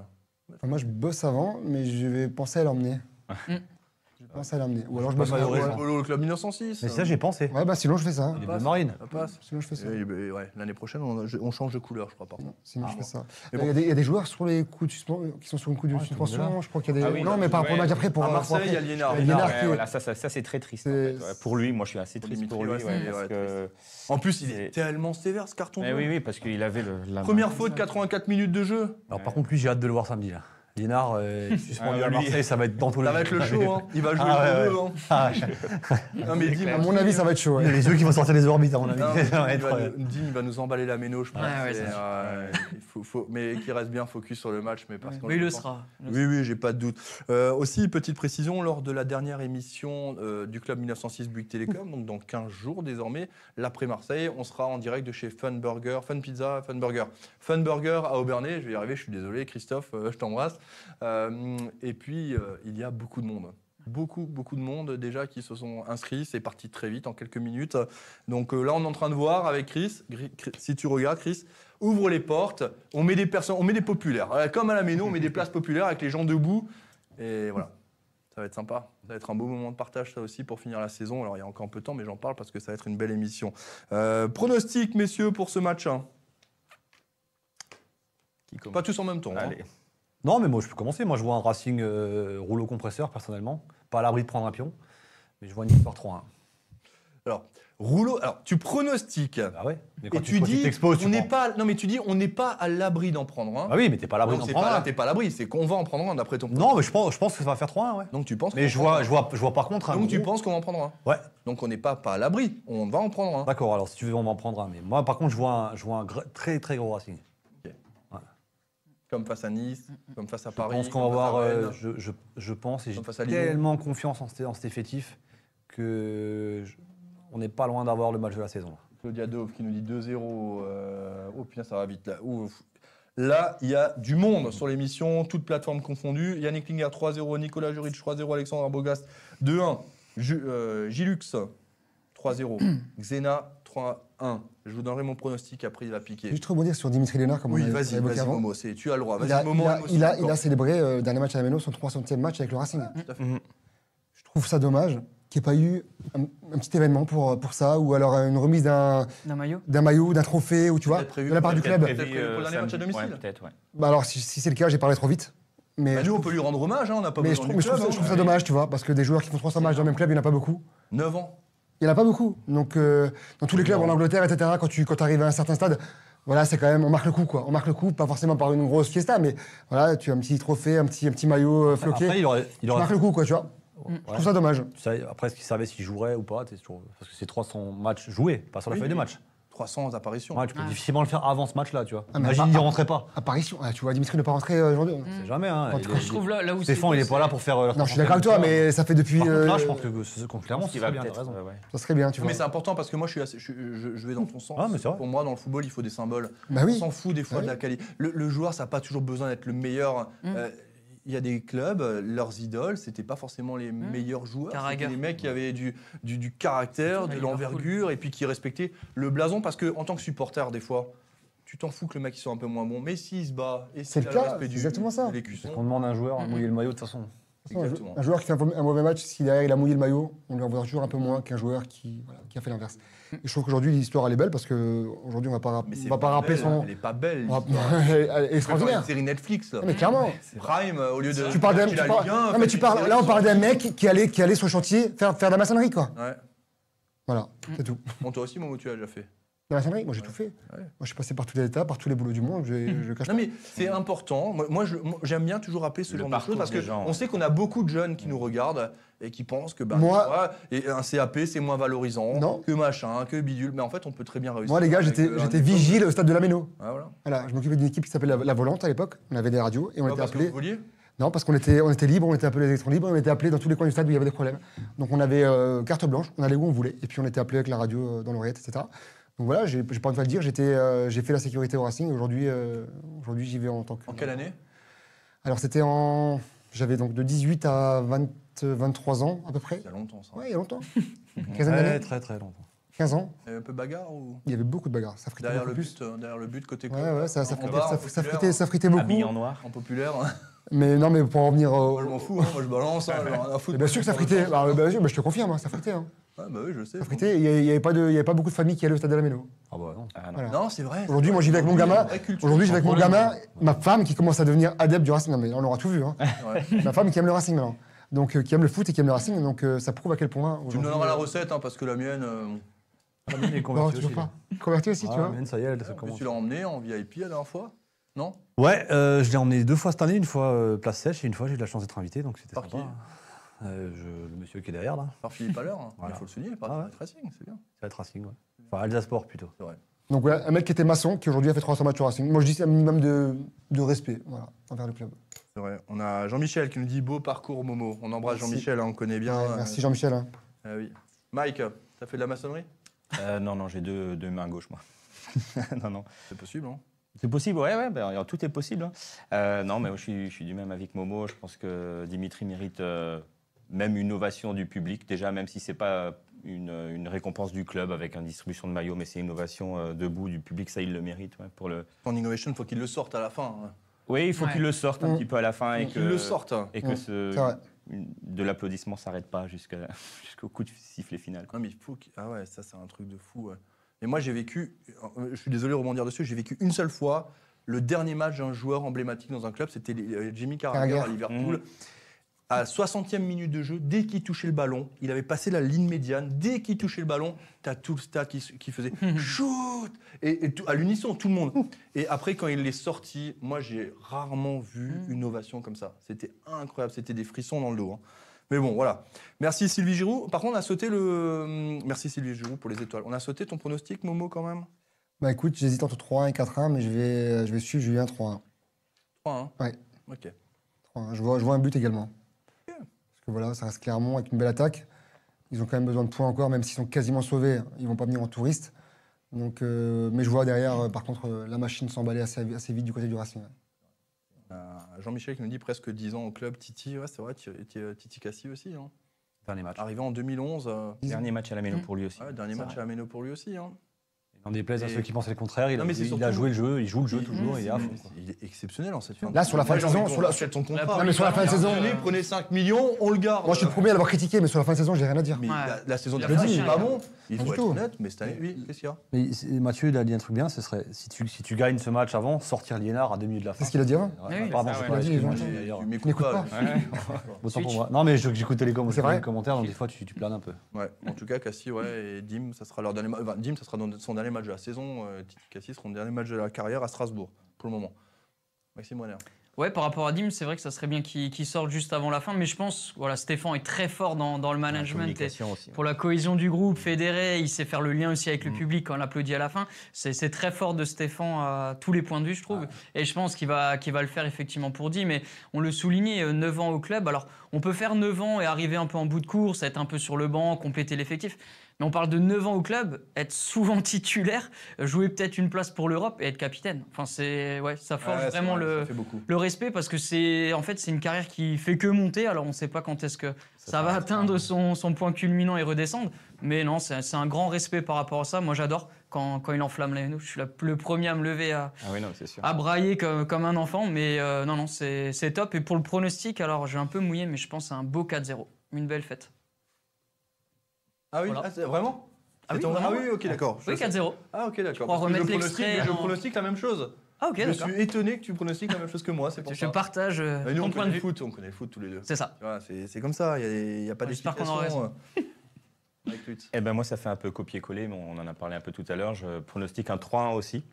Speaker 5: Enfin, moi, je bosse avant, mais je vais penser à l'emmener. Je pense à l'amener. Ou alors je
Speaker 1: Pas
Speaker 5: me ferai.
Speaker 1: malheureux,
Speaker 5: voilà.
Speaker 1: hein.
Speaker 2: Polo, le club 1906.
Speaker 1: Mais ça, j'ai pensé.
Speaker 5: Ouais, bah sinon je fais ça.
Speaker 1: Les
Speaker 2: passe.
Speaker 1: Bleu Marine.
Speaker 2: Ça passe.
Speaker 5: Sinon je fais ça.
Speaker 2: Et, ben, ouais, L'année prochaine, on, a- je- on change de couleur, je crois. Par contre.
Speaker 5: Sinon
Speaker 2: Ah,
Speaker 5: je fais
Speaker 2: bon.
Speaker 5: ça.
Speaker 2: Mais
Speaker 5: Il
Speaker 2: bon.
Speaker 5: y, a des- il y a des joueurs sur les coups de suspen- qui sont sur le coup
Speaker 1: Ah, tout le
Speaker 5: de
Speaker 1: monde est
Speaker 5: suspension. Je crois qu'il y a des.
Speaker 4: Ah oui,
Speaker 5: non, mais
Speaker 4: là,
Speaker 5: par rapport au
Speaker 4: ouais.
Speaker 5: match après pour.
Speaker 2: à
Speaker 5: pour
Speaker 2: Marseille,
Speaker 5: après.
Speaker 2: il y a Liénard.
Speaker 5: Il y a Liénard
Speaker 4: Ouais,
Speaker 5: qui-
Speaker 4: voilà, ça, ça, ça, c'est très triste. en fait,
Speaker 5: C'est-
Speaker 4: ouais. Pour lui, moi je suis assez
Speaker 2: Pour
Speaker 4: triste
Speaker 2: Dimitri,
Speaker 4: pour lui.
Speaker 2: ouais,
Speaker 4: ouais,
Speaker 2: c'est-
Speaker 4: parce
Speaker 2: ouais,
Speaker 4: que-
Speaker 2: En plus, il est
Speaker 4: C'est-
Speaker 2: tellement sévère, ce carton.
Speaker 4: Mais
Speaker 2: bleu.
Speaker 4: oui, oui, parce qu'il avait le. la main.
Speaker 2: Première faute, 84 minutes de jeu.
Speaker 1: Alors, par contre, lui, j'ai hâte de le voir samedi. là. Liénard, euh, suspendu
Speaker 4: Ah,
Speaker 1: à
Speaker 4: lui.
Speaker 1: Marseille, ça va être dans
Speaker 2: Ça va être le show, hein. Il va jouer
Speaker 1: Ah, ouais,
Speaker 2: le jeu, hein.
Speaker 1: Ah,
Speaker 2: Non, mais euh, Dim,
Speaker 5: À mon avis, ça va être chaud. ouais.
Speaker 1: les yeux qui vont sortir des orbites, à mon avis.
Speaker 2: Non,
Speaker 1: Ça va
Speaker 2: il,
Speaker 1: être,
Speaker 2: va
Speaker 1: euh,
Speaker 2: nous, Dim, il va nous emballer la méno, je pense.
Speaker 3: Ouais, ouais,
Speaker 2: C'est,
Speaker 3: c'est sûr.
Speaker 2: euh, il faut- faut- mais qu'il reste bien focus sur le match. Mais parce qu'on
Speaker 3: Mais il le
Speaker 2: pense-
Speaker 3: sera.
Speaker 2: Oui, oui, j'ai pas de doute. Euh, aussi, petite précision, lors de la dernière émission euh, du Club 1906 Bouygues Télécom, donc dans 15 jours désormais, l'après-Marseille, on sera en direct de chez Fun Burger, Fun Pizza, Fun Burger. Fun Burger à Aubernay, je vais y arriver, je suis désolé, Christophe, euh, je t'embrasse. Euh, et puis, euh, il y a beaucoup de monde. Beaucoup, beaucoup de monde déjà qui se sont inscrits. C'est parti très vite en quelques minutes. Donc euh, là, on est en train de voir avec Chris. Gri- Chris- Si tu regardes, Chris, ouvre les portes. On met des personnes, on met des populaires. Euh, Comme à la Méno, on met des places populaires avec les gens debout. Et voilà. Ça va être sympa. Ça va être un beau moment de partage, ça aussi, pour finir la saison. Alors, il y a encore un peu de temps, mais j'en parle parce que ça va être une belle émission. Euh, pronostic, messieurs, pour ce match hein.
Speaker 4: Qui commence
Speaker 2: Pas tous en même temps. hein.
Speaker 4: Allez.
Speaker 1: Non, mais moi, je peux commencer. Moi, je vois un Racing euh, rouleau compresseur, personnellement. Pas à l'abri de prendre un pion. Mais je vois une victoire 3-1.
Speaker 2: Rouleau. Alors, tu pronostiques.
Speaker 1: Bah ouais. Mais
Speaker 2: Et tu
Speaker 1: quand
Speaker 2: dis,
Speaker 1: t'exposes,
Speaker 2: on
Speaker 1: tu
Speaker 2: n'est
Speaker 1: prends.
Speaker 2: pas, non mais tu dis, on n'est pas à l'abri d'en prendre un.
Speaker 1: Ah oui, mais t'es pas à l'abri
Speaker 2: Non,
Speaker 1: d'en
Speaker 2: c'est
Speaker 1: prendre
Speaker 2: pas-
Speaker 1: un.
Speaker 2: T'es pas à l'abri, c'est qu'on va en prendre un d'après ton.
Speaker 1: Non, mais je pense, je pense que ça va faire 3-1, ouais.
Speaker 2: Donc tu penses. qu'on
Speaker 1: Mais je
Speaker 2: en prend
Speaker 1: vois, je vois, je vois par contre
Speaker 2: un.
Speaker 1: un.
Speaker 2: Donc tu
Speaker 1: gros-
Speaker 2: penses qu'on va en prendre un.
Speaker 1: Ouais.
Speaker 2: Donc on n'est pas pas à l'abri, on va en prendre un.
Speaker 1: D'accord, alors si tu veux, on va en prendre un. Mais moi, par contre, je vois un, je vois un gr- très, très gros Racing.
Speaker 2: Comme face à Nice, comme face à
Speaker 1: Je
Speaker 2: Paris.
Speaker 1: pense qu'on va
Speaker 2: comme face à
Speaker 1: voir. euh,
Speaker 2: Rennes.
Speaker 1: je, je- je pense et j'ai
Speaker 2: Comme face à Lyon.
Speaker 1: tellement confiance en, cet- en cet effectif que je- on n'est pas loin d'avoir le match de la saison. là.
Speaker 2: Claudia Dove qui nous dit 2-0. euh, Oh putain, ça va vite là. Ouf. Là, il y a du monde sur l'émission, toutes plateformes confondues. Yannick Klinger 3-0, Nicolas Juric 3-0, Alexandre Bogast 2-1, Ju- euh, Gilux 3-0, Xena 3-1. Je vous donnerai mon pronostic après, il va
Speaker 5: Je
Speaker 2: piquer.
Speaker 5: vais Juste rebondir sur Dimitri Lénard, comme on
Speaker 2: Oui,
Speaker 5: a- on
Speaker 2: vas-y,
Speaker 5: a évoqué
Speaker 2: vas-y,
Speaker 5: avant.
Speaker 2: Momo, c'est- tu as le droit.
Speaker 5: Il a,
Speaker 2: Vas-y, Momo, hein,
Speaker 5: il a-
Speaker 2: un mot,
Speaker 5: il a-
Speaker 2: c'est
Speaker 5: il a
Speaker 2: encore.
Speaker 5: célébré euh, le dernier match à la Méno, son 300e match avec le Racing.
Speaker 2: Tout à fait.
Speaker 5: Je trouve ça dommage qu'il n'y ait pas eu un, un petit événement pour, pour ça, ou alors une remise d'un
Speaker 3: D'un maillot
Speaker 5: d'un maillot, d'un trophée, ou tu vois,
Speaker 2: Peut-être prévu,
Speaker 5: de la part du
Speaker 2: peut-être
Speaker 5: club.
Speaker 2: prévu. pour le dernier
Speaker 4: euh,
Speaker 2: match à
Speaker 4: samedi.
Speaker 2: domicile
Speaker 4: Ouais, peut-être, ouais.
Speaker 5: Bah alors, si, si c'est le cas, j'ai parlé trop vite. Mais,
Speaker 2: Bah, nous, on peut lui rendre hommage, hein, on n'a pas
Speaker 5: mais je
Speaker 2: besoin du
Speaker 5: trouve, mais je trouve
Speaker 2: club,
Speaker 5: ça, je
Speaker 2: hein.
Speaker 5: trouve ça dommage, tu vois, parce que des joueurs qui font 300 matchs dans le même club, il n'y en a pas beaucoup.
Speaker 2: 9 ans.
Speaker 5: Il n'y en a pas beaucoup. Donc, euh, dans tous les clubs en Angleterre, etc., quand tu quand arrives à un certain stade, voilà, c'est quand même, on marque le coup, quoi. On marque le coup, pas forcément par une grosse fiesta, mais voilà, tu as un petit trophée, un petit, un petit maillot euh, floqué.
Speaker 1: Après, il aurait. il
Speaker 5: tu
Speaker 1: aurait-
Speaker 5: marques le coup, quoi, tu vois.
Speaker 1: Ouais.
Speaker 5: Je trouve ça dommage.
Speaker 1: Tu sais, Après, ce qui servait s'il jouerait ou pas, c'est toujours- parce que c'est 300 matchs joués, pas sur la
Speaker 2: Oui,
Speaker 1: feuille de
Speaker 2: oui.
Speaker 1: match.
Speaker 2: 300 apparitions.
Speaker 1: Ouais, tu peux
Speaker 3: Ah.
Speaker 1: difficilement le faire avant ce match-là, tu vois.
Speaker 5: Ah, mais
Speaker 1: Imagine,
Speaker 5: pas-
Speaker 1: il rentrait pas.
Speaker 5: Apparition, Ah, tu vois, Dimitri ne pas rentrer euh, aujourd'hui.
Speaker 1: C'est jamais, hein.
Speaker 5: Quand-
Speaker 1: Il
Speaker 5: quand
Speaker 1: est-
Speaker 3: Je trouve là, là où
Speaker 1: Stéphane, il est pas là pour faire. euh, la
Speaker 5: Non, je suis
Speaker 1: conférence
Speaker 5: d'accord avec toi,
Speaker 1: de presse.
Speaker 5: mais ça fait depuis.
Speaker 1: Par contre, là,
Speaker 5: euh,
Speaker 1: je pense que ce- ce- clairement, Ah c'est
Speaker 4: Il va
Speaker 1: bien, t'as
Speaker 4: peut-être,
Speaker 1: raison.
Speaker 4: euh, ouais.
Speaker 5: Ça serait bien, tu
Speaker 2: Non,
Speaker 5: vois.
Speaker 2: mais c'est important parce que moi je, suis assez- je, je- je vais dans ton sens.
Speaker 1: Ah, mais c'est vrai.
Speaker 2: Pour moi, dans le football, il faut des symboles.
Speaker 5: Bah
Speaker 2: On
Speaker 5: oui.
Speaker 2: s'en fout des fois
Speaker 5: Ah
Speaker 2: de
Speaker 5: oui.
Speaker 2: la qualité. Le, le joueur, ça n'a pas toujours besoin d'être le meilleur.
Speaker 3: Mm.
Speaker 2: Euh, Il y a des clubs, euh, leurs idoles, c'était pas forcément les meilleurs joueurs. C'était
Speaker 3: Mm. Carragher.
Speaker 2: des mecs qui avaient du, du, du caractère,
Speaker 3: Ouais,
Speaker 2: de
Speaker 3: Liverpool.
Speaker 2: l'envergure et puis qui respectaient le blason parce que en tant que supporter, des fois, tu t'en fous que le mec il soit un peu moins bon. Mais s'il se bat et
Speaker 5: C'est
Speaker 2: s'il
Speaker 5: le
Speaker 2: a
Speaker 5: cas,
Speaker 2: respect
Speaker 5: c'est
Speaker 2: du-
Speaker 5: exactement ça.
Speaker 2: de l'écusson,
Speaker 1: Parce qu'on demande à un joueur de
Speaker 3: Mhm.
Speaker 1: mouiller le maillot de toute façon.
Speaker 5: Un jou-
Speaker 2: exactement.
Speaker 5: Un joueur qui fait un un mauvais match, si derrière il a mouillé le maillot, on lui en voudra toujours un peu moins qu'un joueur qui, voilà, qui a fait l'inverse. Et je trouve qu'aujourd'hui l'histoire elle est belle parce qu'aujourd'hui on va pas, rap-
Speaker 2: Mais
Speaker 5: on
Speaker 2: c'est
Speaker 5: va pas rappeler
Speaker 2: belle, hein,
Speaker 5: son.
Speaker 2: Elle est pas belle.
Speaker 5: on va-
Speaker 2: l'histoire.
Speaker 5: elle est
Speaker 2: C'est comme une
Speaker 5: extraordinaire.
Speaker 2: série Netflix. là.
Speaker 5: Non, Mais clairement.
Speaker 2: Prime, euh, au lieu de.
Speaker 5: Tu parles d'un.
Speaker 2: la
Speaker 5: tu parles-
Speaker 2: Ligue 1,
Speaker 5: non,
Speaker 2: faites
Speaker 5: mais tu
Speaker 2: une
Speaker 5: parles.
Speaker 2: série
Speaker 5: Là on
Speaker 2: sur-
Speaker 5: parle d'un mec qui allait, qui allait sur le chantier faire, faire de la maçonnerie quoi.
Speaker 2: Ouais.
Speaker 5: Voilà, c'est tout.
Speaker 2: Bon, toi aussi, Momo, tu l'as déjà fait.
Speaker 5: La maçonnerie, moi j'ai tout fait.
Speaker 2: Ouais.
Speaker 5: Moi je suis passé par tous les états, par tous les boulots du monde. j'ai- Je cache
Speaker 2: Non, mais c'est important. Moi, moi, je- moi, j'aime bien toujours rappeler ce
Speaker 4: Le
Speaker 2: genre de
Speaker 4: parcours
Speaker 2: choses parce
Speaker 4: des gens,
Speaker 2: qu'on
Speaker 4: ouais.
Speaker 2: sait qu'on a beaucoup de jeunes qui nous regardent et qui pensent que bah,
Speaker 5: Moi-
Speaker 2: tu vois, et un CAP, c'est moins valorisant
Speaker 5: Non.
Speaker 2: que machin, que bidule. Mais en fait, on peut très bien réussir.
Speaker 5: Moi les gars
Speaker 2: avec,
Speaker 5: j'étais
Speaker 2: euh, un
Speaker 5: j'étais
Speaker 2: diplôme.
Speaker 5: vigile au stade de la Méno.
Speaker 2: Ah, voilà.
Speaker 5: Voilà, je m'occupais d'une équipe qui s'appelait la, La Volante à l'époque. On avait des radios et on
Speaker 2: Pas
Speaker 5: était
Speaker 2: Ah, parce que
Speaker 5: appelés.
Speaker 2: vous vouliez.
Speaker 5: Non, parce qu'on était, on était libre, on était appelé les électrons libres, on était appelé dans tous les coins du stade où il y avait des problèmes. Donc on avait euh, carte blanche, on allait où on voulait, et puis on était appelé avec la radio euh, dans l'oreillette, etc. Donc voilà, j'ai j'ai pas envie de le dire, j'étais, euh, j'ai fait la sécurité au Racing, et aujourd'hui euh, aujourd'hui, j'y vais en tant que.
Speaker 2: En quelle année
Speaker 5: Alors c'était en. J'avais donc de 18 à 20, 23 ans à peu près.
Speaker 2: Il y a longtemps, ça.
Speaker 5: Ouais, il y a longtemps. 15
Speaker 1: Très,
Speaker 5: années,
Speaker 1: très, très longtemps.
Speaker 5: 15 ans,
Speaker 2: Il y avait un peu bagarre ou
Speaker 5: il y avait beaucoup de bagarres, ça fritait
Speaker 2: derrière
Speaker 5: beaucoup
Speaker 2: le
Speaker 5: plus.
Speaker 2: but, euh, derrière le but côté
Speaker 5: Ouais, ouais, ça, ça
Speaker 2: en
Speaker 5: fritait,
Speaker 2: bas, en
Speaker 5: ça, ça
Speaker 2: populaire, hein.
Speaker 5: fritait, ça fritait
Speaker 4: Habillé
Speaker 5: beaucoup.
Speaker 4: en noir.
Speaker 2: en populaire. hein.
Speaker 5: Mais non, mais pour en revenir au.
Speaker 2: Moi, je m'en fous, hein, moi je balance. hein, j'en ai rien à foutre.
Speaker 5: Mais bien sûr que ça fritait. Bah, bah, bien sûr, mais je te confirme, hein, ça fritait. hein.
Speaker 2: Ouais, bah oui, je sais.
Speaker 5: Ça fritait. Il n'y avait, il y avait pas de- il y avait pas beaucoup de familles qui allaient au stade de la Mélo.
Speaker 1: Ah bah non.
Speaker 4: Ah, non.
Speaker 5: Voilà.
Speaker 2: Non, c'est vrai.
Speaker 5: Aujourd'hui, moi, j'y vais avec mon gamin. Aujourd'hui, j'y vais avec mon
Speaker 3: Problème.
Speaker 5: gamin, ma femme qui commence à devenir adepte du Racing. Non, mais on l'aura tout vu. Hein. ma femme qui aime le Racing maintenant. Donc, euh, qui aime le foot et qui aime le Racing. Donc, euh, ça prouve à quel point.
Speaker 2: Tu me
Speaker 5: aujourd'hui,
Speaker 2: donneras la
Speaker 5: euh,
Speaker 2: recette, hein, parce que la mienne, euh,
Speaker 1: est
Speaker 5: Non,
Speaker 1: converti
Speaker 5: toujours
Speaker 1: aussi,
Speaker 5: pas. Converti aussi,
Speaker 1: là.
Speaker 5: tu
Speaker 1: Ah,
Speaker 5: vois.
Speaker 1: la mienne, ça y est, elle se
Speaker 2: en plus,
Speaker 1: commence.
Speaker 2: tu l'as emmenée en VIP la dernière fois Non
Speaker 1: Ouais, euh, je l'ai emmené deux fois cette année, une fois euh, place sèche et une fois j'ai eu de la chance d'être invité, donc c'était
Speaker 2: Par
Speaker 1: sympa.
Speaker 2: qui
Speaker 1: Euh, je- le monsieur qui est derrière là,
Speaker 2: Par Philippe Haller. hein.
Speaker 1: Voilà.
Speaker 2: Il faut le souligner, par
Speaker 1: Ah ouais.
Speaker 2: Direct Racing, c'est bien.
Speaker 1: c'est la Racing, ouais. Enfin, Alsasport plutôt.
Speaker 5: Donc, voilà, un mec qui était maçon, qui aujourd'hui a fait 300 matchs au Racing. Moi, je dis c'est un minimum de, de respect voilà, envers le club.
Speaker 2: C'est vrai. On a Jean-Michel qui nous dit beau parcours, Momo. On embrasse
Speaker 5: Merci.
Speaker 2: Jean-Michel, hein, on connaît bien.
Speaker 5: Ouais,
Speaker 2: euh,
Speaker 5: merci, Jean-Michel. hein.
Speaker 2: ah oui. Mike, t'as fait de la maçonnerie
Speaker 4: Euh, non, non, j'ai deux, deux mains gauches, moi. non, non.
Speaker 2: C'est possible, hein
Speaker 4: C'est possible, ouais, ouais, ben, alors, tout est possible. hein. Euh, non, mais je suis, je suis du même avis que Momo. Je pense que Dimitri mérite euh, même une ovation du public, déjà, même si c'est pas une, une récompense du club avec une distribution de maillots, mais c'est une ovation euh, debout du public, ça, il le mérite. ouais, pour le...
Speaker 2: En innovation, faut qu'il le sorte à la fin. hein.
Speaker 4: Oui, il faut
Speaker 3: Ouais.
Speaker 4: qu'il le sorte un
Speaker 5: Mm.
Speaker 4: petit peu à la fin. Et
Speaker 2: Faut
Speaker 4: que...
Speaker 2: qu'il le sorte. hein.
Speaker 4: Et que
Speaker 5: Ouais,
Speaker 4: ce,
Speaker 5: c'est vrai.
Speaker 4: une- de l'applaudissement s'arrête pas jusqu'à- jusqu'au coup de sifflet final. quoi.
Speaker 2: Non, mais il faut qu'il- Ah ouais, ça, c'est un truc de fou. ouais. Et moi, j'ai vécu, euh, je suis désolé de rebondir dessus, j'ai vécu une seule fois le dernier match d'un joueur emblématique dans un club, c'était les- euh, Jimmy Carragher
Speaker 5: Carragher.
Speaker 2: à Liverpool. À 60e minute de jeu, dès qu'il touchait le ballon, il avait passé la ligne médiane, dès qu'il touchait le ballon, t'as tout le stade qui, s- qui faisait « shoot !» Et, et tout- à l'unisson, tout le monde. Et après, quand il est sorti, moi, j'ai rarement vu
Speaker 3: Mm.
Speaker 2: une ovation comme ça. C'était incroyable, c'était des frissons dans le dos. hein. Mais bon, voilà. Merci Sylvie Giroud. Par contre, on a sauté le. hum, Merci Sylvie Giroud pour les étoiles. On a sauté ton pronostic, Momo, quand même
Speaker 5: Bah, écoute, j'hésite entre 3-1 et 4-1, mais je vais, je vais suivre Julien 3-1.
Speaker 2: 3 1
Speaker 5: Ouais.
Speaker 2: hein? Ok.
Speaker 5: 3-1. Je vois, je vois un but également. Parce que voilà, ça reste Clermont avec une belle attaque. Ils ont quand même besoin de points encore, même s'ils sont quasiment sauvés. Ils vont pas venir en touriste. Donc, euh, mais je vois derrière, euh, par contre, euh, la machine s'emballer assez, assez vite du côté du Racing. ouais.
Speaker 2: Euh, Jean-Michel qui nous dit presque 10 ans au club. Titi, ouais, c'est vrai, Ti- Ti- Titi Cassi aussi. hein.
Speaker 1: Dernier match.
Speaker 2: Arrivé en 2011. euh,
Speaker 4: Dernier match à la Mélo
Speaker 3: Mm.
Speaker 4: pour lui aussi.
Speaker 2: ouais, dernier
Speaker 4: Ça,
Speaker 2: match à Ameno pour lui aussi. hein.
Speaker 1: N'en déplaise à
Speaker 2: Et-
Speaker 1: ceux qui pensaient le contraire, il,
Speaker 2: Non,
Speaker 1: a,
Speaker 2: mais c'est
Speaker 1: il a
Speaker 2: surtout-
Speaker 1: joué le jeu, il joue le jeu
Speaker 2: Il-
Speaker 1: toujours,
Speaker 2: il-
Speaker 1: et il est à fond.
Speaker 2: il-
Speaker 1: quoi.
Speaker 2: Il est exceptionnel en cette fin
Speaker 5: Là, sur la fin de saison, sur la-
Speaker 2: ton contrat.
Speaker 3: Non,
Speaker 5: mais sur la fin de saison,
Speaker 2: Prenez-
Speaker 3: euh,
Speaker 2: Prenez 5 millions, on le garde.
Speaker 5: Moi, je suis le premier à l'avoir critiqué, mais sur la fin de saison, j'ai rien à dire.
Speaker 2: Mais
Speaker 3: Ouais.
Speaker 2: la, la saison
Speaker 3: Il a
Speaker 2: dernière,
Speaker 3: fait
Speaker 2: c'est
Speaker 3: un
Speaker 2: pas
Speaker 3: chien,
Speaker 2: bon. Il
Speaker 5: Pas
Speaker 2: faut
Speaker 5: du
Speaker 2: être
Speaker 5: tout.
Speaker 2: honnête, mais cette année, oui, qu'est-ce qu'il y a
Speaker 1: Mais c'est- Mathieu, il a dit un truc bien, ce serait si tu, si tu gagnes ce match avant, sortir Liénard à deux minutes de la fin.
Speaker 5: C'est ce qu'il a dit avant.
Speaker 2: Ah
Speaker 1: Ouais,
Speaker 3: Oui,
Speaker 1: pardon,
Speaker 4: c'est ça,
Speaker 1: j'ai pas-
Speaker 5: ouais.
Speaker 1: excuse-moi,
Speaker 5: Il a dit,
Speaker 1: j'ai-
Speaker 2: Tu
Speaker 1: d'ailleurs,
Speaker 2: m'écoutes
Speaker 5: n'écoute
Speaker 2: pas.
Speaker 5: pas.
Speaker 4: Ouais.
Speaker 1: autant pour
Speaker 3: Switch.
Speaker 1: moi. Non, mais je- j'écoutais les com-
Speaker 5: C'est vrai
Speaker 1: les commentaires, donc des fois tu, tu pleures un peu.
Speaker 2: Ouais, en tout cas, Cassie, ouais, et Dim, ça sera leur dernier ma- enfin, Dim, ça sera dans- son dernier match de la saison. euh, Titi Cassie sera son dernier match de la carrière à Strasbourg, pour le moment. Maxime Renner.
Speaker 3: Ouais, par rapport à Dim, c'est vrai que ça serait bien qu'il qu'il sorte juste avant la fin, mais je pense, voilà, Stéphane est très fort dans, dans le
Speaker 4: La
Speaker 3: management. et
Speaker 4: communication aussi.
Speaker 3: pour la cohésion du groupe, fédéré, il sait faire le lien aussi avec
Speaker 2: Mm.
Speaker 3: le public quand on applaudit à la fin. C'est c'est très fort de Stéphane à tous les points de vue, je trouve. Et je pense qu'il va, qu'il va le faire effectivement pour Dim. Mais on le soulignait, euh, 9 ans au club. Alors, on peut faire 9 ans et arriver un peu en bout de course, être un peu sur le banc, compléter l'effectif. Mais on parle de 9 ans au club, être souvent titulaire, jouer peut-être une place pour l'Europe et être capitaine. Enfin, c'est ouais, ça forge
Speaker 2: Ouais, c'est
Speaker 3: vraiment
Speaker 2: vrai,
Speaker 3: le,
Speaker 2: Ça fait beaucoup.
Speaker 3: le respect parce que c'est en fait c'est une carrière qui fait que monter. Alors on ne sait pas quand est-ce que ça, va atteindre son, son point culminant et redescendre. Mais non, c'est c'est un grand respect par rapport à ça. Moi j'adore quand, quand il enflamme les nous. Je suis la- le premier à me lever à,
Speaker 4: Ah oui, non, c'est sûr.
Speaker 3: à brailler comme, comme un enfant. Mais euh, non non c'est c'est top. Et pour le pronostic, alors je vais un peu mouiller, mais je pense à un beau 4-0, une belle fête.
Speaker 2: Ah oui,
Speaker 3: Voilà.
Speaker 2: ah, c'est- vraiment
Speaker 3: Ah
Speaker 2: C'est
Speaker 3: oui,
Speaker 2: ton-
Speaker 3: vraiment,
Speaker 2: oui, ok, d'accord. Je
Speaker 3: Oui
Speaker 2: sais.
Speaker 3: 4-0.
Speaker 2: Ah, ok, d'accord.
Speaker 3: pourras
Speaker 2: Parce que je
Speaker 3: remettre
Speaker 2: pronostique-
Speaker 3: l'extrait
Speaker 2: Je
Speaker 3: dans-
Speaker 2: pronostique la même chose.
Speaker 3: Ah ok
Speaker 2: Je
Speaker 3: d'accord.
Speaker 2: suis étonné que tu pronostiques la même chose que moi, c'est pour
Speaker 3: Je
Speaker 2: ça.
Speaker 3: partage euh,
Speaker 2: Mais Nous,
Speaker 3: ton
Speaker 2: on
Speaker 3: point de
Speaker 2: connaît le
Speaker 3: vue.
Speaker 2: foot, on connaît le foot tous les deux.
Speaker 3: C'est ça.
Speaker 2: Tu vois, C'est c'est comme ça, il n'y a, pas
Speaker 3: J'espère qu'on
Speaker 2: d'explication.
Speaker 3: aura
Speaker 2: euh, avec Lutz.
Speaker 4: Eh ben moi, ça fait un peu copier-coller, mais on en a parlé un peu tout à l'heure. Je pronostique un 3-1 aussi.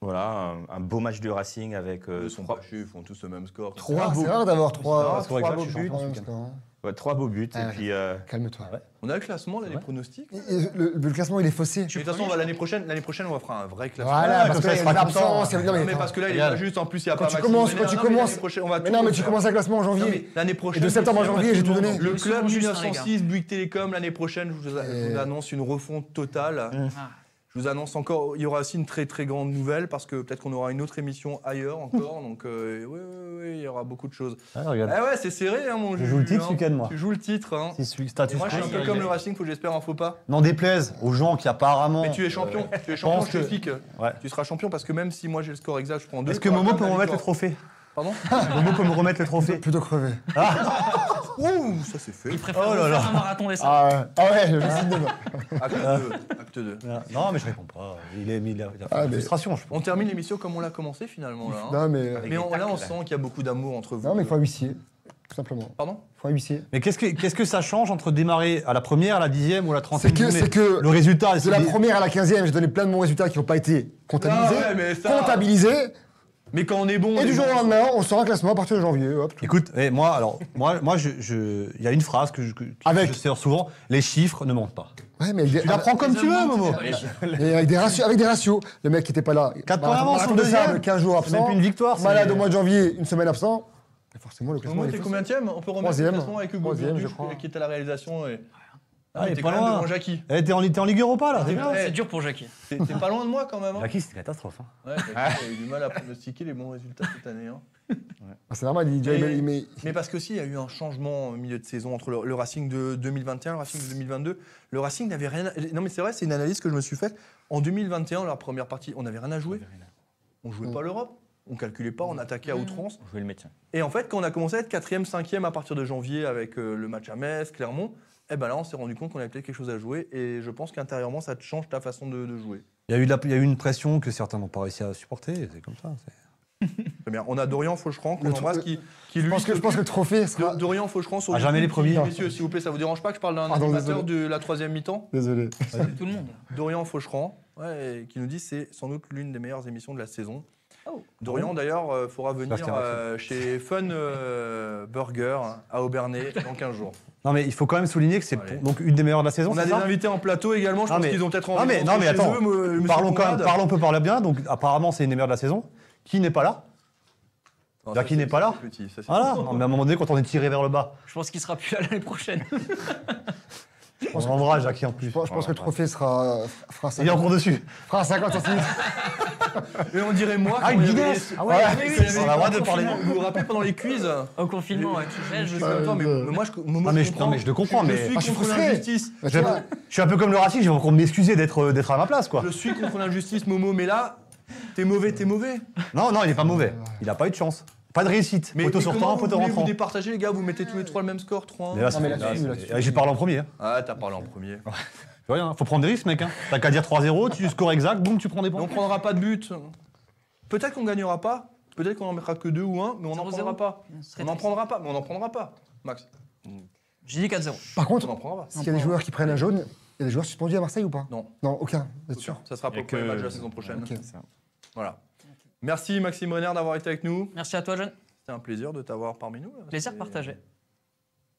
Speaker 4: Voilà, un, un beau match de Racing avec euh,
Speaker 2: Ils sont
Speaker 4: trois,
Speaker 2: pas chiés, ils font tous le même score.
Speaker 5: C'est rare, c'est rare d'avoir
Speaker 1: Ah,
Speaker 5: trois
Speaker 1: c'est vrai que
Speaker 5: trois
Speaker 1: là,
Speaker 5: beaux
Speaker 1: je suis
Speaker 5: buts.
Speaker 1: champion ce
Speaker 5: Ouais,
Speaker 1: week-end.
Speaker 5: parce que, hein,
Speaker 4: ouais, trois beaux buts.
Speaker 5: Ah,
Speaker 4: et puis, euh,
Speaker 5: Calme-toi.
Speaker 1: Ouais.
Speaker 2: On a le classement, là,
Speaker 1: C'est
Speaker 2: les
Speaker 1: vrai
Speaker 2: pronostics
Speaker 5: Et- et Le, le classement, il est faussé.
Speaker 2: Mais De toute façon, on va- l'année prochaine, l'année prochaine, on va faire un vrai classement.
Speaker 5: Voilà,
Speaker 1: Ouais,
Speaker 5: parce
Speaker 1: comme
Speaker 5: que
Speaker 1: ça,
Speaker 5: là,
Speaker 1: il
Speaker 5: il y
Speaker 1: sera
Speaker 5: a
Speaker 1: content.
Speaker 5: l'absence.
Speaker 2: Non, mais parce que là, il est
Speaker 1: Regarde.
Speaker 2: pas juste. En plus, il n'y a
Speaker 5: Quand
Speaker 2: pas
Speaker 5: tu
Speaker 2: Maxime
Speaker 5: commences-
Speaker 2: René.
Speaker 5: quand tu
Speaker 2: Non, mais l'année
Speaker 5: commences-
Speaker 2: prochaine, on va
Speaker 5: Mais
Speaker 2: tout
Speaker 5: non, mais
Speaker 2: refaire.
Speaker 5: tu commences un classement en
Speaker 2: Non,
Speaker 5: janvier.
Speaker 2: mais l'année prochaine.
Speaker 5: de septembre à
Speaker 2: c'est-
Speaker 5: janvier, j'ai tout donné.
Speaker 2: Le
Speaker 3: Ils sont
Speaker 2: club
Speaker 3: justes, hein, les
Speaker 2: 1906, Bouygues Télécom, l'année prochaine, je vous, a- je vous
Speaker 5: Et-
Speaker 2: annonce une refonte totale.
Speaker 3: Ah.
Speaker 2: Je vous annonce encore, il y aura aussi une très très grande nouvelle parce que peut-être qu'on aura une autre émission ailleurs encore. donc, euh, oui, oui, oui, il y aura beaucoup de choses.
Speaker 1: Ah, regarde.
Speaker 2: Ah ouais, c'est serré, hein, mon
Speaker 1: Je
Speaker 2: Jules,
Speaker 1: joue le titre
Speaker 2: hein.
Speaker 1: ce week-end, moi.
Speaker 2: Tu joues le titre, hein.
Speaker 1: Si celui-
Speaker 2: Et
Speaker 1: status
Speaker 2: moi, je suis un
Speaker 1: quo.
Speaker 2: peu comme le Racing, faut que j'espère un faux pas.
Speaker 1: N'en déplaise aux gens qui apparemment.
Speaker 2: Mais tu es champion, tu es champion,
Speaker 1: pense
Speaker 2: je te
Speaker 1: que-
Speaker 2: pique.
Speaker 1: Ouais.
Speaker 2: Tu seras champion parce que même si moi j'ai le score exact, je prends deux.
Speaker 1: Est-ce que
Speaker 2: toi,
Speaker 1: Momo
Speaker 2: quand
Speaker 1: peut
Speaker 2: même,
Speaker 1: me
Speaker 2: la
Speaker 1: mettre le
Speaker 2: victoire.
Speaker 1: trophée
Speaker 2: Pardon
Speaker 1: Momo peut me remettre le trophée.
Speaker 5: Plutôt crevé.
Speaker 2: Ouh, ça c'est fait.
Speaker 3: Il préfère
Speaker 1: Oh là là.
Speaker 3: faire un marathon des sables.
Speaker 5: Ah ouais, ah ouais je me suis dit,
Speaker 2: Acte 2. Acte 2.
Speaker 1: Ah, Non, mais je réponds pas. Il, est, il a, il a fait
Speaker 5: Ah,
Speaker 1: une
Speaker 5: mais-
Speaker 1: frustration, je pense.
Speaker 2: On termine l'émission comme on l'a commencé finalement. Là, hein.
Speaker 5: Non, mais, euh,
Speaker 2: Mais on- là, on
Speaker 4: Spectacle.
Speaker 2: sent qu'il y a beaucoup d'amour entre vous.
Speaker 5: non, mais il faut un huissier, tout simplement.
Speaker 2: Pardon
Speaker 5: Il faut un huissier.
Speaker 1: Mais qu'est-ce que, qu'est-ce que ça change entre démarrer à la première, à la dixième ou à la
Speaker 5: C'est
Speaker 1: trentième
Speaker 5: que,
Speaker 1: journée
Speaker 5: c'est que
Speaker 1: Le résultat,
Speaker 5: de
Speaker 1: c'est
Speaker 5: la
Speaker 1: des-
Speaker 5: première à la quinzième, j'ai donné plein de bons résultats qui n'ont pas été comptabilisés.
Speaker 2: Ah ouais, mais ça-
Speaker 5: comptabilisés.
Speaker 2: Mais quand on est bon. on
Speaker 5: Et
Speaker 2: est
Speaker 5: du jour
Speaker 2: bon.
Speaker 5: au lendemain, on sort un classement à partir de janvier. Hop.
Speaker 1: Écoute, eh, moi, alors, moi, moi, je, je- il y a une phrase que je, que- que
Speaker 5: Avec.
Speaker 1: je sors souvent les chiffres ne mentent pas.
Speaker 5: Ouais, mais avec des,
Speaker 1: Tu la prends comme tu veux, Momo.
Speaker 2: Allez,
Speaker 5: et avec, des ratios, avec des ratios. Le mec qui n'était pas là.
Speaker 1: Quatre
Speaker 5: marathon-
Speaker 1: points d'avance,
Speaker 5: marathon
Speaker 1: on
Speaker 5: de
Speaker 1: deuxième.
Speaker 5: sable, 15 jours
Speaker 1: C'est même
Speaker 5: absent.
Speaker 1: plus une victoire, c'est-
Speaker 5: Malade au mois de janvier, une semaine absent. Et forcément, le classement.
Speaker 2: Momo,
Speaker 5: il est
Speaker 2: t'es
Speaker 5: faussé.
Speaker 2: combien On peut remettre le
Speaker 5: Troisième.
Speaker 2: classement avec Hugo
Speaker 5: Troisième,
Speaker 2: Bourduche,
Speaker 5: je crois.
Speaker 2: qui était à la réalisation. Et...
Speaker 1: Ah, il
Speaker 2: t'es
Speaker 1: est pas
Speaker 2: quand même
Speaker 1: loin.
Speaker 2: devant Jackie.
Speaker 1: Eh, t'es, en, t'es en Ligue Europa là, c'est
Speaker 2: Ouais.
Speaker 1: bien.
Speaker 3: C'est dur pour Jackie.
Speaker 2: T'es t'es pas loin de moi quand même. Hein.
Speaker 1: Jackie, c'est une catastrophe. hein.
Speaker 2: Ouais, Jackie, j'ai eu du mal à pronostiquer les bons résultats cette année. hein.
Speaker 5: Ah, C'est normal, il,
Speaker 2: Et-
Speaker 5: il, il, met-
Speaker 2: Mais parce qu'aussi, il y a eu un changement au milieu de saison entre le, le Racing de 2021 et le Racing de 2022. Le Racing n'avait rien. à- Non, mais c'est vrai, c'est une analyse que je me suis faite. En 2021, la première partie, on n'avait rien à jouer. On jouait
Speaker 5: Mm.
Speaker 2: pas l'Europe. On calculait pas,
Speaker 1: Mm.
Speaker 2: on attaquait à outrance.
Speaker 4: Je vais le médecin.
Speaker 2: Et en fait, quand on a commencé à être 4e, 5e à partir de janvier avec euh, le match à Metz, Clermont, eh ben là, on s'est rendu compte qu'on avait peut-être quelque chose à jouer. Et je pense qu'intérieurement, ça te change ta façon de, de jouer.
Speaker 1: Il y, a eu de la- il y a eu une pression que certains n'ont pas réussi à supporter. C'est comme ça. c'est-
Speaker 2: Très bien. On a Dorian Faucheran, qu'on
Speaker 5: Le tro-
Speaker 2: embrasse, qui, qui
Speaker 5: Je
Speaker 2: lui.
Speaker 5: pense que, je pense que Ah, le trophée sera.
Speaker 2: Do- Dorian Faucheran sur
Speaker 1: À jamais les
Speaker 2: qui dit,
Speaker 1: premiers.
Speaker 2: Messieurs, s'il vous plaît, ça vous dérange pas que je parle d'un
Speaker 5: Pardon,
Speaker 2: animateur de la troisième mi-temps
Speaker 5: Désolé.
Speaker 3: Tout le monde.
Speaker 2: Dorian Faucheran, ouais, qui nous dit c'est sans doute l'une des meilleures émissions de la saison.
Speaker 3: Oh.
Speaker 5: Ah
Speaker 2: Dorian, d'ailleurs, euh, fera venir
Speaker 1: Sébastien
Speaker 2: euh, chez Fun euh, Burger à Aubernay dans 15 jours.
Speaker 1: Non, mais il faut quand même souligner que c'est
Speaker 2: Allez.
Speaker 1: donc une des meilleures de la saison.
Speaker 2: On a
Speaker 1: c'est
Speaker 2: des
Speaker 1: ça
Speaker 2: invités en plateau également, je
Speaker 1: Non,
Speaker 2: pense
Speaker 1: mais-
Speaker 2: qu'ils ont peut-être
Speaker 1: Non,
Speaker 2: envie
Speaker 1: mais-
Speaker 2: de
Speaker 1: non, mais
Speaker 2: rentrer chez
Speaker 1: attends.
Speaker 2: eux, me- monsieur
Speaker 1: Parlons quand même,
Speaker 2: Conrad.
Speaker 1: parlons peu, parlons bien. Donc apparemment, c'est une des meilleures de la saison. Qui n'est pas là
Speaker 2: Non,
Speaker 1: Bah,
Speaker 2: ça,
Speaker 1: qui
Speaker 2: c'est-
Speaker 1: n'est pas là
Speaker 2: c'est petit, ça, c'est
Speaker 1: Voilà.
Speaker 2: petit.
Speaker 1: Non, mais à un moment donné, quand on est tiré vers le bas,
Speaker 3: Je pense qu'il sera plus là l'année prochaine.
Speaker 1: on rendra Jackie en
Speaker 5: Je
Speaker 1: plus.
Speaker 5: pense, je pense que le trophée sera, fera,
Speaker 1: Il est
Speaker 5: 50,
Speaker 1: encore dessus.
Speaker 5: fera 50 centimètres.
Speaker 2: Et on dirait moi
Speaker 1: Ah,
Speaker 2: quand
Speaker 1: une
Speaker 2: il y avait-
Speaker 1: Guinness Ah ouais,
Speaker 2: Voilà.
Speaker 3: oui, oui,
Speaker 2: Il y
Speaker 3: oui.
Speaker 2: avait-
Speaker 1: On a le droit de parler.
Speaker 2: Vous vous rappelez pendant les quiz
Speaker 3: Au confinement, ouais. Ouais, je
Speaker 2: Je
Speaker 3: sais.
Speaker 2: suis en même temps, mais mais moi, je, moi,
Speaker 1: mais je- non, mais je te comprends, mais-
Speaker 2: je suis
Speaker 1: Ah,
Speaker 5: je suis
Speaker 2: contre
Speaker 5: frustré.
Speaker 2: l'injustice.
Speaker 5: Bah, tu
Speaker 1: Je,
Speaker 5: vois,
Speaker 1: je suis un peu comme le Racing, je vais encore m'excuser d'être euh, d'être à ma place, quoi.
Speaker 2: Je suis contre l'injustice, Momo, mais là, t'es mauvais, t'es mauvais.
Speaker 1: Non, non, il est pas mauvais. Il a pas eu de chance. Pas de réussite.
Speaker 2: Mais
Speaker 1: poteau
Speaker 2: mais
Speaker 1: sortant,
Speaker 2: comment vous
Speaker 1: poteau
Speaker 2: voulez
Speaker 1: rentrant.
Speaker 2: Vous départagez, les gars, vous mettez tous les trois le même score, 3
Speaker 1: Mais là, c'est-
Speaker 5: mais
Speaker 1: là,
Speaker 5: là-dessus,
Speaker 1: c'est-
Speaker 5: là-dessus.
Speaker 1: là, j'ai parlé en premier. hein.
Speaker 2: Ah, t'as parlé en premier.
Speaker 1: Tu vois rien, faut prendre des risques, mec. hein. T'as qu'à dire 3-0, tu scores exact, boum, tu prends des
Speaker 2: Mais
Speaker 1: points.
Speaker 2: on prendra pas de but. Peut-être qu'on gagnera pas, peut-être qu'on en mettra que deux ou un, mais on n'en
Speaker 3: 0-0.
Speaker 2: prendra pas. On n'en prendra pas, mais on n'en prendra pas, Max.
Speaker 3: J'ai dit 4-0.
Speaker 5: Par contre,
Speaker 2: On n'en prendra pas.
Speaker 5: s'il y a des joueurs qui prennent un jaune, il y a des joueurs suspendus à Marseille ou pas
Speaker 2: Non.
Speaker 5: Non, aucun, vous êtes sûr
Speaker 2: Ça sera
Speaker 4: Il y a
Speaker 2: pour le
Speaker 4: que-
Speaker 2: match de la saison prochaine.
Speaker 5: Ok.
Speaker 2: Voilà. Merci Maxime Renard d'avoir été avec nous.
Speaker 3: Merci à toi, John.
Speaker 2: C'était un plaisir de t'avoir parmi nous. là.
Speaker 3: Plaisir
Speaker 2: C'est-
Speaker 3: partagé.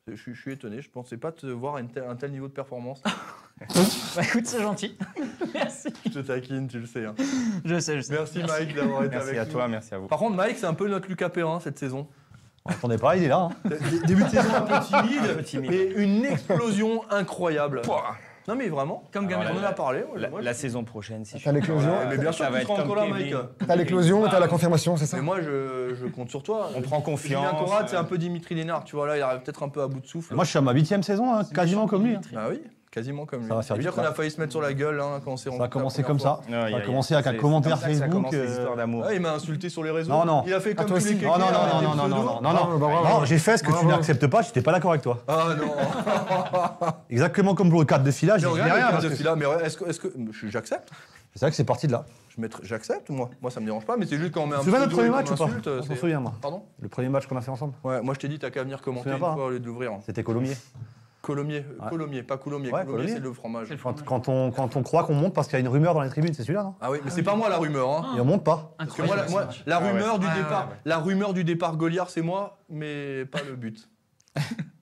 Speaker 2: Je, suis- je suis étonné, je pensais pas te voir à une telle- un tel niveau de performance.
Speaker 3: Ah Bah écoute, c'est gentil. Merci.
Speaker 2: je te taquine, tu le sais. hein.
Speaker 3: Je sais, je sais.
Speaker 2: Merci, Mike d'avoir été
Speaker 4: Merci
Speaker 2: avec
Speaker 4: à
Speaker 2: nous.
Speaker 4: toi, merci à vous.
Speaker 2: Par contre, Mike, c'est un peu notre Lucas Perrin cette saison.
Speaker 1: On attendait pas, il est là. hein.
Speaker 2: Début de saison un peu timide,
Speaker 4: peu timide.
Speaker 2: et une explosion incroyable. non mais vraiment,
Speaker 3: Comme
Speaker 4: Alors
Speaker 2: on
Speaker 4: là,
Speaker 3: Gamero.
Speaker 2: en a parlé. moi,
Speaker 4: Oh, La,
Speaker 2: moi,
Speaker 4: la
Speaker 2: je-
Speaker 4: saison prochaine, si
Speaker 5: T'as l'éclosion,
Speaker 2: mais bien sûr,
Speaker 4: Ça
Speaker 2: tu
Speaker 4: va être
Speaker 2: seras encore là,
Speaker 4: comme
Speaker 2: Mike.
Speaker 4: Kevin.
Speaker 5: t'as l'éclosion et t'as la confirmation, c'est ça
Speaker 2: Mais moi, je, je compte sur toi.
Speaker 4: On prend confiance.
Speaker 2: Julien Conrad, c'est
Speaker 4: euh,
Speaker 2: un peu Dimitri Lénard, tu vois, là, il arrive peut-être un peu à bout de souffle.
Speaker 1: Moi, je suis à ma huitième saison, hein, quasiment comme lui. hein.
Speaker 2: Bah oui, quasiment comme lui.
Speaker 1: va faire
Speaker 2: veut dire
Speaker 1: vite,
Speaker 2: qu'on
Speaker 1: là.
Speaker 2: a failli se mettre sur la gueule hein, quand on s'est
Speaker 1: Ça a commencé
Speaker 2: la
Speaker 1: comme
Speaker 2: première
Speaker 1: ça.
Speaker 4: non, il y
Speaker 1: Ça a
Speaker 4: il y
Speaker 1: commencé avec un
Speaker 4: c'est-
Speaker 1: commentaire
Speaker 4: c'est comme ça que ça
Speaker 1: Facebook.
Speaker 4: commence, les
Speaker 1: euh,
Speaker 4: histoires d'amour.
Speaker 2: fois. Ah, il m'a insulté sur les réseaux.
Speaker 1: Non, non.
Speaker 2: Il a fait
Speaker 5: Ah,
Speaker 2: comme
Speaker 5: toi
Speaker 2: tous les
Speaker 5: aussi.
Speaker 1: Non,
Speaker 2: kékés,
Speaker 1: non,
Speaker 2: il a
Speaker 1: non,
Speaker 2: des
Speaker 1: non, non, non, non,
Speaker 2: pseudos.
Speaker 1: non, non.
Speaker 5: Bravo, bravo,
Speaker 1: Non,
Speaker 5: bravo.
Speaker 1: j'ai fait ce que tu
Speaker 5: Bravo.
Speaker 1: n'acceptes pas, j'étais pas d'accord avec toi.
Speaker 2: Ah non.
Speaker 1: Exactement comme pour le cadre de filage,
Speaker 2: Mais
Speaker 1: je dis
Speaker 2: regarde,
Speaker 1: rien.
Speaker 2: le
Speaker 1: parce
Speaker 2: cas de
Speaker 1: que-
Speaker 2: Fila, mais est-ce que, est-ce que je- j'accepte
Speaker 1: C'est vrai que c'est parti de là.
Speaker 2: Je mettrai- J'accepte, moi. Moi, ça me dérange pas, mais c'est juste quand on met un
Speaker 1: Tu te souviens de notre
Speaker 2: pseudo et
Speaker 1: premier match
Speaker 2: qu'on
Speaker 1: ou pas
Speaker 2: m'insulte,
Speaker 1: On s'en
Speaker 2: c'est-
Speaker 1: souvient, moi.
Speaker 2: Pardon
Speaker 1: Le premier match qu'on a fait ensemble,
Speaker 2: Ouais, moi je t'ai dit, t'as qu'à venir commenter
Speaker 1: souviens
Speaker 2: une
Speaker 1: pas,
Speaker 2: fois au lieu de l'ouvrir.
Speaker 1: c'était Colomier.
Speaker 2: Colomier,
Speaker 1: Ouais.
Speaker 2: Colomier, pas Coulommier.
Speaker 1: Ouais,
Speaker 2: Coulommier,
Speaker 1: Coulommier.
Speaker 2: c'est le fromage.
Speaker 3: C'est le
Speaker 1: Quand,
Speaker 3: fromage.
Speaker 1: quand on, quand on croit qu'on monte parce qu'il y a une rumeur dans les tribunes, c'est celui-là, non
Speaker 2: Ah oui, mais c'est pas moi la rumeur. Hein.
Speaker 1: Et on monte pas.
Speaker 2: Parce que moi, la,
Speaker 3: Incroyable.
Speaker 2: moi, la
Speaker 4: Ah ouais.
Speaker 2: rumeur du
Speaker 3: Ouais, ouais,
Speaker 2: départ,
Speaker 4: ouais.
Speaker 2: la rumeur du départ Goliard, c'est moi, mais pas le but.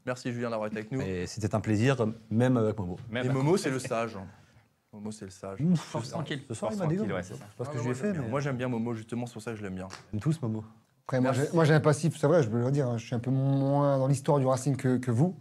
Speaker 2: Merci Julien d'avoir été avec nous.
Speaker 1: Et c'était un plaisir, même avec Momo.
Speaker 4: Même-
Speaker 2: Et Momo, c'est le sage. Momo, c'est le sage.
Speaker 3: Force tranquille.
Speaker 1: Ce soir,
Speaker 4: Force
Speaker 1: il m'a dégoûté.
Speaker 4: tranquille, ouais,
Speaker 1: je
Speaker 4: c'est
Speaker 1: sais
Speaker 4: ça.
Speaker 1: pas ce que
Speaker 2: Ah,
Speaker 1: je lui
Speaker 2: moi,
Speaker 1: ai fait,
Speaker 2: j'aime
Speaker 1: mais
Speaker 2: bien.
Speaker 1: moi,
Speaker 2: Moi, j'aime bien Momo, justement, c'est pour ça que je l'aime bien.
Speaker 1: j'aime tous Momo.
Speaker 5: Après, moi,
Speaker 2: Merci.
Speaker 5: j'ai- moi j'ai un passif, c'est vrai, je peux le dire, hein, je suis un peu moins dans l'histoire du Racing que, que vous.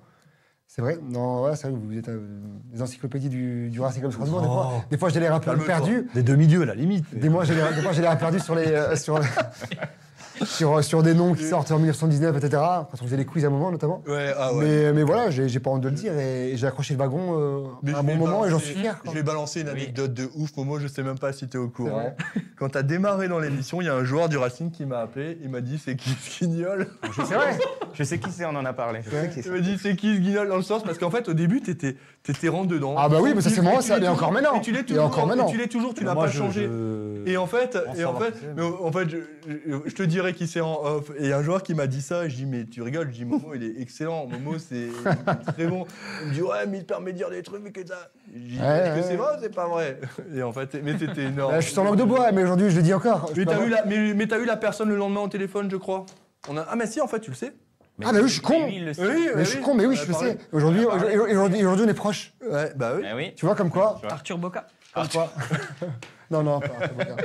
Speaker 5: C'est vrai, non, ouais, c'est vrai, vous êtes euh, des encyclopédies du, du Racing comme Strasbourg. Des fois,
Speaker 1: Oh.
Speaker 5: des fois, j'ai l'air un peu
Speaker 2: Calme-toi.
Speaker 5: perdu.
Speaker 1: Des demi-dieux, à la limite.
Speaker 5: Des, mois, j'ai l'air- des fois, j'ai l'air perdu sur les. euh, sur, sur, sur des noms qui sortent en 1919, etc. Quand on faisait les quiz à un moment, notamment.
Speaker 2: Ouais, ah ouais.
Speaker 5: Mais, mais voilà, j'ai j'ai pas honte de le dire et j'ai accroché le wagon euh,
Speaker 2: Mais
Speaker 5: à
Speaker 2: je
Speaker 5: un
Speaker 2: vais
Speaker 5: bon moment et j'en
Speaker 2: balancer-
Speaker 5: suis fier.
Speaker 2: Je vais balancer une anecdote de ouf, Momo, je sais même pas si t'es au courant.
Speaker 5: vrai.
Speaker 2: Quand t'as démarré dans l'émission, il y a un joueur du Racing qui m'a appelé, il m'a dit c'est qui ce guignol
Speaker 4: Je sais,
Speaker 5: vrai.
Speaker 4: je sais qui c'est, on en a parlé. Je sais qui
Speaker 2: Il
Speaker 4: c'est.
Speaker 2: m'a dit c'est qui ce guignol dans le sens parce qu'en fait au début t'étais t'étais rentre dedans.
Speaker 5: Ah bah oui, mais ça,
Speaker 2: Tu-
Speaker 5: c'est moi,
Speaker 2: et tu
Speaker 5: ça,
Speaker 2: l'es
Speaker 5: mais encore
Speaker 2: toujours-
Speaker 5: maintenant.
Speaker 2: Et tu l'es
Speaker 5: Et
Speaker 2: toujours,
Speaker 5: encore
Speaker 2: et
Speaker 5: maintenant.
Speaker 2: tu l'es toujours, tu
Speaker 1: Moi,
Speaker 2: l'as pas
Speaker 1: je-
Speaker 2: changé.
Speaker 1: je-
Speaker 2: Et en fait,
Speaker 1: Pense
Speaker 2: et en
Speaker 1: savoir
Speaker 2: fait,
Speaker 1: qui c'est,
Speaker 2: mais en fait, je, je- je te dirais qui c'est en off. euh, Et il y a un joueur qui m'a dit ça, et je dis mais tu rigoles, je dis Momo il est excellent, Momo c'est il est très bon. Il me dit ouais mais il te permet de dire des trucs mais que ça. Je dis
Speaker 5: Ouais,
Speaker 2: est-ce que
Speaker 5: ouais.
Speaker 2: c'est vrai ou c'est pas vrai Et en fait, mais c'était énorme.
Speaker 5: Là, Bah, je suis sur langue de bois, mais aujourd'hui, je le dis encore. Je
Speaker 2: Mais
Speaker 5: peux
Speaker 2: t'as
Speaker 5: avoir-
Speaker 2: eu la, mais, mais t'as eu la personne le lendemain au téléphone je crois. On a, ah mais si en fait tu le sais.
Speaker 5: Ah bah oui, je suis con.
Speaker 4: Lui, il le sait.
Speaker 2: Oui,
Speaker 5: Mais je suis con, mais oui, je le sais. Aujourd'hui, aujourd'hui, aujourd'hui, aujourd'hui, on est proches.
Speaker 2: Ouais bah oui.
Speaker 4: Eh oui.
Speaker 5: Tu vois, comme quoi,
Speaker 4: Tu vois.
Speaker 3: Arthur Boca.
Speaker 5: Comme quoi. non, non, pas, pas grave.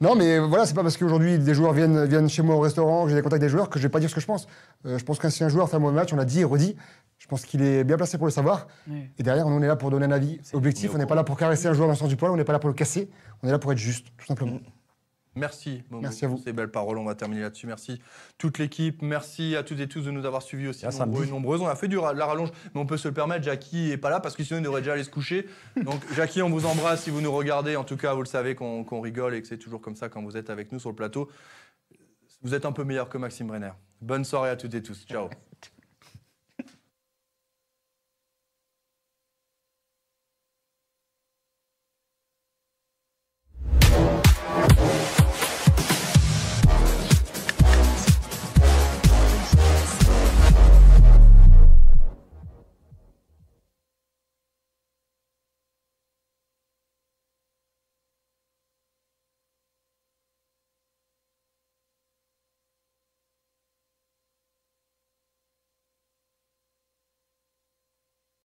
Speaker 5: Non, mais voilà, c'est pas parce qu'aujourd'hui des joueurs viennent, viennent chez moi au restaurant, que j'ai des contacts des joueurs, que je vais pas dire ce que je pense. Euh, je pense qu'un si un joueur fait un mauvais match, on l'a dit et redit. Je pense qu'il est bien placé pour le savoir.
Speaker 3: Oui.
Speaker 5: Et derrière, nous, on est là pour donner un avis
Speaker 4: C'est
Speaker 5: objectif.
Speaker 4: mis au
Speaker 5: On n'est pas là pour caresser un joueur dans le sens du poil, on n'est pas là pour le casser. On est là pour être juste, tout simplement.
Speaker 2: Merci, Momo,
Speaker 5: Merci à vous.
Speaker 2: pour Ces belles paroles, on va terminer là-dessus. Merci toute l'équipe, merci à toutes et tous de nous avoir suivis aussi
Speaker 1: Et à
Speaker 2: nombreux
Speaker 1: samedi.
Speaker 2: et nombreuses. On a fait du ra- la rallonge, mais on peut se le permettre. Jackie est pas là parce que sinon il devrait déjà aller se coucher. Donc Jackie, on vous embrasse si vous nous regardez. En tout cas, vous le savez qu'on qu'on rigole et que c'est toujours comme ça quand vous êtes avec nous sur le plateau. Vous êtes un peu meilleur que Maxime Brenner. Bonne soirée à toutes et tous. Ciao.